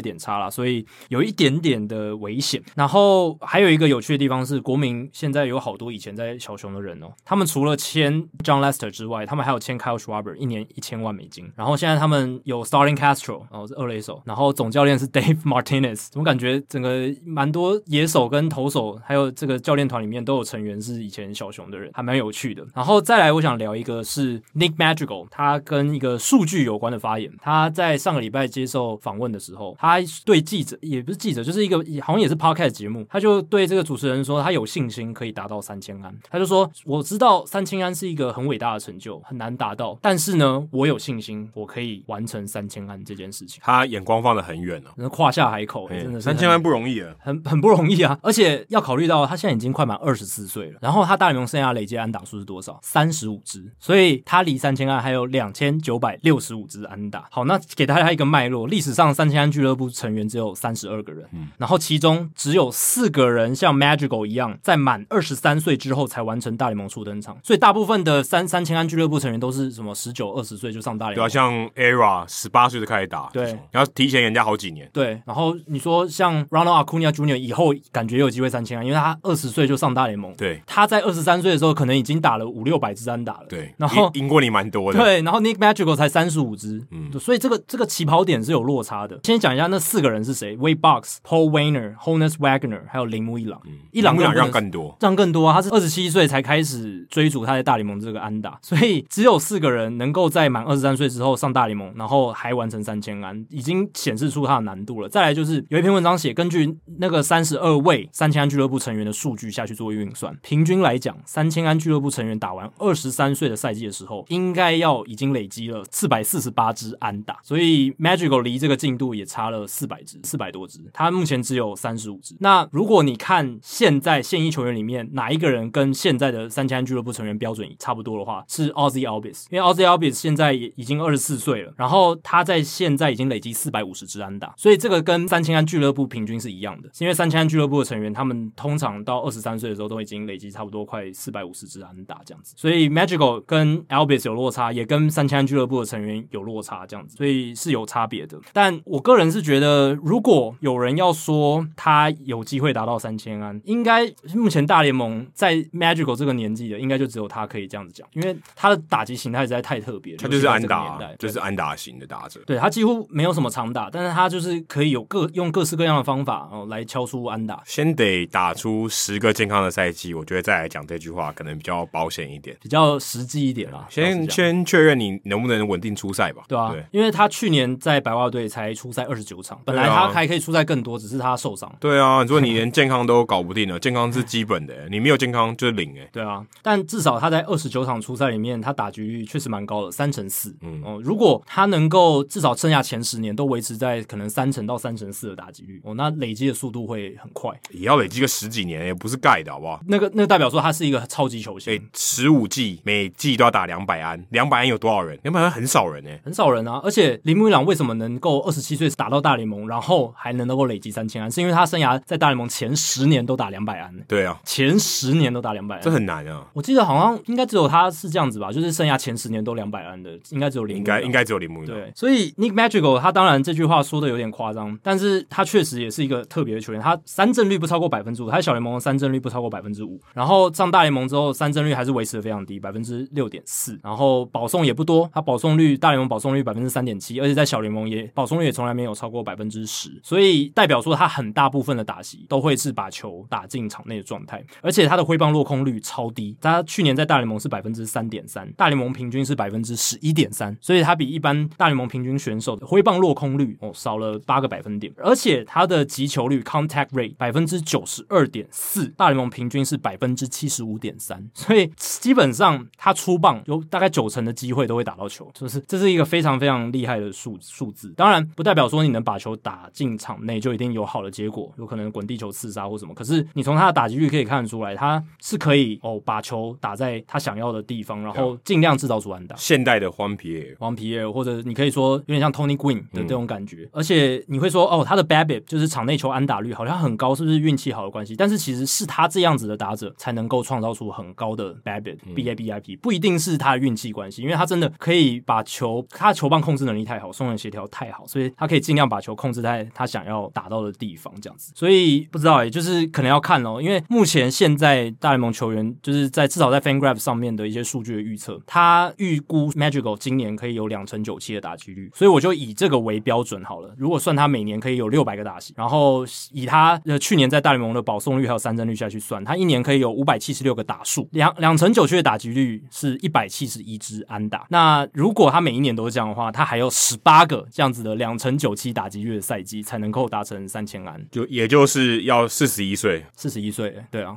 点差了，所以有一点点的危险。然后还有一个有趣的地方是，国民现在有好多以前在小熊的人哦，他们除了签 John Lester 之外，他们还有签 Kyle Schwarber，一年一千万美金。然后现哦在他们有 Starling Castro，然后是二垒手，然后总教练是 Dave Martinez，怎么感觉整个呃，蛮多野手跟投手，还有这个教练团里面都有成员是以前小熊的人，还蛮有趣的。然后再来，我想聊一个是 Nick Magical，他跟一个数据有关的发言。他在上个礼拜接受访问的时候，他对记者也不是记者，就是一个好像也是 podcast 节目，他就对这个主持人说，他有信心可以达到三千安。他就说，我知道三千安是一个很伟大的成就，很难达到，但是呢，我有信心我可以完成三千安这件事情。他眼光放得很远了、真的胯下海口，哎哦真的是三千很万不容易啊了。很很不容易啊，而且要考虑到他现在已经快满二十四岁了，然后他大联盟生涯累计安打数是多少？三十五支，所以他离三千安还有两千九百六十五支安打。好，那给大家一个脉络，历史上三千安俱乐部成员只有三十二个人，嗯然后其中只有四个人像 Magical 一样，在满二十三岁之后才完成大联盟初登场，所以大部分的三三千安俱乐部成员都是什么十九、二十岁就上大联对啊，盟。像 ERA 十八岁就开始打，对这种，然后提前人家好几年。对，然后你说像 Ronald Acuna Jr. 以后感觉有机会三千安，因为他二十岁就上大联盟，对他在二十三岁的时候，可能已经打了五六百支单打了。对，然后赢赢过你蛮多的。对，然后 Nick Magical 才三十五支，嗯，所以这个这个起跑点是有落差的。先讲一下那四个人是谁：Way Box、Paul Waner、Honus Wagner，还有嗯铃木一朗。一朗不根想本让不能更多。让更多啊！他是二十七岁才开始追逐他在大联盟这个安打， 所以只有四个人能够在满二十三岁之后上大联盟，然后还完成三千安，已经显示出他的难度了。再来就是有一篇文章写，根据那个三十二位三千安俱乐部成员的数据下去做运算，平均来讲，三千安俱乐部成员打完二十三岁的赛季的时候，应该要已经累积了四百四十八支安打，所以 Magical 离这个进度也差了四百支，四百多支，他目前只有三十五支。那如果你看现在现役球员里面哪一个人跟现在的三千安俱乐部成员标准差不多的话，是 Ozzy Albies，因为 Ozzy Albies 现在也已经二十四岁了，然后他在现在已经累积四百五十支安打，所以这个跟三千安俱乐部平均是一样的，是因为三千安俱乐部的成员他们通常到二十三岁的时候都已经累积差不多快四百五十支安打这样子，所以 Magical 跟 Albies 有落差，也跟三千安俱乐部的成员有落差这样子，所以是有差别的。但我个人是觉得，如果有人要说他有机会达到三千安，应该目前大联盟在 Magical 这个年纪的，应该就只有他可以这样子讲，因为他的打击形态实在太特别了，他就是安尤其在这个年打啊代，就对是安打型的打者。对他几乎没有什么长打，但是他就是可以有各用各式各样的方法哦来敲出安打，先得打出十个健康的赛季，我觉得再来讲这句话可能比较保险一点。比较实际一点啦。老实先讲先确认你能不能稳定出赛吧。对啊，对因为他去年在白袜队才出赛二十九场，本来对啊他还可以出赛更多，只是他受伤。对啊，如果你连健康都搞不定了， 健康是基本的，你没有健康就是零哎。对啊，但至少他在二十九场初赛里面，他打局率确实蛮高的，三成四。嗯，哦，如果他能够至少剩下前十年都维持在可能三成到三成四的打击率，哦，那累积的速度会很快。也要累积个十几年，也不是盖的好不好？那个那代表说他是一个超级球所星以，十五季每季都要打两百安，两百安有多少人？两百安很少人哎。很少人啊。而且铃木一朗为什么能够二十七岁打到大联盟，然后还能够累积三千安，是因为他生涯在大联盟前十年都打两百安，对啊，前十年都打两百安这。很难啊，我记得好像应该只有他是这样子吧，就是剩下前十年都两百安的，应该只有零。应该应该只有铃木一朗。对，所以 Nick Magical 他当然这句话说的有点夸张，但是他确实也是一个特别的球员，他三振率不超过百分之五，他在小联盟的三振率不超过百分之五，然后上大联盟之后三振率还是维持的非常低，百分之六点四，然后保送也不多，他保送率大联盟保送率百分之三点七，而且在小联盟也保送率也从来没有超过百分之十，所以代表说他很大部分的打席都会是把球打进场内的状态，而且他的挥棒落空率超低，他去年在大联盟是百分之三点三，大联盟平均是百分之十一点三，所以他比一般大联盟平均选手的挥棒落空率哦少了八个百分点，而且他的击球率 contact rate 百分之九十二点四，大联盟平均是百分之七十五点三，所以基本上他出棒有大概九成的机会都会打到球，就是这是一个非常非常厉害的数数字。当然不代表说你能把球打进场内就一定有好的结果，有可能滚地球刺杀或什么。可是你从他的打击率可以看得出来，他是可以哦把球打在他想要的地方，然后尽量制造出安打。现代的欢皮耶，王皮耶，或者你可以说有点像 Tony Green 的这种感觉，而且你会说哦，他的 BABIP 就是场内球安打率好像很高，是不是运气好的关系？但是其实是他这样子的打者才能够创造出很高的 BABIP、BABIP，不一定是他的运气关系，因为他真的可以把球，他的球棒控制能力太好，送人协调太好，所以他可以尽量把球控制在他想要打到的地方，这样子。所以不知道哎、就是可能要看咯，因为目前现在大联盟球员就是在至少在 FanGraph 上面的一些数据的预测，他预估 Magical 今年可以有两成九七的打击率，所以我就以这个为标准好了。如果算他每年可以有六百个打席，然后后以他呃去年在大联盟的保送率还有三振率下去算，他一年可以有五百七十六个打数，两两成九区的打击率是一百七十一支安打。那如果他每一年都是这样的话，他还有十八个这样子的两成九七打击率的赛季才能够达成三千安。就也就是要四十一岁，四十一岁，对啊，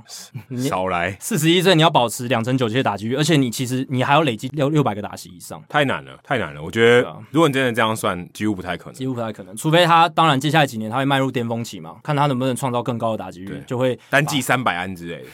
你少来，四十一岁你要保持两成九七的打击率，而且你其实你还要累积六六百个打席以上。太难了，太难了。我觉对得啊，如果你真的这样算，几乎不太可能。几乎不太可能，除非他当然接下来几年他会迈入巅峰期嘛，看他能不能创造更高的打击率对，就会单季三百安之类的，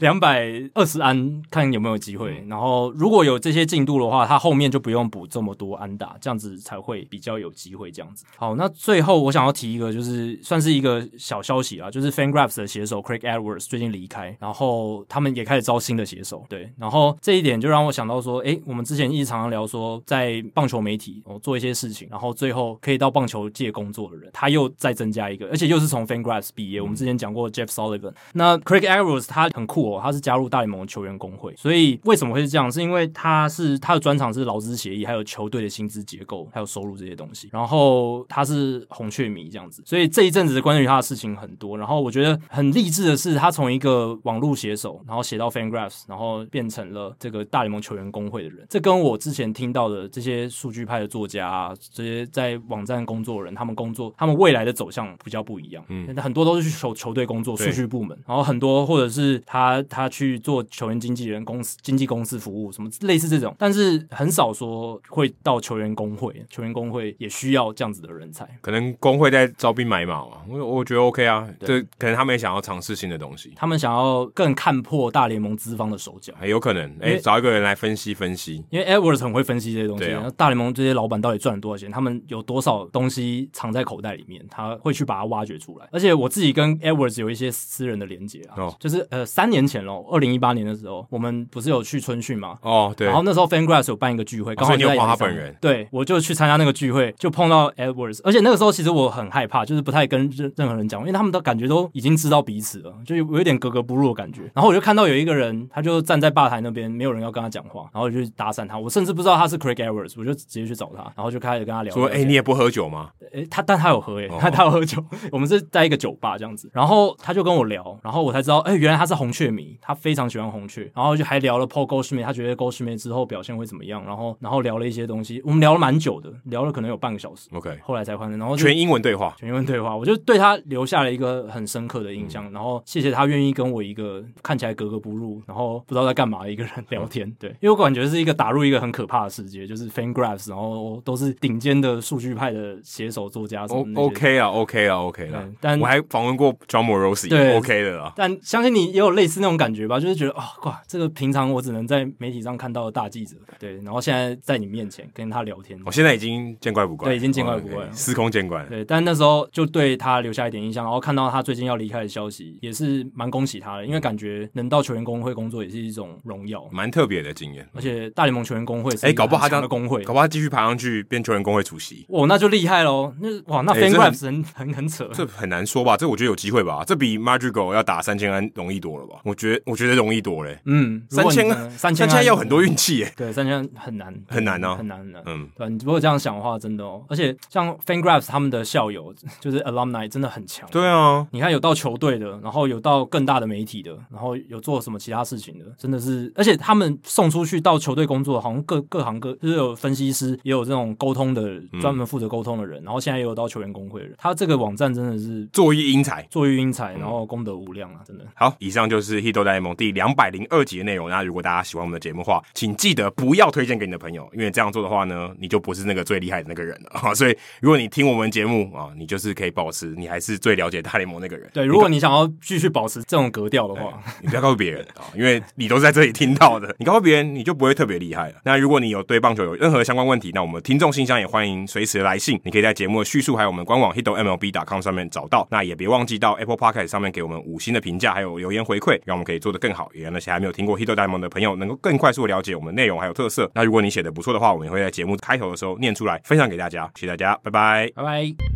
两百二十安，看有没有机会。然后如果有这些进度的话，他后面就不用补这么多安打，这样子才会比较有机会。这样子。好，那最后我想要提一个，就是算是一个小消息啊，就是 FanGraphs 的写手 Craig Edwards 最近离开，然后他们也开始招新的写手。对，然后这一点就让我想到说，诶，我们之前一直常常聊说，在棒球媒体哦做一些事情，然后最后可以到棒球界工作的人，他又再增加一个，而且又是从 FanGraphs 毕业。我们之前讲过 Jeff Sullivan，那 Craig Edwards 他很酷哦，他是加入大联盟球员工会，所以为什么会是这样？是因为他是他的专长是劳资协议，还有球队的薪资结构，还有收入这些东西。然后他是红雀迷这样子，所以这一阵子关于他的事情很多。然后我觉得很励志的是，他从一个网络写手，然后写到 FanGraphs，然后变成了这个大联盟球员工会的人。这跟我之前听到的这些数据派的作家、啊，这些在网站工作的人，他们工作他们未来的走向比较不一样。嗯，很多都是去球球队工作，数对据部门，然后很多或者是他他去做球员经纪人公司经纪公司服务什么类似这种，但是很少说会到球员工会，球员工会也需要这样子的人才。可能工会在招兵买马嘛，我我觉得 OK 啊，这可能他们也想要尝试新的东西，他们想要更看破大联盟资方的手脚，还有可能，因哎，为找一个人来分析分析，因为 Edwards 很会分析这些东西，对啊大联盟这些老板到底赚了多少钱，他们有多少东西藏在口袋里面，他会去把它挖掘出来。而且我自己跟 Edwards 有一些私人的连接啊，哦就是呃三年前喽，二零一八年的时候，我们不是有去春训吗？哦，对哦然，后那时候 FanGraphs 有办一个聚会，刚好所以你有就在碰到阳他本明山人对，我就去参加那个聚会，就碰到 Edwards，而且那个时候其实我很害怕，就是不太跟任任何人讲，因为他们都感觉都已经知道彼此了，就有有一点格格不入的感觉。然后我就看到有一个人，他就站在吧台那边，没有人要跟他讲话，然后我就去搭讪他，我甚至不知道他是 Craig Edwards，我就直接去找他，然后就开始跟他聊。说，哎，你也不喝酒吗？诶，他但他有喝诶，哦他他有喝酒。我们是在一个酒吧这样子，然后他就跟我聊，然后我才知道，诶，原来他是红雀迷，他非常喜欢红雀，然后就还聊了 Paul g o l d s m i t 他觉得 g o l d s m i t 之后表现会怎么样，然后然后聊了一些东西，我们聊了蛮久的，聊了可能有半个小时， OK，后来才换人，然后就全英文对话，全英文对话，我就对他留下了一个很深刻的印象，然后谢谢他愿意跟我一个看起来格格不入，然后不知道在干嘛的一个人聊天，对，因为我感觉是一个打入一个很可怕的世界，就是 FanGraphs，然后都是顶尖的数据派的写手作家什么 O 那些 OK 啊，OK 啊，OK 啦嗯。但我还访问过 John Morosi，对 OK 的啦。但相信你也有类似那种感觉吧，就是觉得啊、哇，这个平常我只能在媒体上看到的大记者，对，然后现在在你面前跟他聊天，哦我现在已经见怪不怪，对已经见怪不怪哦了，OK，司空见惯了。对，但那时候就对他留下一点印象，然后看到他最近要离开的消息，也是蛮恭喜他的，因为感觉能到球员工会工作也是一种荣耀，蛮特别的经验。而且大联盟球员工会是哎一个搞不好很他这强样的工会搞，不好他继续爬上去变球员工会主席，哇，那就厉害喽！那哇，那哎这 FanGraphs 很很很扯，这很难说吧？这我觉得有机会吧？这比 Madrigal 要打三千安容易多了吧？我觉得我觉得容易多嘞、嗯，如三果你千啊真的三千三千安要很多运气耶。对，三千很难，很难哦很难很难。嗯，对，啊你如果这样想的话，真的哦。而且像 FanGraphs 他们的校友，就是 alumni 真的很强。对啊，你看有到球队的，然后有到更大的媒体的，然后有做什么其他事情的，真的是，而且他们送出去到球队工作，好像各各行各就是有分析师，也有这种沟通的嗯专门负责沟通的人，然后现在也有到球员工会的人，他这个网站真的是作为英才。坐育英才，嗯然后功德无量啊，真的。好，以上就是《Hito 大联盟》第两百零二集的内容。那如果大家喜欢我们的节目的话，请记得不要推荐给你的朋友，因为这样做的话呢，你就不是那个最厉害的那个人了 啊。所以，如果你听我们节目啊，你就是可以保持你还是最了解大联盟那个人。对，如果你想要继续保持这种格调的话，你不要告诉别人 啊、因为你都是在这里听到的。你告诉别人，你就不会特别厉害了。那如果你有对棒球有任何相关问题，那我们听众信箱也欢迎随时来信，你可以在节目的叙述还有我们官网 hitomlb.com 上面找到。那也别忘记到 Apple Podcast 上面给我们五星的评价，还有留言回馈，让我们可以做得更好，也让那些还没有听过 Hito 大联盟的朋友能够更快速地了解我们的内容还有特色。那如果你写的不错的话，我们也会在节目开头的时候念出来，分享给大家。谢谢大家，拜拜。拜拜。